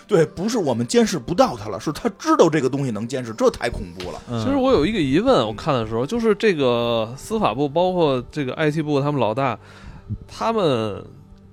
B: 对，不是我们监视不到他了，是他知道这个东西能监视，这太恐怖了。
C: 嗯
A: 其实我有一个疑问，我看的时候就是这个司法部包括这个 IT 部他们老大，他们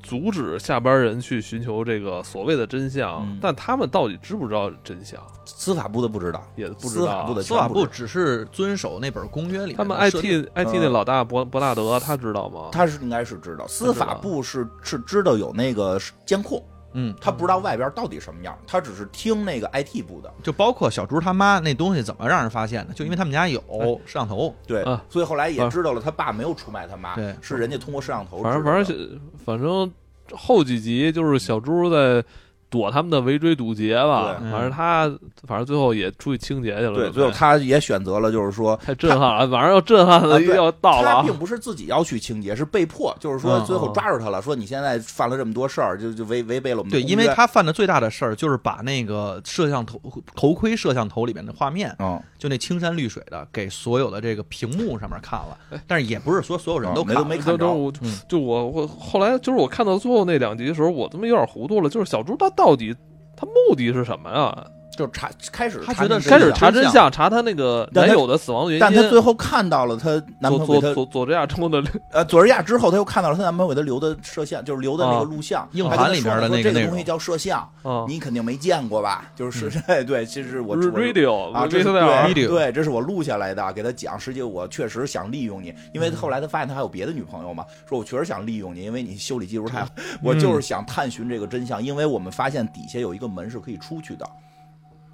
A: 阻止下班人去寻求这个所谓的真相，
B: 嗯
A: 但他们到底知不知道真相
B: 司法部的不知道，
A: 也不知
B: 司法
A: 道
B: 部。的
C: 司
B: 全
C: 法
B: 不
C: 部
B: 知道
C: 只是遵守那本公约里面
A: 他们
C: 的设
A: IT
C: 定
A: IT
B: 嗯
A: 那老大伯伯纳德他知道吗？
B: 他是应该是知道，司法部是是知道有那个监控，
C: 嗯，
B: 他不知道外边到底什么样，他只是听那个 IT 部的。
C: 就包括小猪他妈那东西怎么让人发现的，就因为他们家有摄像头，
B: 对，
A: 啊
B: 所以后来也
A: 啊
B: 知道了，他爸没有出卖他妈，
C: 对
B: 是人家通过摄像头知道
A: 反正
B: 的。
A: 反正反正后几集就是小猪在躲他们的围追堵截吧，
C: 对
A: 反正他反正最后也出去清洁去了。哎
B: 对，最后他也选择了，就是说
A: 太震撼了，晚上要震撼
B: 啊
A: 的
B: 对
A: 要到了
B: 他
A: 啊！
B: 并不是自己要去清洁，是被迫，就是说
C: 嗯
B: 最后抓住他了，说你现在犯了这么多事儿，就
A: 嗯
B: 就违违背嗯了我们的
C: 对，
B: 公
C: 因为
B: 约
C: 他犯的最大的事儿就是把那个摄像头头盔摄像头里面的画面，
B: 嗯，
C: 就那青山绿水的，给所有的这个屏幕上面看了，但是也不是说所有人都看
B: 哦没
C: 了，
B: 没
A: 都
B: 看
A: 都
B: 着，
A: 我
C: 嗯
A: 就我我后来就是我看到最后那两集的时候，我他妈有点糊涂了，就是小猪他到底他目的是什么呀？
B: 就查开始
C: 他
B: 查
C: 觉得
B: 明
C: 是
B: 白
A: 开始
B: 了
A: 查真
C: 真
A: 相，查她那个
B: 但
A: 男
B: 他
A: 友的死亡原因，
B: 但她最后看到了她男
A: 佐
B: 朋
A: 佐
B: 友给她
A: 佐佐治亚州的
B: 呃佐治亚之后，她又看到了她男朋友给她留的摄像，就是留的那
A: 啊
B: 个录像，
C: 硬
B: 还跟
C: 盘
B: 她
C: 里
B: 说
C: 面的
B: 说
C: 那个
B: 这
C: 内
B: 个东西
C: 容
B: 叫摄像，
A: 啊嗯
B: 你肯定没见过吧？就是是 对，其实我我
A: radio
B: 啊，这是
A: VCR
B: 对
C: Video
B: 对，这是我录下来的，啊给他讲。实际我确实想利用你，因为后来他发现他还有别的女朋友嘛，说我确实想利用你，因为你修理技术太好，我就是想探寻这个真相，因为我们发现底下有一个门是可以出去的，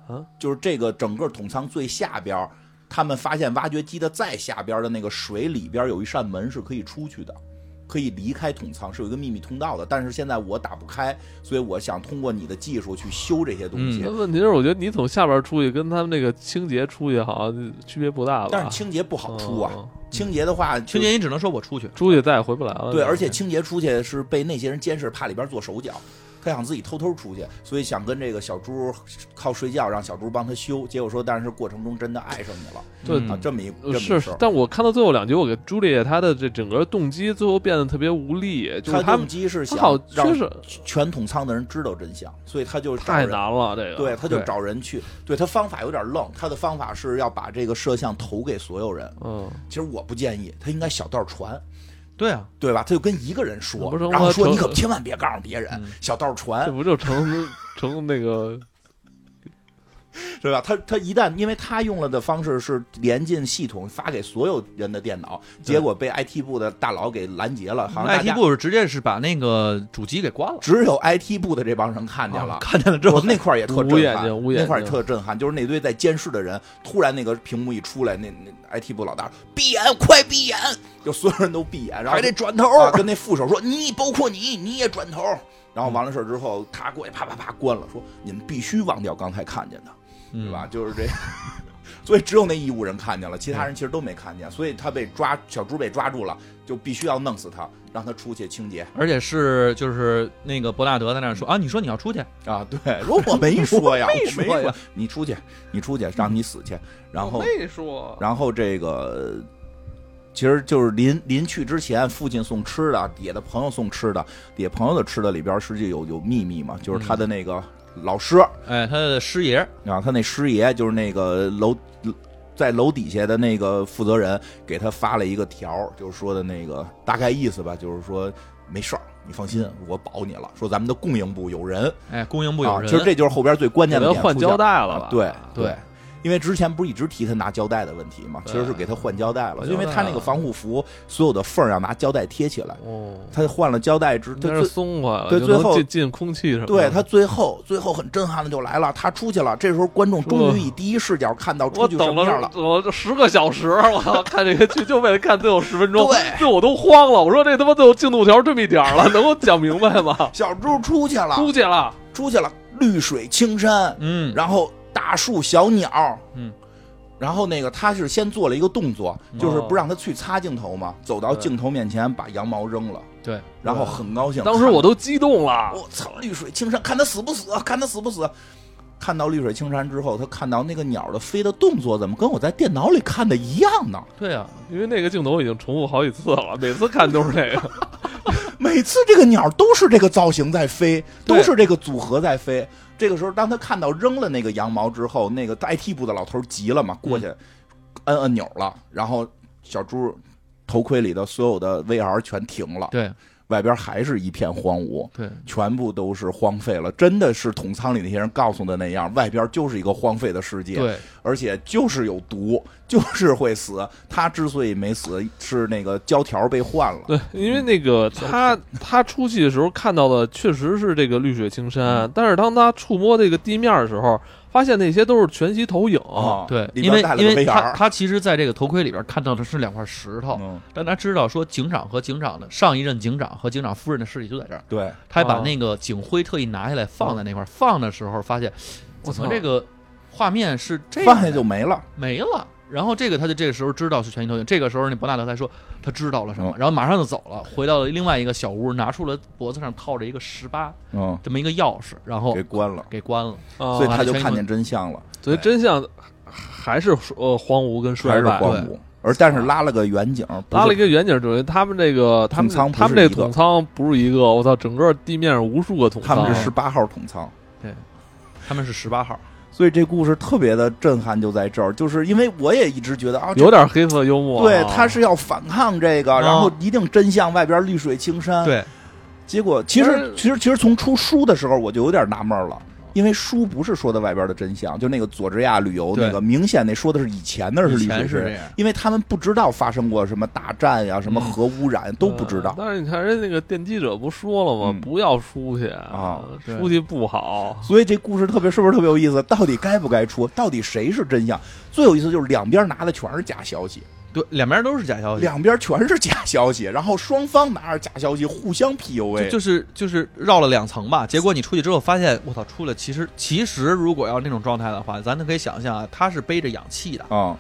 A: 啊，
B: 就是这个整个桶仓最下边儿，他们发现挖掘机的再下边儿的那个水里边儿有一扇门是可以出去的。可以离开桶仓是有一个秘密通道的，但是现在我打不开，所以我想通过你的技术去修这些东西。
A: 那问题是，我觉得你从下边出去跟他们那个清洁出去好像区别不大吧？
B: 但是清洁不好出啊，
A: 嗯
B: 清洁的话，
C: 清洁你只能说我出去，
A: 出去再也回不来了。
B: 对，而且清洁出去是被那些人监视，怕里边做手脚，他想自己偷偷出去，所以想跟这个小猪靠睡觉，让小猪帮他修。结果说，但是过程中真的爱上你了、
A: 对
B: 啊，这么一这
A: 呃
B: 么
A: 是
B: 一事，儿。
A: 但我看到最后两集，我给朱丽叶她的这整个动机最后变得特别无力，就是
B: 他
A: 他
B: 动机是
A: 他
B: 想
A: 好像
B: 让
A: 确实
B: 全统仓的人知道真相，所以他就找
A: 太
B: 人。
A: 难了，这个
B: 对，他就
C: 对
B: 找人去，对他方法有点愣，他的方法是要把这个摄像投给所有人。
A: 嗯，
B: 其实我不建议，他应该小道传，
C: 对啊，
B: 对吧？他就跟一个人说
A: 那不是，
B: 然
A: 我
B: 后说
A: 成
B: 你可千万别告诉别人，
C: 嗯
B: 小道传
A: 这，不就 成成那个
B: 对吧？他他一旦因为他用了的方式是连进系统发给所有人的电脑，结果被 IT 部的大佬给拦截了，好像大
C: IT
B: 家
C: 嗯部是直接是把那个主机给关了，
B: 只有 IT 部的这帮人看见了。
C: 啊 看见了之
B: 我
C: 后，
B: 那块儿也特
A: 捂
B: 震
A: 眼
B: 撼
A: 睛捂，眼睛
B: 那块儿也特震撼，就是那堆在监视的人，突然那个屏幕一出来，那那 IT 部老大闭眼，快闭眼，就所有人都闭眼，然后
C: 还得转头，
B: 啊跟那副手说，你包括你，你也转头，然后完了事儿之后，他过去啪啪啪关了，说你们必须忘掉刚才看见的，
C: 嗯
B: 对吧？？就是这样。 所以只有那义务人看见了，其他人其实都没看见。所以他被抓，小猪被抓住了，就必须要弄死他，让他出去清洁
C: 而且是就是那个伯纳德在那儿说啊，你说你要出去，
B: 啊！对，说我没说呀，我没
C: 说呀
B: 说，你出去，你出去，让你死去。然后
A: 没说，
B: 然后这个其实就是临临去之前，父亲送吃的，底下的朋友送吃的，底下朋友的吃的里边实际有有秘密嘛，就是他的那个老师，
C: 哎，他的师爷
B: 然后他那师爷就是那个楼。在楼底下的那个负责人给他发了一个条儿，就是说的那个大概意思吧，就是说没事儿，你放心，我保你了。说咱们的供应部有人，
C: 哎，供应部有
B: 啊，
C: 人，
B: 其实这就是后边最关
A: 给
B: 键的
A: 他
B: 点。
A: 换
B: 出现
A: 胶带了吧
B: 啊？对
C: 对
B: 对，因为之前不是一直提他拿胶带的问题嘛，其实是给他换胶带了，
A: 换胶带了
B: 因为他那个防护服所有的缝儿要拿胶带贴起来，
A: 哦，
B: 他换了胶带之，
A: 应
B: 他
A: 该是
B: 最
A: 松快了，
B: 对
A: 就
B: 最
A: 能
B: 后
A: 进进空气什么的。
B: 对他最后最后很震撼的就来了，他出去了，这时候观众终于以第一视角看到出
A: 我
B: 去什
A: 等
B: 么样
A: 了
B: 了。
A: 我十个小时，我操，看这个剧就为了看最后十分钟，
B: 对？
A: 这我都慌了。我说这他妈最后进度条这么一点儿了，能够讲明白吗
B: 小猪出去了，
A: 出去了，
B: 出去了，绿水青山，
C: 嗯，
B: 然后大树小鸟，
C: 嗯，
B: 然后那个他是先做了一个动作，就是不让他去擦镜头嘛，走到
A: 哦对
B: 镜头面前把羊毛扔了，
C: 对，
B: 然后很高兴。
A: 当时我都激动了
B: 看，我操，绿水青山，看他死不死，看他死不死。看到绿水青山之后，他看到那个鸟的飞的动作怎么跟我在电脑里看的一样呢？
C: 对啊，
A: 因为那个镜头已经重复好几次了，每次看都是这个。
B: 每次这个鸟都是这个造型在飞，
C: 对
B: 都是这个组合在飞。这个时候，当他看到扔了那个羊毛之后，那个 IT 部的老头急了
C: 嗯
B: 嘛，过去摁按钮了，然后小猪头盔里的所有的 VR 全停了，
C: 对
B: 外边还是一片荒芜。
C: 对，
B: 全部都是荒废了，真的是桶仓里那些人告诉的那样，外边就是一个荒废的世界，
C: 对，
B: 而且就是有毒，就是会死。他之所以没死，是那个胶条被换了，
A: 对，因为那个他他出去的时候看到的确实是这个绿水青山，但是当他触摸这个地面的时候，发现那些都是全息投影。
B: 啊，
C: 哦对，
B: 里
C: 因
B: 边
C: 为
B: 带了
C: 因
B: 个
C: 为他
B: VR，
C: 他其实在这个头盔里边看到的是两块石头，
B: 嗯，
C: 但他知道说警长和警长的上一任警长和警长夫人的尸体就在这儿，
B: 对，
C: 他还把
A: 哦
C: 那个警徽特意拿下来放在那块儿，放的时候发现
A: 我
C: 怎
A: 操
C: 么这个画面是这样
B: 放下
C: 的
B: 就没了，
C: 没了。然后这个他就这个时候知道是全息投影，这个时候那伯纳德才说他知道了什么，
B: 嗯
C: 然后马上就走了，回到了另外一个小屋，拿出了脖子上套着一个十八
B: 嗯，
C: 这么一个钥匙，然后
B: 给关了，
C: 给关了。
A: 啊
B: 所以
C: 它
B: 他就
C: 全
B: 看见真相了，
A: 所以真相还哎是呃荒芜跟
B: 还
A: 衰
B: 是
A: 败。
B: 光
C: 对
B: 谷，而但是拉了个远景，不是
A: 拉了一个远景，等于他们这个他们
B: 桶仓不是
A: 他们这
B: 一个
A: 桶仓不是一个，我操，整个地面上无数个桶
B: 他
A: 仓。
B: 们是
C: 哦
B: 十八号桶仓。
C: 他们是十八号，
B: 所以这故事特别的震撼，就在这儿，就是因为我也一直觉得啊，这
A: 有点黑色幽默啊。
B: 对，他是要反抗这个，
C: 啊
B: 然后一定真相外边绿水青山。，
C: 对，
B: 结果其实
A: 而
B: 其实其实从出书的时候我就有点纳闷
C: 嗯
B: 了，因为书不是说的外边的真相，就那个佐治亚旅游
C: 对
B: 那个明显那说的是以前的是
C: 以
B: 绿
C: 前
B: 水
C: 是这
B: 深，
C: 样。
B: 因为他们不知道发生过什么大战呀、什么
C: 嗯
B: 核污染都不知道
A: 呃。但是你看人家那个电击者不说了吗？
B: 嗯
A: 不要出去
B: 啊
C: 对
A: 出去不好。
B: 所以这故事特别是不是特别有意思？到底该不该出？到底谁是真相？最有意思就是两边拿的全是假消息，
C: 对，两边都是假消息，
B: 两边全是假消息，然后双方拿着假消息互相 PUA，
C: 就就是就是绕了两层吧。结果你出去之后发现，我操，出了。其实其实如果要那种状态的话，咱都可以想象啊，他是背着氧气的，
B: 啊、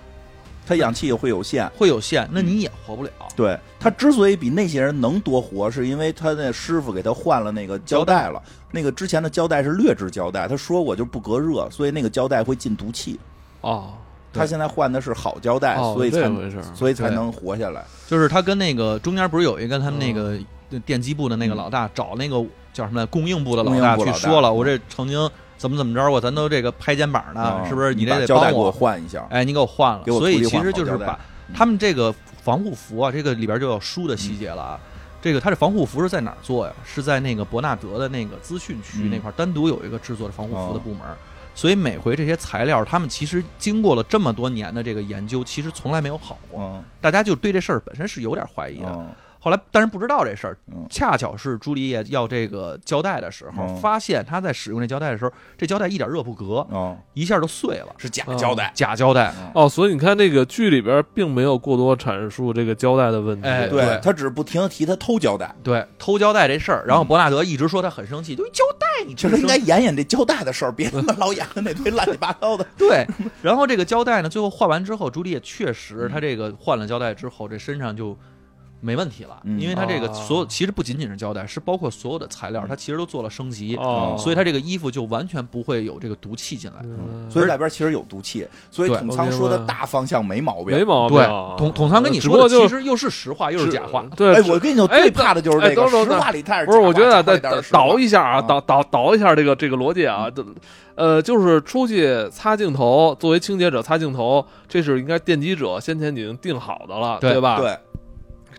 B: 它氧气也会有限。
C: 会有限，那
B: 嗯
C: 你也活不了。
B: 对他之所以比那些人能多活，是因为他那师傅给他换了那个胶带了。那个之前的胶带是劣质胶带，他说我就不隔热，所以那个胶带会进毒气。
A: 哦，
C: 对
B: 他现在换的是好胶带，
A: 哦
B: 所以才
A: 这回事儿
B: 所以才能活下来。
C: 就是他跟那个中间不是有一个他们那个
B: 嗯
C: 电机部的那个老大找那个叫什么供应部的老大
B: 供应部老
C: 去
B: 大
C: 说了，我这曾经怎么怎么着过，咱都这个拍肩膀呢，
B: 嗯
C: 啊是不是？
B: 你
C: 这
B: 把
C: 得
B: 胶带
C: 帮
B: 给我
C: 我，
B: 换一下？
C: 哎，你给我换了。
B: 给我
C: 所
B: 徒
C: 以
B: 弟
C: 其
B: 换
C: 实就是
B: 好胶带
C: 把他们这个防护服啊，这个里边就有书的细节了啊。这个它的防护服是在哪儿做呀？是在那个伯纳德的那个资讯区
B: 嗯
C: 那块儿单独有一个制作的防护服的
B: 哦
C: 部门。所以每回这些材料，他们其实经过了这么多年的这个研究，其实从来没有好过。
B: 嗯
C: 哎大家就对这事儿本身是有点怀疑的。
B: 嗯
C: 后来但是不知道这事儿
B: 嗯，
C: 恰巧是朱丽叶要这个胶带的时候，
B: 嗯
C: 发现她在使用这胶带的时候，这胶带一点热不隔，
B: 哦，
C: 一下就碎了，嗯
B: 是假
A: 哦
B: 胶带，
C: 假胶带。
A: 哦，所以你看，这个剧里边并没有过多阐述这个胶带的问题。啊
C: 哎
B: 对
C: 对
B: 他只是不停地提他偷胶带，
C: 对，偷胶带这事儿，然后伯纳德一直说他很生气，就胶带你
B: 其
C: 这
B: 实应该
C: 生
B: 演演这胶带的事儿，别他妈老演的那堆乱七八糟的。
C: 对。然后这个胶带呢，最后换完之后，朱丽叶确实她这个换了胶带之后，这身上就没问题了，
B: 嗯
C: 因为她这个
A: 哦
C: 所有其实不仅仅是胶带，是包括所有的材料，它其实都做了升级，
B: 嗯
A: 哦，
C: 所以她这个衣服就完全不会有这个毒气进来。
A: 嗯
B: 所以外边其实有毒气，所以
C: 对
B: 统仓说的大方向没毛病
A: 没。毛病
C: 对
A: 啊。，
C: 统统仓跟你
A: 只不
C: 说的
A: 过就
C: 其实又是实话又是
A: 只
C: 假话，
A: 对，
B: 哎，
A: 只
B: 我跟你讲，
A: 哎
B: 最怕的就是
A: 哎
B: 这个，
A: 等等
B: 实话里带着
A: 不是，我觉得啊
B: 再
A: 再倒倒一下啊，
B: 啊
A: 倒倒倒一下这个这个逻辑啊，就呃，就是出去擦镜头，作为清洁者擦镜头，这是应该电击者先前已经定好的了，
C: 对
A: 对吧？
B: 对，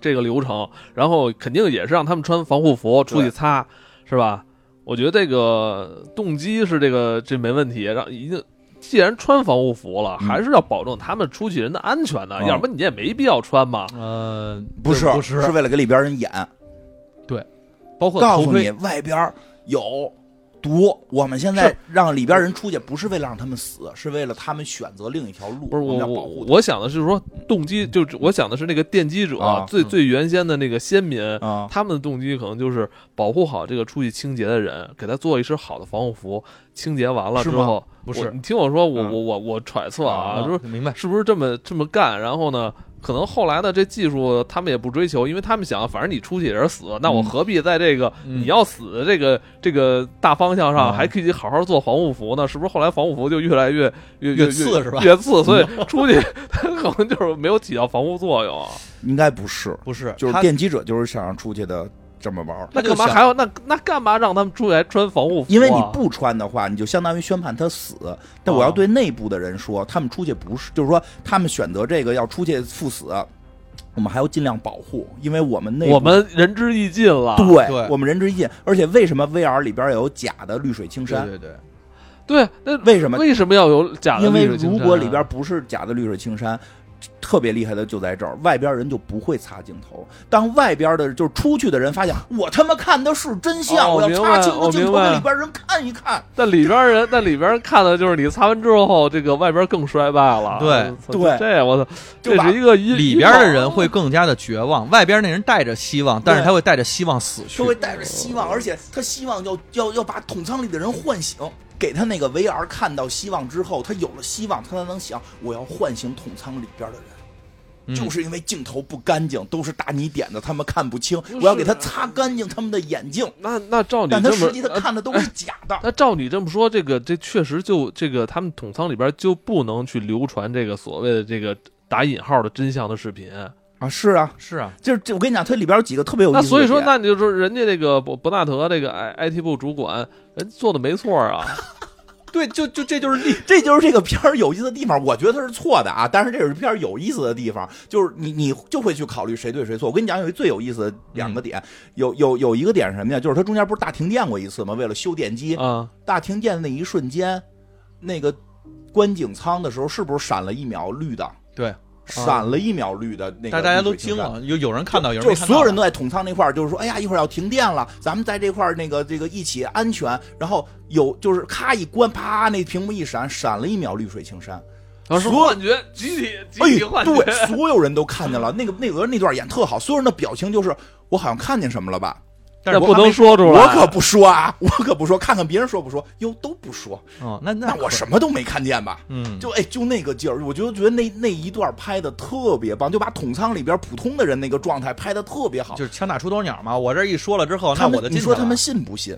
A: 这个流程，然后肯定也是让他们穿防护服出去擦，是吧？我觉得这个动机是这个这没问题，让一定。既然穿防护服了，
B: 嗯
A: 还是要保证他们出去人的安全呢，
B: 嗯
A: 要不然你也没必要穿嘛。
C: 呃，
B: 不是
C: 不
B: 是为了给里边人演，
C: 包括
B: 告
C: 头
B: 诉
C: 盔
B: 你外边有毒，我们现在
A: 是
B: 让里边人出去，不是为了让他们死，是为了他们选择另一条路，
A: 不是
B: 我
A: 我
B: 们要
A: 我
B: 保护
A: 我想的是说动机，就是我想的是那个奠基者、
B: 啊
A: 最
C: 嗯
A: 最原先的那个先民，
B: 他啊。
A: 他们的动机可能就是保护好这个出去清洁的人，给他做一身好的防护服，清洁完了
B: 是
A: 之
B: 吗
A: 后，
C: 不
A: 我
C: 是
A: 你听我说，我
B: 嗯
A: 我我我揣测啊，就是
C: 明 白。
A: 是不是这么这么干？然后呢，可能后来的这技术他们也不追求，因为他们想，反正你出去也是死，那我何必在这个、
C: 嗯
A: 你要死的这个这个大方向上
B: 嗯
A: 还可以好好做防护服呢？是不是后来防护服就越来越越
C: 越次是吧
A: 越次，所以
B: 嗯
A: 出去 它可能就是没有起到防护作用啊。
B: 应该不是，
C: 不是，
B: 就是
C: 他
B: 电击者就是想让出去的这么玩儿，
A: 那
C: 那就
A: 干嘛
C: 想
A: 还要那那干嘛让他们出来穿防护服、啊？
B: 因为你不穿的话，你就相当于宣判他死。但我要对内部的人说，他们出去不是，就是说他们选择这个要出去赴死，我们还要尽量保护，因为我们内部
A: 我们仁至义尽了。
B: 对
C: 对
B: 我们仁至义尽。而且为什么 VR 里边有假的绿水青山？
C: 对对对，
A: 对，那
B: 为什么？
A: 为什么要有假的
B: 因为
A: 绿水青
B: 如
A: 山啊
B: 果里边不是假的绿水青山，特别厉害的就在这儿，外边人就不会擦镜头。当外边的就是出去的人发现我他妈看的是真相，
A: 哦
B: 我要
A: 明
B: 擦
A: 白
B: 清楚
A: 我
B: 镜
A: 明
B: 头，
A: 白
B: 给里边人看一看。
A: 但里边人，但里边看的就是你擦完之后，这个外边更衰败了。
C: 对
A: 我操
B: 对
A: 这我操，
B: 就
A: 这
B: 把
A: 是一个一
C: 里边的人会更加的绝望，外边那人带着希望，但是
B: 对
C: 他会带着希望死去
B: 他。会带着希望，而且他希望要要要把桶仓里的人唤醒，给他那个 VR 看到希望之后，他有了希望，他才能想我要唤醒桶仓里边的人。
C: 嗯
B: 就是因为镜头不干净，都是大泥点子，他们看不清。
A: 是
B: 我要给他擦干净他们的眼睛，
A: 那那照你
B: 但他
A: 这么
B: 实际他
A: 呃
B: 看的都是假的。
A: 那照你这么说，这个这确实就这个他们统仓里边就不能去流传这个所谓的这个打引号的真相的视频。
B: 啊，是啊，
C: 是啊，
B: 就是这，我跟你讲，它里边有几个特别有意思
A: 那
B: 的
A: 所以说，
B: 点
A: 那你就说人家这个伯伯纳特这个 I I T 部主管人做的没错 啊。
C: 对，就就这就是利，
B: 这就是这个片儿有意思的地方，我觉得它是错的啊，但是这是片儿有意思的地方，就是你你就会去考虑谁对谁错。我跟你讲，有一最有意思的两个
C: 嗯
B: 点，有有有一个点是什么呀？就是它中间不是大停电过一次吗？为了修电机，
A: 啊，
B: 大停电那一瞬间，那个观景舱的时候是不是闪了一秒绿的？
C: 对，
B: 闪了一秒绿的那个，
C: 但嗯大家都惊。了，有有人看到，有人
B: 就
C: 没
B: 是
C: 看到
B: 所有人都在统仓那块儿，就是说，哎呀，一会儿要停电了，咱们在这块儿那个这个一起安全。然后有就是咔一关，啪那屏幕一闪，闪了一秒绿水青山。
A: 然后说
B: 所有
A: 幻觉，集体集
B: 哎
A: 体幻，觉。
B: 对，所有人都看见了。那个那个那段演特好，所有人的表情就是我好像看见什么了吧？
C: 但是
A: 不
C: 我还
A: 能
C: 没
A: 说出来，
B: 我可不说啊，我可不说，看看别人说不说，哟都不说，
C: 哦，那那
B: 那我什么都没看见吧？
C: 嗯，
B: 就哎，就那个劲儿，我就觉得那那一段拍的特别棒，就把统仓里边普通的人那个状态拍的特别好。
C: 嗯就是枪打出头鸟嘛。我这一说了之后，那
B: 他
C: 我
B: 们
C: 的
B: 你
C: 进去
B: 说
C: 了
B: 他们哦信不信？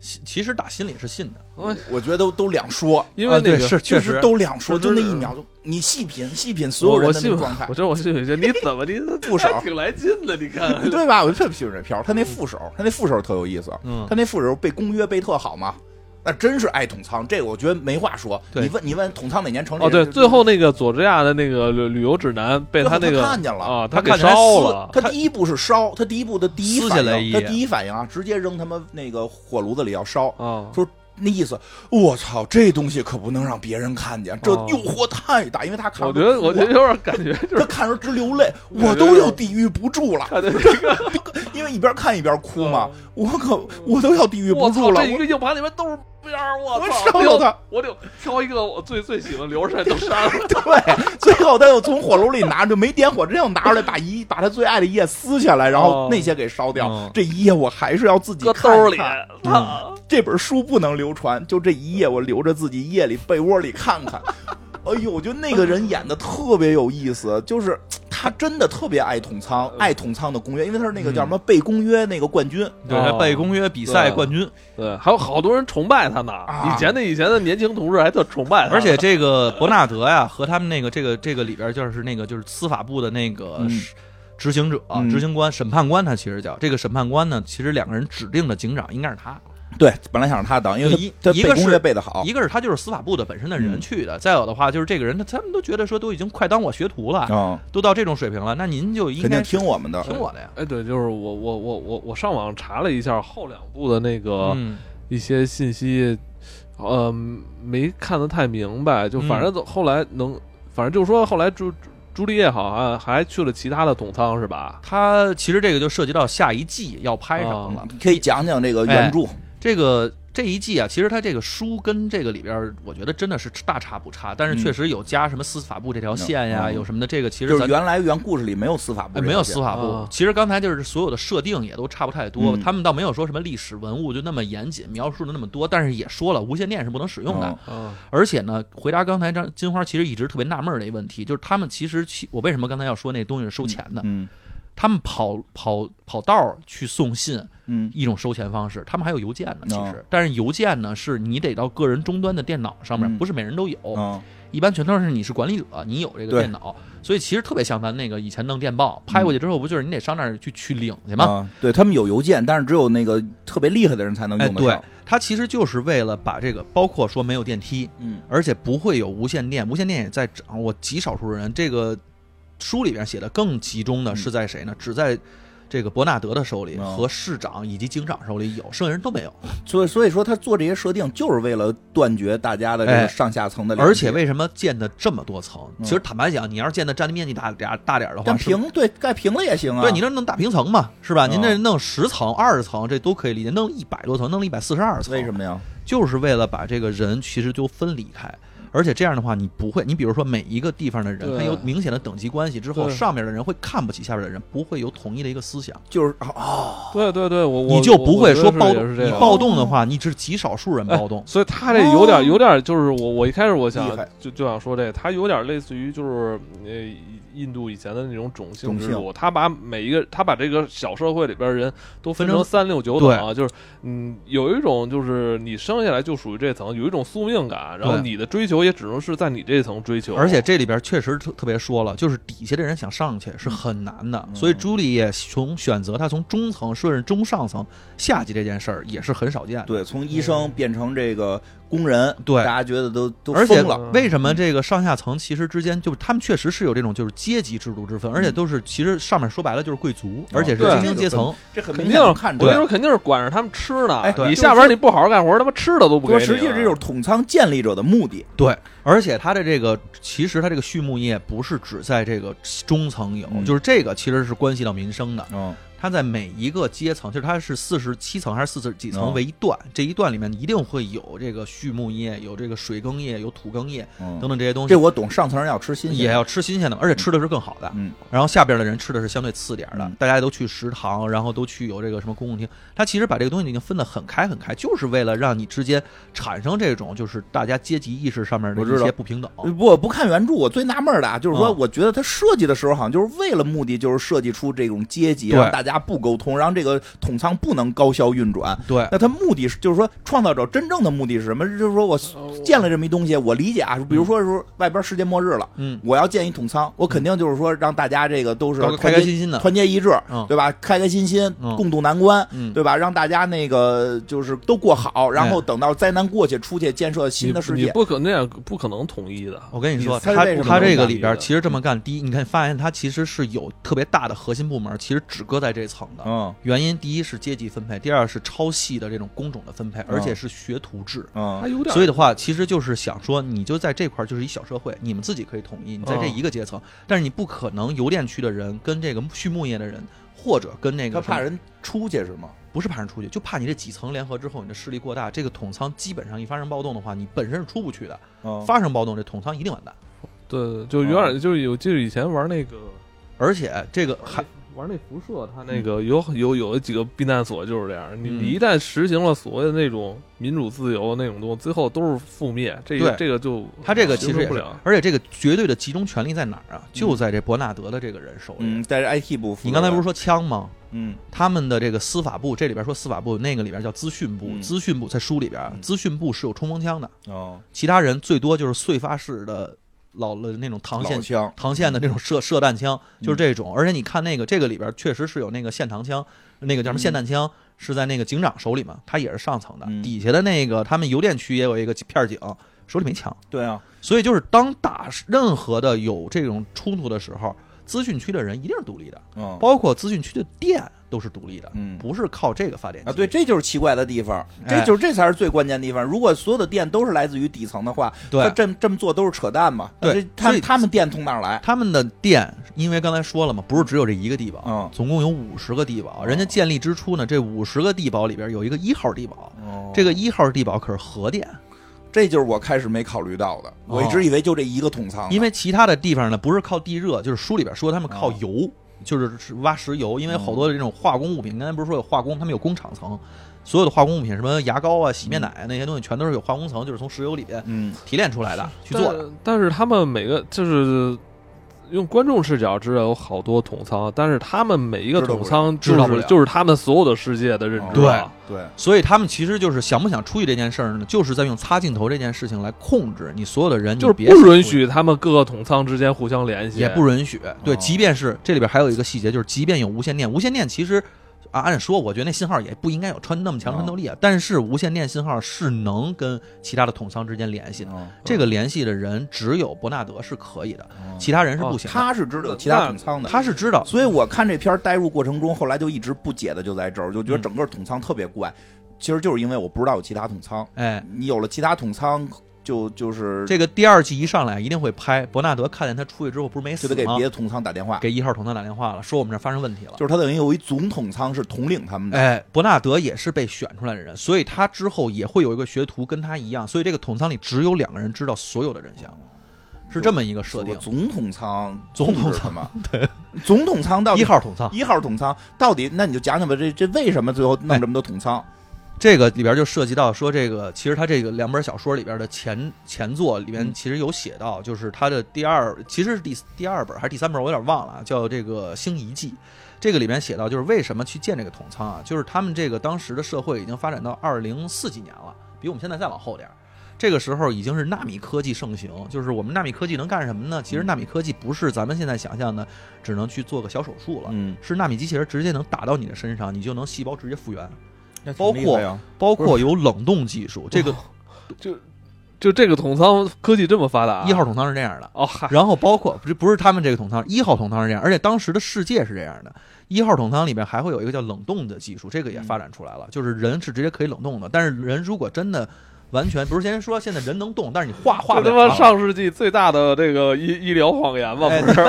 C: 其其实打心里是信的，
A: 哎
B: 我觉得都都两说，
A: 因为
C: 啊
A: 那
C: 对
A: 个
C: 是
B: 就
C: 确
B: 是
C: 实
B: 都两说，
A: 我知
B: 就
A: 道
B: 那一秒就你细品细品所有人的那个状态
A: 我，觉得我信不信？你怎么你
B: 副手
A: 还 挺来劲的？你看，
B: 对吧？我就特别喜欢这片儿，他那副
A: 嗯
B: 手，他那副手特有意思，
C: 嗯
B: 他那副手被公约背特好嘛。那真是爱统仓，这个我觉得没话说。
C: 对
B: 你问你问统仓哪年成立？
A: 哦，对，
B: 就
A: 最后那个佐治亚的那个旅旅游指南被
B: 最后
A: 那个
B: 他看见了
A: 啊，
C: 他
A: 给
C: 看见
A: 烧
C: 他撕
A: 了。
B: 他第一步是烧，他第一步的第一
C: 撕
B: 反
C: 下来一
B: 应，
C: 页
B: 他第一反应啊，直接扔他妈那个火炉子里要烧，
A: 啊，
B: 说那意思，我操，这东西可不能让别人看见，这
A: 哦
B: 诱惑太大，因为他看
A: 我
B: 着
A: 觉得，我觉得有点感觉， 就
B: 他
A: 是
B: 看着直流泪，
A: 我觉得
B: 我都要抵御不住了，
A: 看的这个，
B: 因为一边看一边哭嘛，我可我都要抵御
A: 嗯我
B: 不
A: 操，
B: 住了
A: 这，一个硬盘里面都是逼样，我
B: 我
A: 操，
B: 烧了
A: 我
B: 它
A: 得我得挑一个我最最喜欢留出来都删了。
B: 对，最后他又从火炉里拿着，没点火之前又拿出来，把一把他最爱的一页撕下来，然后
A: 哦
B: 那些给烧掉。
A: 嗯
B: 这一页我还是要自己
A: 搁
B: 看一嗯
A: 兜里，
B: 看
A: 操
B: 这本书不能流传，就这一页我留着自己夜里被窝里看看。哎呦，我觉得那个人演的特别有意思，就是他真的特别爱捅仓，
A: 嗯
B: 爱捅仓的公约，因为他是那个叫什么被公约那个冠军。
C: 对，还被公约比赛冠军，
A: 对，还有好多人崇拜他呢。
B: 啊
A: 以前的以前的年轻同志还特崇拜他，
C: 而且这个伯纳德呀，和他们那个这个这个里边就是那个就是司法部的那个
B: 嗯
C: 是执行者、
B: 嗯
C: 执行官、审判官，他其实叫这个审判官呢，其实两个人指定的警长应该是他，
B: 对，本来想让他当，因为
C: 一
B: 他他
C: 一
B: 背
C: 个
B: 公
C: 是
B: 约背的好。
C: 一个是他就是司法部的本身的
B: 哦嗯
C: 人去的，再有的话就是这个人，他他们都觉得说都已经快当我学徒了，
B: 嗯，
C: 都到这种水平了，那您就应
B: 肯定
C: 该
B: 听我们的。
C: 听我的呀。
A: 哎，对，就是我我我我我上网查了一下后两部的那
B: 哦
A: 个
C: 嗯，
A: 一些信息，呃，没看得太明白，就反正
C: 嗯
A: 都后来能，反正就是说后来朱朱朱丽叶好像还去了其他的桶仓是吧？
C: 他其实这个就涉及到下一季要拍什么了。
B: 你可以讲讲这个
C: 哎
B: 原著，
C: 这个这一季啊，其实它这个书跟这个里边儿，我觉得真的是大差不差，但是确实有加什么司法部这条线呀，
B: 嗯
C: 有什么的这个，其实
B: 就是
C: 咱。
B: 原来原故事里没有司法部这
C: 哎
B: 条线，
C: 没有司法部，
A: 啊
C: 其实刚才就是所有的设定也都差不太多，
B: 嗯
C: 他们倒没有说什么历史文物就那么严谨，描述的那么多，但是也说了无线电是不能使用的，
B: 嗯
A: 啊，
C: 而且呢，回答刚才张金花其实一直特别纳闷儿的一个问题，就是他们其实去，我为什么刚才要说那东西是收钱的？
B: 嗯
C: 他们跑跑跑道儿去送信，
B: 嗯
C: 一种收钱方式，他们还有邮件呢，其实
B: 哦，
C: 但是邮件呢是你得到个人终端的电脑上面
B: 嗯，
C: 不是每人都有，
B: 嗯，
C: 一般全都是你是管理者，你有这个
B: 对
C: 电脑，所以其实特别像咱那个以前弄电报，拍过去之后不就是你得上那儿去去领去吗？
B: 啊，对他们有邮件，但是只有那个特别厉害的人才能
C: 哎，
B: 用得上。
C: 对，它其实就是为了把这个，包括说没有电梯，
B: 嗯
C: 而且不会有无线电，无线电也在涨。我极少数人，这个书里边写的更集中的是在谁呢？只在这个伯纳德的手里
B: 嗯哦
C: 和市长以及警长手里有，剩下人都没有。
B: 所以所以说他做这些设定就是为了断绝大家的这个
C: 哎
B: 上下层的联系，
C: 而且为什么建的这么多层？
B: 嗯
C: 其实坦白讲，你要是建的占地面积大点儿大点儿的话，
B: 但
C: 是不
B: 平对盖平了也行啊。
C: 对你这弄大平层嘛，是吧？
B: 嗯
C: 您这弄十层、二十层，这都可以理解。弄一百多层，弄一百四十二层，
B: 为什？么呀？
C: 就是为了把这个人其实就分离开。而且这样的话，你不会，你比如说每一个地方的人，
A: 对
C: 他有明显的等级关系之后，
A: 对
C: 上面的人会看不起下边的人，不会有统一的一个思想，
B: 就是哦，
A: 对对对，我我
C: 你就不会说暴
A: 我觉得是也
C: 动。你
A: 是这样。
C: 暴动的话，你只是极少 数人暴动。
A: 所以他这有
B: 哦
A: 点有点就是我我一开始我想
B: 厉害
A: 就就想说这，他有点类似于就是呃印度以前的那种种姓制
B: 种
A: 度，他把每一个他把这个小社会里边人都分成
C: 分成
A: 三六九等啊，就是嗯有一种就是你生下来就属于这层，有一种宿命感，然后
C: 对
A: 你的追求也只能是在你这层追求，
C: 而且这里边确实特特别说了，就是底下的人想上去是很难的，
A: 嗯
C: 所以朱丽叶从选择她从中层顺着中上层下级这件事儿也是很少见的。
B: 对，从医生变成这个工人，
C: 嗯对
B: 大家觉得都都
C: 而且
B: 疯了。嗯
C: 为什么这个上下层其实之间就是他们确实是有这种就是阶级制度之
B: 嗯
C: 分，而且都是其实上面说白了就是贵族，
B: 哦
C: 而且是
A: 对
C: 精英阶层。
B: 这很
A: 肯定
B: 明显
A: 我
B: 能
A: 跟
B: 看
A: 你
B: 出来。
A: 说肯定是管着他们吃呢，
B: 哎
C: 对
A: 你
B: 就是
A: 下边你不好好干活，他妈吃的都不给
B: 说
A: 你。
B: 实际这就是统仓建立者的目的。
C: 对，而且它的这个其实它这个畜牧业不是只在这个中层有，
B: 嗯
C: 就是这个其实是关系到民生的。
B: 嗯，
C: 它在每一个阶层，就是它是四十七层还是四十几层
B: 嗯
C: 为一段，这一段里面一定会有这个畜牧业、有这个水耕业、有土耕业等
B: 嗯
C: 等这些东
B: 这
C: 西，
B: 我懂，上层人要吃新鲜的，
C: 也要吃新鲜的，而且吃的是更好的。
B: 嗯
C: 然后下边的人吃的是相对次点儿的
B: 嗯，
C: 大家都去食堂，然后都去有这个什么公共厅。它其实把这个东西已经分得很开很开，就是为了让你之间产生这种就是大家阶级意识上面的
B: 我知
C: 一
B: 道嗯
C: 些不平等。
B: 不，我不看原著，我最纳闷儿的啊，就是说，
C: 嗯
B: 我觉得他设计的时候，好像就是为了目的，就是设计出这种阶级，
C: 对
B: 让大家不沟通，让这个统仓不能高效运转。
C: 对，
B: 那他目的是，就是说，创造者真正的目的是什么？就是说我建了这么一东西，我理解啊，比如说是外边世界末日了，
C: 嗯，
B: 我要建一统仓，我肯定就是说让大家这个都是
C: 搞
B: 团结
C: 得嗯开开心心的。
B: 团结一致，
C: 嗯
B: 对吧？开开心心，
C: 嗯
B: 共度难关。
C: 嗯，哎
B: 对吧？让大家那个就是都过好，然后等到灾难过去，出去建设新的世
A: 你你
B: 界。哦
A: 不可那样不可能统一的。
C: 我跟你说，
B: 你猜
C: 他
B: 为什么
C: 他
B: 能
C: 这个
A: 干
C: 里边
A: 这个
C: 其实这么干，第一，你看发现他其实是有特别大的核心部门，其实只搁在这层的。
B: 嗯
C: 原因第一是阶级分配，第二是超细的这种工种的分配，而且
B: 嗯
C: 是学徒制。
A: 还
B: 嗯
A: 有点，
C: 所以的话，其实就是想说，你就在这块儿就是一小社会，你们自己可以统一，你在这
A: 哦
C: 一个阶层，但是你不可能邮电区的人跟这个畜牧业的人，或者跟那
B: 他
C: 个
B: 怕
C: 什么
B: 人出去是吗？
C: 不是怕人出去，就怕你这几层联合之后，你的势力过大，这个统仓基本上一发生暴动的话，你本身是出不去的，
B: 嗯
C: 发生暴动这统仓一定完蛋。
A: 对，就有
C: 啊
A: 点，就是有，就是以前玩那个
C: 而且这个还
A: 玩那辐射，它那个有有有几个避难所就是这样，你
C: 嗯
A: 你一旦实行了所谓的那种民主自由那种东西，最后都是覆灭。这个
C: 对
A: 这个就
C: 他这个其
A: 形
C: 实
A: 容
C: 也
A: 不
C: 是
A: 了，，
C: 而且这个绝对的集中权力在哪儿啊？就在这伯纳德的这个人手里。
B: 嗯，但是 IT 部负责
C: 你刚才不是
B: 的
C: 说枪吗？
B: 嗯
C: 他们的这个司法部，这里边说司法部，那个里边叫资讯部，
B: 嗯
C: 资讯部在书里边啊
B: 嗯，
C: 资讯部是有冲锋枪的，
B: 哦，
C: 其他人最多就是碎发式的老了那种膛
B: 老
C: 线
B: 枪
C: 膛线的那种射射弹枪，
B: 嗯
C: 就是这种。而且你看那个这个里边确实是有那个线膛枪，那个叫什么霰弹枪。是在那个警长手里嘛，他也是上层的，
B: 嗯
C: 底下的那个他们邮电区也有一个片儿警，手里没枪，
B: 对啊，
C: 所以就是当打任何的有这种冲突的时候，资讯区的人一定是独立的，
B: 嗯
C: 包括资讯区的店都是独立的，
B: 嗯
C: 不是靠这个发电机
B: 啊，对，这就是奇怪的地方，
C: 哎
B: 这就是这才是最关键的地方。如果所有的电都是来自于底层的话，他
C: 对。
B: 这么这么做都是扯淡嘛？
C: 对
B: 这他
C: 所以
B: 他们电从哪儿来？
C: 他们的店，因为刚才说了嘛，不是只有这一个地堡，
B: 嗯
C: 总共有五十个地堡。
B: 哦
C: 人家建立之初呢，这五十个地堡里边有一个一号地堡，
B: 哦
C: 这个一号地堡可是核电，
B: 这就是我开始没考虑到的，我一直以为就这一个桶仓呢，
C: 哦因为其他的地方呢不是靠地热，就是书里边说他们靠
B: 哦
C: 油，就是是挖石油，因为好多的这种化工物品，刚才不是说有化工，他们有工厂层，所有的化工物品，什么牙膏啊、洗面奶啊那些东西，全都是有化工层，就是从石油里边
B: 嗯
C: 提炼出来的去做的。
A: 但。但是他们每个就是用观众视角知道有好多统仓，但是他们每一个
B: 知道
A: 统
B: 不了
A: 仓
C: 知道
A: 就
C: 不
A: 是
C: 了哦
A: 就是他们所有的世界的认知
C: 对
A: 啊。
B: 对，
C: 所以他们其实就是想不想出去这件事儿呢，就是在用擦镜头这件事情来控制你所有的人，你
A: 就是
C: 嗯别想
A: 不允
C: 出去
A: 许他们各个统仓之间互相联系，
C: 也不允许。对，
B: 哦
C: 即便是这里边还有一个细节，就是即便有无线电，无线电其实啊，按说我觉得那信号也不应该有穿那么强穿透力啊。但是无线电信号是能跟其他的统仓之间联系的，
B: 嗯
C: 这个联系的人只有伯纳德是可以的，
B: 嗯
C: 其他人是不行的。
B: 他是知道其他桶仓的，
C: 他是知道，
B: 所以我看这片儿代入过程中，后来就一直不解的就在这儿，我就
C: 嗯
B: 觉得整个桶仓特别怪，其实就是因为我不知道有其他桶仓，
C: 哎，
B: 你有了其他桶仓，就就是
C: 这个第二季一上来一定会拍。伯纳德看见他出去之后不是没
B: 就
C: 死
B: 得给
C: 吗
B: 别？的桶仓打电话，
C: 给一号统仓打电话了，说我们这儿发生问题了
B: 就。是他等于有一总统仓是统领他们的，
C: 哎，伯纳德也是被选出来的人，所以他之后也会有一个学徒跟他一样，所以这个统仓里只有两个人知道所有的真相，是这么一个设
B: 有个
C: 定。
B: 总统仓，
C: 总统
B: 仓嘛，总统仓到底
C: 一号统仓，
B: 一号桶仓到底，那你就讲讲吧，这这为什么最后弄这么多桶仓？
C: 这个里边就涉及到说，这个其实他这个两本小说里边的前前作里边
B: 嗯
C: 其实有写到，就是他的第二，其实是第第二本还是第三本，我有点忘了啊，叫这个《星移记》。这个里边写到，就是为什么去建这个统仓啊？就是他们这个当时的社会已经发展到二零四几年了，比我们现在再往后点儿。这个时候已经是纳米科技盛行，就是我们纳米科技能干什么呢？
B: 嗯
C: 其实纳米科技不是咱们现在想象的，只能去做个小手术了，
B: 嗯，
C: 是纳米机器人直接能打到你的身上，你就能细胞直接复原。
B: 包
C: 挺厉害
B: 括
C: 包括有冷冻技术，这个
A: 就就这个统仓科技这么发达、啊
C: 一号桶仓是这样的。
A: 哦嗨，
C: 然后包括不是不是他们这个桶仓，一号桶仓是这样，而且当时的世界是这样的。一号桶仓里面还会有一个叫冷冻的技术，这个
B: 嗯
C: 也发展出来了，就是人是直接可以冷冻的。但是人如果真的完全不是先说现在人能动，但是你化化
A: 这
C: 不
A: 他妈
C: 了，啊
A: 上世纪最大的这个医医疗谎言嘛，
C: 哎
A: 不是？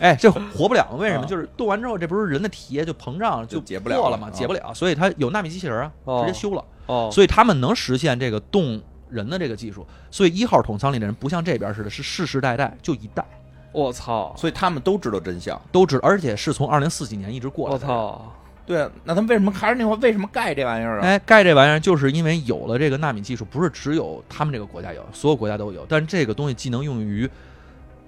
C: 哎，这活不了了。为什么？
B: 啊
C: 就是冻完之后，这不是人的体液就膨胀
B: 就解不了
C: 破了
B: 了
C: 嘛，
B: 啊
C: 解不了。所以它有纳米机器人啊，
A: 哦
C: 直接修了。
A: 哦，
C: 所以他们能实现这个动人的这个技术。所以一号桶仓里的人不像这边似的，是世世代代就一代
A: 我操，
B: 所以他们都知道真相。
C: 都知道，而且是从二零四几年一直过来
A: 我
C: 的。！
A: 操，
B: 对，啊那他们为什么还是那话，为什么盖这玩意儿啊？
C: 哎，盖这玩意儿就是因为有了这个纳米技术，不是只有他们这个国家有，所有国家都有。但这个东西既能用于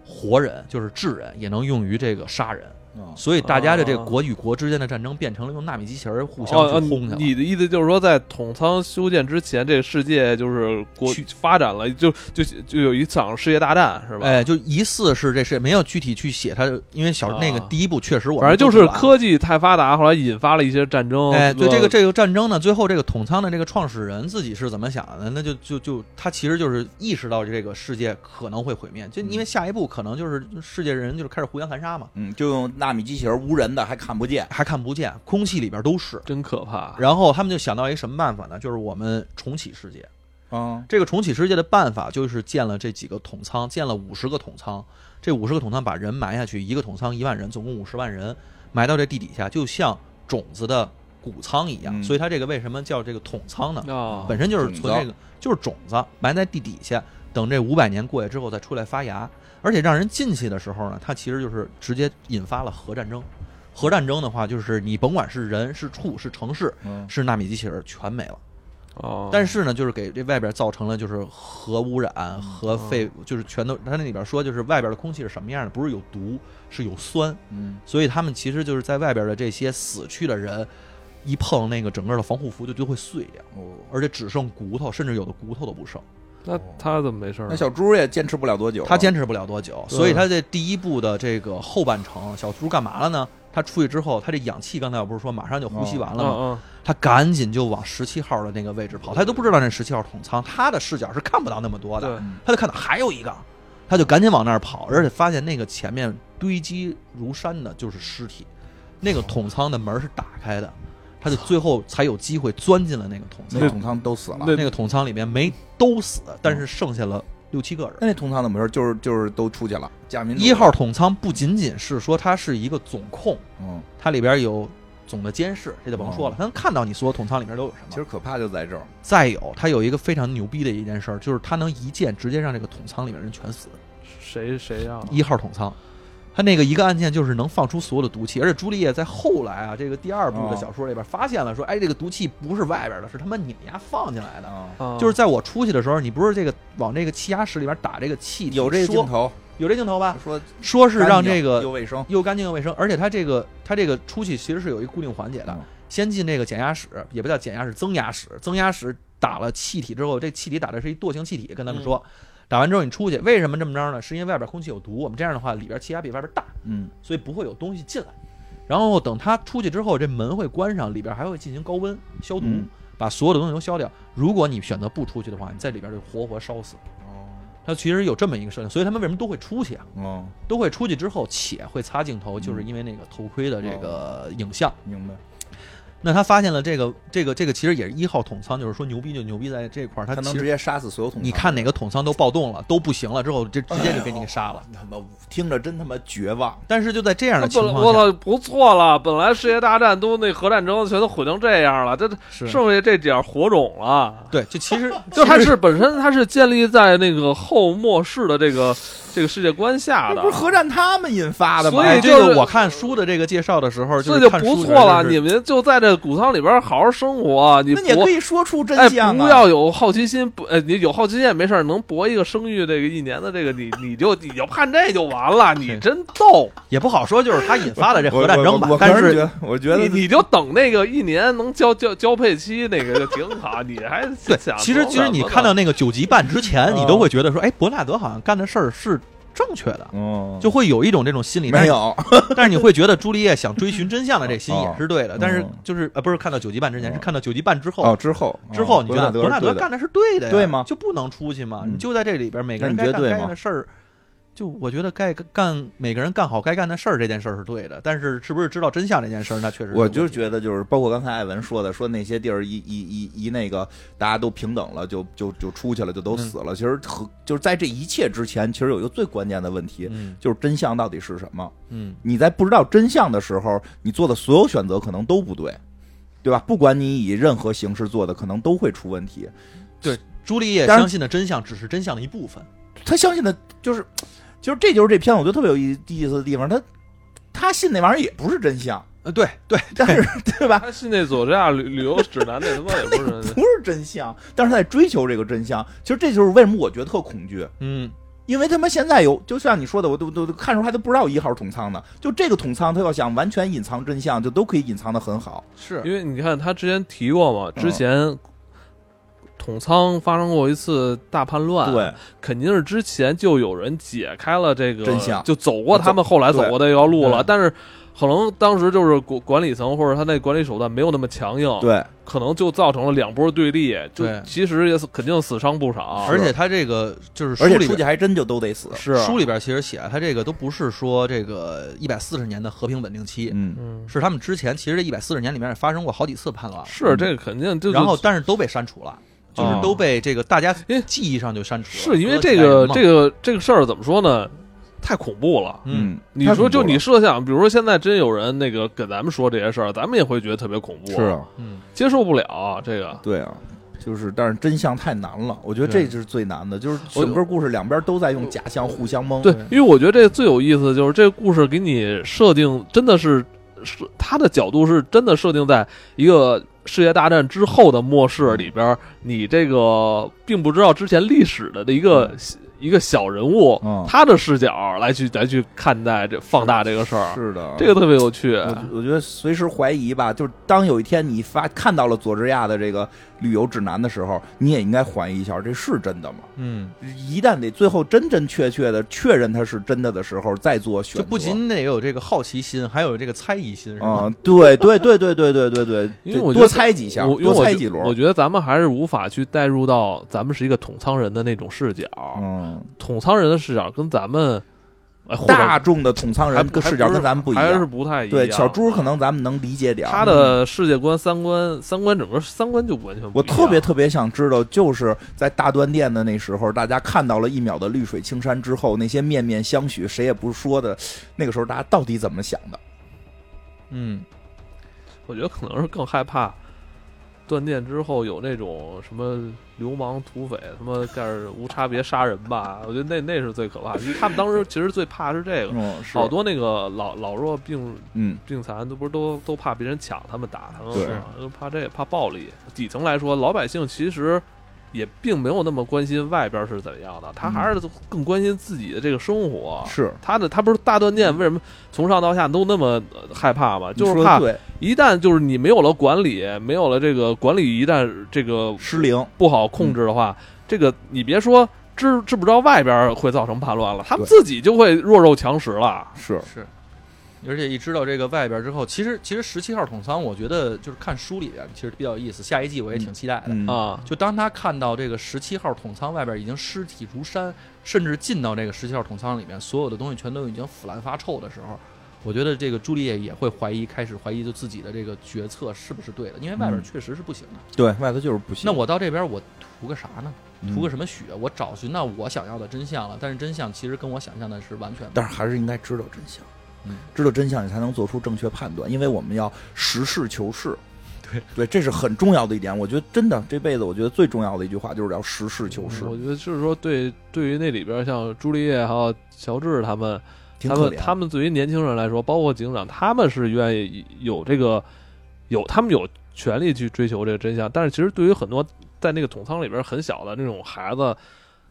C: 活人，就是智人，也能用于这个杀人。
B: 嗯
C: 所以大家的这个
A: 哦
C: 国与国之间的战争变成了用纳米机器人互相
A: 哦哦
C: 去轰去了。
A: 你的意思就是说，在统仓修建之前，这个世界就是国
C: 去
A: 发展了，就就就有一场世界大战，是吧？
C: 哎，就疑似是这事，没有具体去写它，因为小、那个
A: 啊
C: 第一部确实我
A: 反正
C: 们
A: 就
C: 做不
A: 是
C: 出来
A: 科技太发达，后来引发了一些战争。
C: 哎，对
A: 吧
C: 这个这个战争呢，最后这个统仓的这个创始人自己是怎么想的？那就就就他其实就是意识到这个世界可能会毁灭，就因为下一步可能就是世界人就是开始互相残杀嘛。
B: 嗯，就用纳纳米机器人无人的还看不见，
C: 还看不见，空气里边都是。
A: 真可怕。
C: 然后他们就想到一什么办法呢？就是我们重启世界。
B: 嗯
C: 这个重启世界的办法就是建了这几个桶仓，建了五十个桶仓。这五十个桶仓把人埋下去，一个桶仓一万人，总共五十万人埋到这地底下，就像种子的谷仓一样。
B: 嗯
C: 所以它这个为什么叫这个桶仓呢？
A: 啊，
C: 本身就是存这
B: 种
C: 个，就是种子埋在地底下，等这五百年过去之后再出来发芽。而且让人进去的时候呢，它其实就是直接引发了核战争。核战争的话，就是你甭管是人、是畜、是城市、
B: 嗯
C: 是纳米机器人，全没了。
A: 哦，
C: 但是呢，就是给这外边造成了就是核污
A: 嗯
C: 染、核废，
A: 哦
C: 就是全都。他那里边说，就是外边的空气是什么样的，不是有毒，是有酸。
B: 嗯
C: 所以他们其实就是在外边的这些死去的人，一碰那个整个的防护服就就会碎掉，
B: 哦，
C: 而且只剩骨头，甚至有的骨头都不剩。
A: 那他怎么没事儿呢？
B: 那小猪也坚持不了多久啊了，
C: 他坚持不了多久，所以他这第一部的这个后半程，小猪干嘛了呢？他出去之后，他这氧气刚才我不是说马上就呼吸完了吗？
A: 嗯
C: 他赶紧就往十七号的那个位置跑，他都不知道那十七号桶仓，他的视角是看不到那么多
A: 嗯，
C: 的。
A: 对，
B: 嗯
C: 他就看到还有一个，他就赶紧往那儿跑，而且发现那个前面堆积如山的就是尸体，那个桶仓的门是打开的，他就最后才有机会钻进了那个桶
B: 那
C: 仓。
B: 个桶仓都死了。
A: 那
C: 那个桶仓里面没都死，但是剩下了六七个人。
B: 那那桶仓怎么说？就是就是都出去了，假民主
C: 一号，桶仓不仅仅是说它是一个总控，
B: 嗯，
C: 它里边有总的监视，这就甭说了，他能看到你所有桶仓里面都有什么。
B: 哦其实可怕就在这儿，
C: 再有，它有一个非常牛逼的一件事儿，就是它能一键直接让这个桶仓里面人全死。
A: 谁谁呀？
B: 哦
C: 一号桶仓，它那个一个按键就是能放出所有的毒气，而且朱丽叶在后来啊，这个第二
B: 哦
C: 部的小说里边发现了说，哎，这个毒气不是外边的，是他妈你们家放进来的。
B: 啊，
A: 啊
C: 就是在我出去的时候，你不是这个往这个气压室里边打这个气，
B: 有这个镜
C: 说
B: 头，
C: 有这镜头吧？
B: 说
C: 说是让这
B: 干净又
C: 个
B: 卫生，
C: 又干净又卫生，而且它这个它这个出去其实是有一个固定环节的
B: 嗯，
C: 先进这个减压室，也不叫减压室，增压室，增压室打了气体之后，这气体打的是一惰性气体，跟
B: 嗯
C: 他们说。打完之后你出去，为什么这么着呢？是因为外边空气有毒，我们这样的话里边气压比外边大，
B: 嗯
C: 所以不会有东西进来。然后等它出去之后，这门会关上，里边还会进行高温消毒，
B: 嗯
C: 把所有的东西都消掉。如果你选择不出去的话，你在里边就活活烧死。
B: 嗯
C: 它其实有这么一个设定，所以他们为什么都会出去啊？
B: 哦，
C: 都会出去之后且会擦镜头，
A: 嗯
C: 就是因为那个头盔的这
A: 哦
C: 个影像。
B: 明白，
C: 那他发现了这个这个这个其实也是一号桶仓，就是说牛逼就牛逼在这块儿，
B: 他能
C: 其
B: 直
C: 实
B: 接杀死所有桶仓，
C: 你看哪个桶仓都暴动了，都不行了之后，这直接就给你
A: 哦
C: 给杀了。
B: 他妈听着真他妈绝望，
C: 但是就在这样的
A: 那
C: 情
A: 本来我
C: 况下，
A: 操，不错了！本来世界大战都那核战争全都毁成这样了，这
C: 是
A: 剩下这点火种了。
C: 对，就其实
A: 就它
C: 其实
A: 是本身它是建立在那个后末世的这个这个世界观下
B: 这
A: 的
B: 不，是核战他们引发的吗？
A: 所以
C: 哎
A: 就
C: 这个
A: 是
C: 我看书的这个介绍的时候，
A: 这
C: 是看
A: 不
C: 书的
A: 错了。
C: 就
A: 你
C: 是
A: 们就在这谷仓里边好好生活，你
B: 那你也
A: 博
B: 可以说出真
A: 哎
B: 相啊，
A: 不要有好奇心，不呃你有好奇心也没事儿，能博一个生育这个一年的这个你你就你就盼这就完了，你真逗，
C: 也不好说，就是它引发的这核战争
B: 我
C: 吧
B: 我我。
C: 但
B: 个人觉
C: 是
B: 得，我觉得
A: 你你就等那个一年能交交交配期那个就挺好，你还
C: 对
A: 想，
C: 其实
A: 多
C: 其实你
A: 怎么
C: 看到
A: 的
C: 那个九级半之前，你都会觉得说，哎，伯纳德好像干的事儿是正确的，
B: 嗯
C: 就会有一种这种心理。但
B: 没
C: 是
B: 有，哦
C: 但是你会觉得朱丽叶想追寻真相的这心也是对的，
B: 哦
C: 但是
B: 嗯
C: 就是呃，不是看到九级半之前，
B: 嗯
C: 是看到九级半之后，
B: 哦，之后
C: 之后你觉得伯纳德
B: 干。
C: 干的是对的呀，
B: 对吗
C: 就不能出去嘛，
B: 嗯
C: 你就在这里边，每个人
B: 那你觉
C: 该
B: 得
C: 干
B: 对
C: 该
B: 吗
C: 干的事儿，就我觉得该干每个人干好该干的事儿这件事儿是对的，但是是不是知道真相这件事儿，那确实
B: 我
C: 就
B: 就觉得就是包括刚才艾文说的，说那些地儿一一一一那个大家都平等了，就就就出去了，就都死了。其实和就是在这一切之前，其实有一个最关键的问题，
C: 嗯
B: 就是真相到底是什么？
C: 嗯
B: 你在不知道真相的时候，你做的所有选择可能都不对，对吧？不管你以任何形式做的，可能都会出问题。
C: 对。朱丽叶
B: 当然
C: 相信的真相只是真相的一部分，
B: 他相信的就是，就是这就是这片我觉得特别有意意思的地方，他他信那玩意儿也不是真相，
C: 呃，对对，
B: 但是 对吧？
A: 他信那佐治亚旅旅游指南那他妈也 不是
B: 不是真相，但是他在追求这个真相。其实这就是为什么我觉得特恐惧，
C: 嗯，
B: 因为他妈现在有，就像你说的，我都都都看时候还都不知道一号桶仓呢。就这个桶仓，他要想完全隐藏真相，就都可以隐藏的很好。
C: 是
A: 因为你看他之前提过嘛，
B: 嗯
A: 之前统仓发生过一次大叛乱，，
B: 对，
A: 肯定是之前就有人解开了这个
B: 真相
A: 就走过他们后来走过这条路了，
B: 对
A: 但是可能当时就是管管理层或者他那管理手段没有那么强硬，，
B: 对，
A: 可能就造成了两波对立，就
C: 对
A: 其实也死肯定死伤不少，
C: 而且他这个就是
B: 哦
C: 书
B: 而且
C: 里
B: 出
C: 边
B: 去还真就都得死。
A: 是
C: 书里边其实写他这个都不是说这个一百四十年的和平稳定期，
B: 嗯，
A: 嗯
C: 是他们之前其实这一百四十年里面也发生过好几次叛乱，
A: 是这个肯定就
C: 然后但是都被删除了，就是都被这个大家
A: 因为
C: 记忆上就删除
A: 哦
C: 了，
A: 哎是因为这个这
C: 个
A: 个这个事儿怎么说呢？太恐怖了。
C: 嗯，
A: 你
B: 太
A: 说
B: 恐怖
A: 就你
B: 了
A: 设想，比如说现在真有人那个给咱们说这些事儿，咱们也会觉得特别恐怖，
B: 是啊，
C: 嗯
A: 接受不了啊这个。
B: 对啊。就是，但是真相太难了，我觉得
C: 对
B: 这就是最难的，就是
A: 我
B: 整个故事两边都在用假象互相蒙。
A: 对，因为我觉得这最有意思的就是这个故事给你设定真的是是它的角度是真的设定在一个世界大战之后的末世里边儿，你这个并不知道之前历史的的一个一个小人物
B: 嗯，
A: 他的视角来去来去看待这放大这个事儿，
B: 是的，
A: 这个特别有趣。
B: 我我觉得随时怀疑吧，就是当有一天你发看到了佐治亚的这个旅游指南的时候，你也应该怀疑一下，这是真的吗？
C: 嗯，
B: 一旦得最后真真确确的确认它是真的的时候，再做选
C: 就
B: 择。
C: 不仅得有这个好奇心，还有这个猜疑心，是吧？
B: 啊、对对对对对对对对，
A: 因为我觉得
B: 多猜几下，
A: 我因为
B: 多
A: 我
B: 猜
A: 觉
B: 几
A: 我
B: 轮。
A: 觉得咱们还是无法去带入到咱们是一个统仓人的那种视角，
B: 嗯，
A: 统仓人的视角跟咱们哎或者
B: 大众的统仓
A: 还
B: 人
A: 不还
B: 视角
A: 不是
B: 跟咱们不一
A: 还是
B: 样。
A: 不太一样。
B: 对，小猪可能咱们能理解点儿嗯
A: 他的世界观、三观、三观整个三观就完全不
B: 我
A: 一样
B: 特别特别想知道，就是在大断电的那时候，大家看到了一秒的绿水青山之后，那些面面相觑、谁也不说的，那个时候大家到底怎么想的？
C: 嗯，
A: 我觉得可能是更害怕断电之后有那种什么流氓土匪他妈开始无差别杀人吧，我觉得那那是最可怕的。因为他们当时其实最怕是这个，
B: 嗯，是
A: 好，多那个老老弱病
B: 嗯，
A: 病残都不是都都怕别人抢他们打他们，
B: 对
A: 是吧都怕这个怕暴力。底层来说，老百姓其实也并没有那么关心外边是怎样的，他还
B: 嗯
A: 是更关心自己的这个生活。
B: 是，
A: 他的他不是大断电，为什么从上到下都那么呃害怕嘛？
B: 你
A: 就是
B: 说
A: 怕
B: 的对，
A: 一旦就是你没有了管理，没有了这个管理，一旦这个
B: 失灵，
A: 不好控制的话，
B: 嗯
A: 这个你别说知知不知道外边会造成叛乱了，他们
B: 对
A: 自己就会弱肉强食了。
B: 是，
C: 是。而且一知道这个外边之后，其实其实十七号统仓，我觉得就是看书里边其实比较有意思，下一季我也挺期待的。
B: 嗯，
A: 啊，
C: 就当他看到这个十七号统仓外边已经尸体如山，甚至进到这个十七号统仓里面，所有的东西全都已经腐烂发臭的时候，我觉得这个朱丽叶也会怀疑，开始怀疑就自己的这个决策是不是对的，因为外边
B: 嗯
C: 确实是不行的。
B: 对外头就是不行。
C: 那我到这边我图个啥呢？
B: 嗯
C: 图个什么血？我找寻到我想要的真相了，但是真相其实跟我想象的是完全不
B: 但是还是应该知道真相
C: 嗯。
B: 知道真相，你才能做出正确判断，因为我们要实事求是。
C: 对
B: 对，这是很重要的一点。我觉得真的这辈子，我觉得最重要的一句话就是要实事求是。
A: 嗯我觉得就是说对，对于那里边像朱丽叶还有乔治他们，
B: 挺
A: 他
B: 可
A: 们
B: 怜的，
A: 他们对于年轻人来说，包括警长，他们是愿意有这个有他们有权利去追求这个真相，但是其实对于很多在那个统仓里边很小的那种孩子，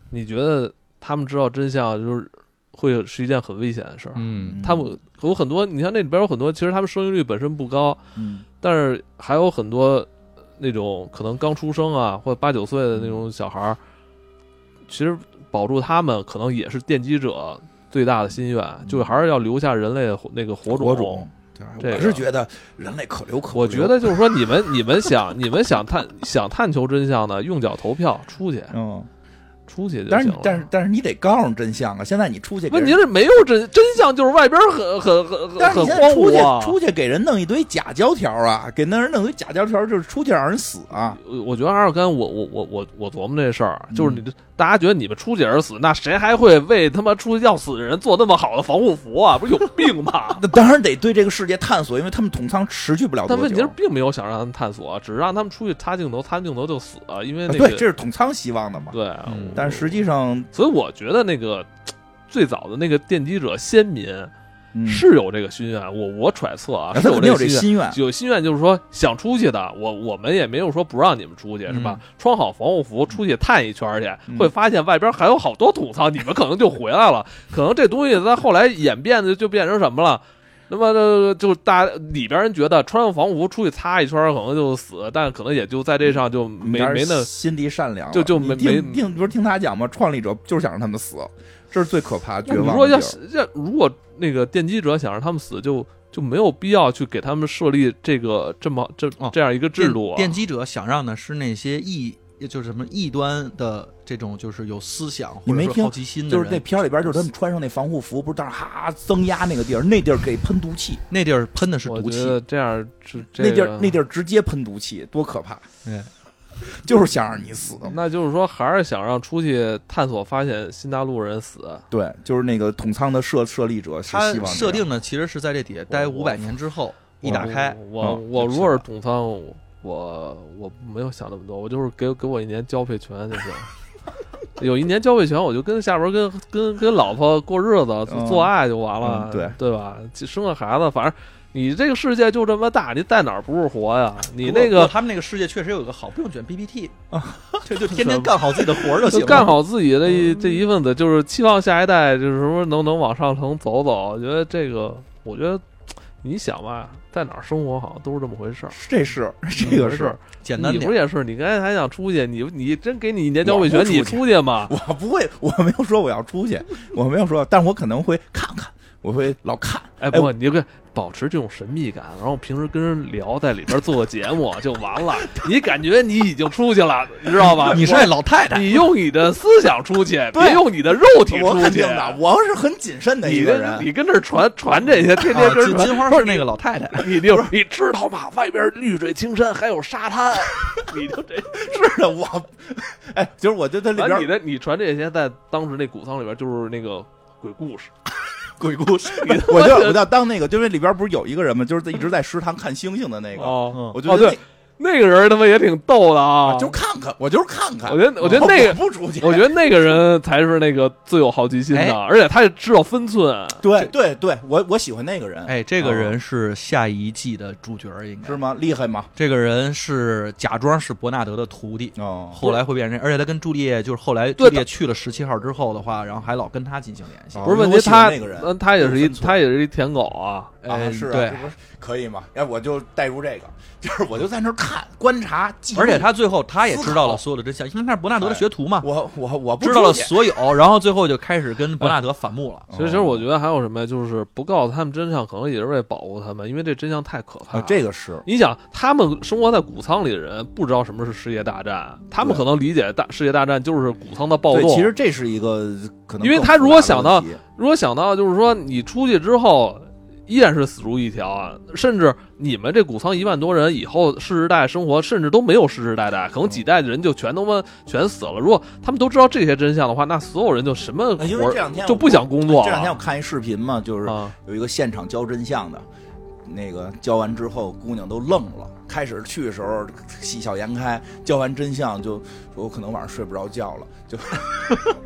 A: 你觉得他们知道真相就是会是一件很危险的事儿。
C: 嗯
A: 他们有很多，你像那里边有很多，其实他们生育率本身不高，
B: 嗯，
A: 但是还有很多那种可能刚出生啊，或者八九岁的那种小孩儿，其实保住他们可能也是奠基者最大的心愿，就还是要留下人类的火那个火种。
B: 嗯火种。对
A: 这个
B: 我是觉得人类可留可不留
A: 我觉，得就是说，你们 你们想你们想探想探求真相呢，用脚投票出去
B: 嗯，
A: 出去就
B: 但
A: 行
B: 是
A: 了。
B: 但是但是你得告诉真相啊！现在你出去给
A: 问
B: 人，
A: 题是没有真真相，就是外边很很很
B: 但
A: 很
B: 是你
A: 很荒
B: 现在出
A: 芜啊
B: 去。出去给人弄一堆假胶条啊，给那人弄一堆假胶条，就是出去让人死啊！
A: 我我觉得阿尔甘，我我我我我琢磨这事儿，啊就是
B: 嗯？
A: 你这大家觉得你们出去而死，那谁还会为他妈出去要死的人做那么好的防护服啊？不是有病吗
B: 那当然得对这个世界探索，因为他们统仓持续不了多
A: 但
B: 久。啊
A: 问题是，并没有想让他们探索，啊只是让他们出去擦镜头，擦镜头就死了，因为
B: 啊
A: 那个
B: 对，这是统仓希望的嘛。
A: 对啊
C: 嗯
B: 但实际上，
A: 所以我觉得那个最早的那个奠基者先民
B: 嗯，
A: 啊是有这个心愿，我我揣测啊，
B: 啊
A: 是
B: 他肯定有
A: 这
B: 这
A: 个心愿。
B: 心愿，
A: 有心愿就是说想出去的，我我们也没有说不让你们出去，是吧？穿好防护服出去探一圈儿去，
B: 嗯
A: 会发现外边还有好多吐槽，你们可能就回来了。可能这东西在后来演变的就变成什么了？那么的就大里边人觉得穿上防护服出去擦一圈儿可能就死，但可能也就在这上就没
B: 你还是
A: 啊没那
B: 心地善良了，啊
A: 就就
B: 你
A: 没
B: 听
A: 没
B: 听，不是听他讲吗？创立者就是想让他们死，这是最可怕、
A: 那
B: 绝
A: 你
B: 望
A: 说
B: 的
A: 要
B: 地
A: 是
B: 儿。
A: 要如果那个奠基者想让他们死，就就没有必要去给他们设立这个这么这
C: 哦
A: 这样一个制度啊。
C: 奠基者想让的是那些异，就是什么异端的这种，就是有思想
B: 你
C: 或
B: 没
C: 者
B: 听
C: 说好奇心的
B: 就
C: 人。
B: 是那片儿里边，就是他们穿上那防护服，不是，但是哈增压那个地儿，那地儿给喷毒气，
C: 那地儿喷的是
A: 我
C: 毒
A: 觉
C: 气，
A: 得这样是这
B: 那地
A: 个
B: 儿那地儿直接喷毒气，多可怕！
C: 对，
B: 就是想让你死。
C: 嗯
A: 那就是说还是想让出去探索发现新大陆人死。
B: 对，就是那个统仓的设设立者是
C: 他
B: 希望
C: 设
B: 这样
C: 定的其实是在这底下待五
A: 我
C: 百年之后，一打开，
A: 我我,、
B: 嗯
A: 我
C: 就
A: 如
C: 知
A: 果是
C: 道
A: 董仓，我我没有想那么多，我就是给给我一年交配权就行。有一年交配权，我就跟下边儿跟跟跟老婆过日子，做
B: 嗯
A: 做爱就完了，
B: 嗯对
A: 对吧？生个孩子，反正你这个世界就这么大，你在哪儿不是活呀？你
C: 不过
A: 那
C: 不过
A: 个
C: 他们那个世界确实有一个好，不用卷 PPT 啊，就就天天干好自己的活儿就
A: 就
C: 行了。
A: 干好自己的
B: 嗯
A: 一这一份子，就是期望下一代就是什么能能往上层走走。我觉得这个，我觉得你想吧，在哪儿生活好像都是这么回事儿。
B: 这是这个是，
C: 简单
A: 你不
C: 点，
A: 是也是？你刚才还想出去，你你真给你一年交配
B: 我
A: 权，
B: 不出去
A: 你出去嘛？
B: 我不会，我没有说我要出去，我没有说，但我可能会看看，我会老看。
A: 哎，不，你就跟保持这种神秘感，然后平时跟人聊，在里边做个节目就完了。 你感觉你已经出去了，你知 道吧？
C: 你是那老太太，
A: 你用你的思想出去，
B: 对
A: 别用你的肉体
B: 我
A: 出
B: 肯
A: 去
B: 定。的，我是很谨慎的
A: 你
B: 一个
A: 跟
B: 人。
A: 你跟这儿传传这些，天天
C: 啊
A: 跟人
C: 金
A: 传
C: 金花是那个老太太，
A: 你就你知道吗？外边绿水青山，还有沙 滩，你就这。
B: 是的，我， 哎，就是我对它里
A: 完，你
B: 边
A: 的你传这些，在当时那古仓里边就是那个鬼故事。
B: 鬼故事，
A: 你他妈
B: 我就我就要当那个，就因为里边不是有一个人嘛，就是一直在食堂看星星的那个，
A: 哦，
B: 我觉得
A: 哦对那个人他妈也挺逗的
B: 那
A: 啊！
B: 就看看，我就是看看。
A: 我觉得我觉得那个
B: 我不出去，
A: 我觉得那个人才是那个最有好奇心
B: 哎
A: 的，而且他也知道分寸。
B: 对对对，我我喜欢那个人，
C: 哎，这个人是下一季的主角，应该
B: 是吗？厉害吗？
C: 这个人是假装是伯纳德的徒弟，
B: 哦，
C: 后来会变成，而且他跟朱丽叶就是后来
A: 对
C: 朱丽叶去了十七号之后的话，然后还老跟他进行联系
B: 哦。
A: 不是问
B: 我
A: 题，
B: 喜欢
A: 他
B: 那个人
A: 嗯他也是一
B: 有分寸
A: 他也是一舔狗啊。
B: 啊，
C: 哎
B: 是啊，
C: 对
B: 这不是可以吗？哎，我就带入这个， 就是我就在那儿看观察，记录
C: 而且他最后他也知道了
B: 思
C: 所有的真相，因为他是伯纳德的学徒
A: 哎
C: 嘛，
B: 我我我不
C: 知道了
B: 出去
C: 所有，然后最后就开始跟伯纳德反目了。
A: 其实，其实我觉得还有什么呀？就是不告诉他们真相，可能也是为保护他们，因为这真相太可怕
B: 啊
A: 了。，
B: 这个是
A: 你想，他们生活在谷仓里的人不知道什么是世界大战，他们
B: 对
A: 可能理解大世界大战就是谷仓的暴
B: 对，
A: 动。
B: 其实，这是一个可能更复杂的问题，
A: 因为他如果想到如果想到就是说，你出去之后依然是死路一条啊，甚至你们这谷仓一万多人以后世世代代生活，甚至都没有世世代代，可能几代人就全他妈全死了。如果他们都知道这些真相的话，那所有人就什么活
B: 啊哎因为这两天
A: 就
B: 我
A: 不想工作
B: 这两天我
A: 了
B: 看一视频嘛，就是
A: 啊。
B: 有一个现场教真相的，那个教完之后，姑娘都愣了。开始去的时候喜笑颜开，教完真相就说我可能晚上睡不着觉了， 就是？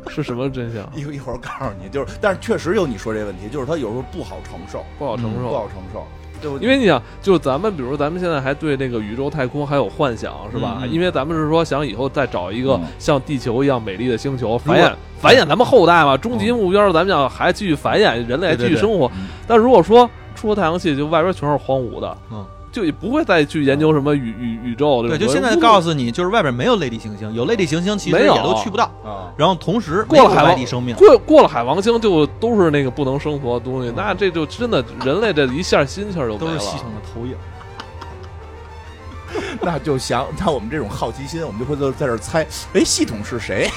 A: 是什么真相
B: 一会一会儿告诉你，就是但是确实有你说 这问题，就是他有时候不好承受，
A: 不好承
C: 嗯
A: 受
B: 不。好承受，对不对
A: 因为你想，就是咱们，比如咱们现在还对那个宇宙太空还有幻想，是吧？
C: 嗯嗯
A: 因为咱们是说想以后再找一个
B: 嗯
A: 像地球一样美丽的星球，
C: 果
A: 繁衍繁衍咱们后代嘛。终极目标，咱们想还继续繁衍，人类还继续
C: 对对对
A: 生活。
B: 嗯
A: 但如果说出了太阳系，就外边全是荒芜的，
C: 嗯，
A: 就也不会再去研究什么宇宇宇宙这种。
C: 对，就现在告诉你，就是外边没有类地行星，有类地行星其实
A: 没
C: 也
A: 有
C: 都去不到。
B: 啊，
C: 然后同时
A: 过了
C: 没有
A: 海王
C: 外地生命，嗯
A: 过过了海王星，就都是那个不能生活的东西。那这就真的人类这一下心气儿就
C: 都
A: 没
C: 是
A: 了。
C: 系 统的投影。
B: 那就想，那我们这种好奇心，我们就会在在这儿猜，哎，系统是谁？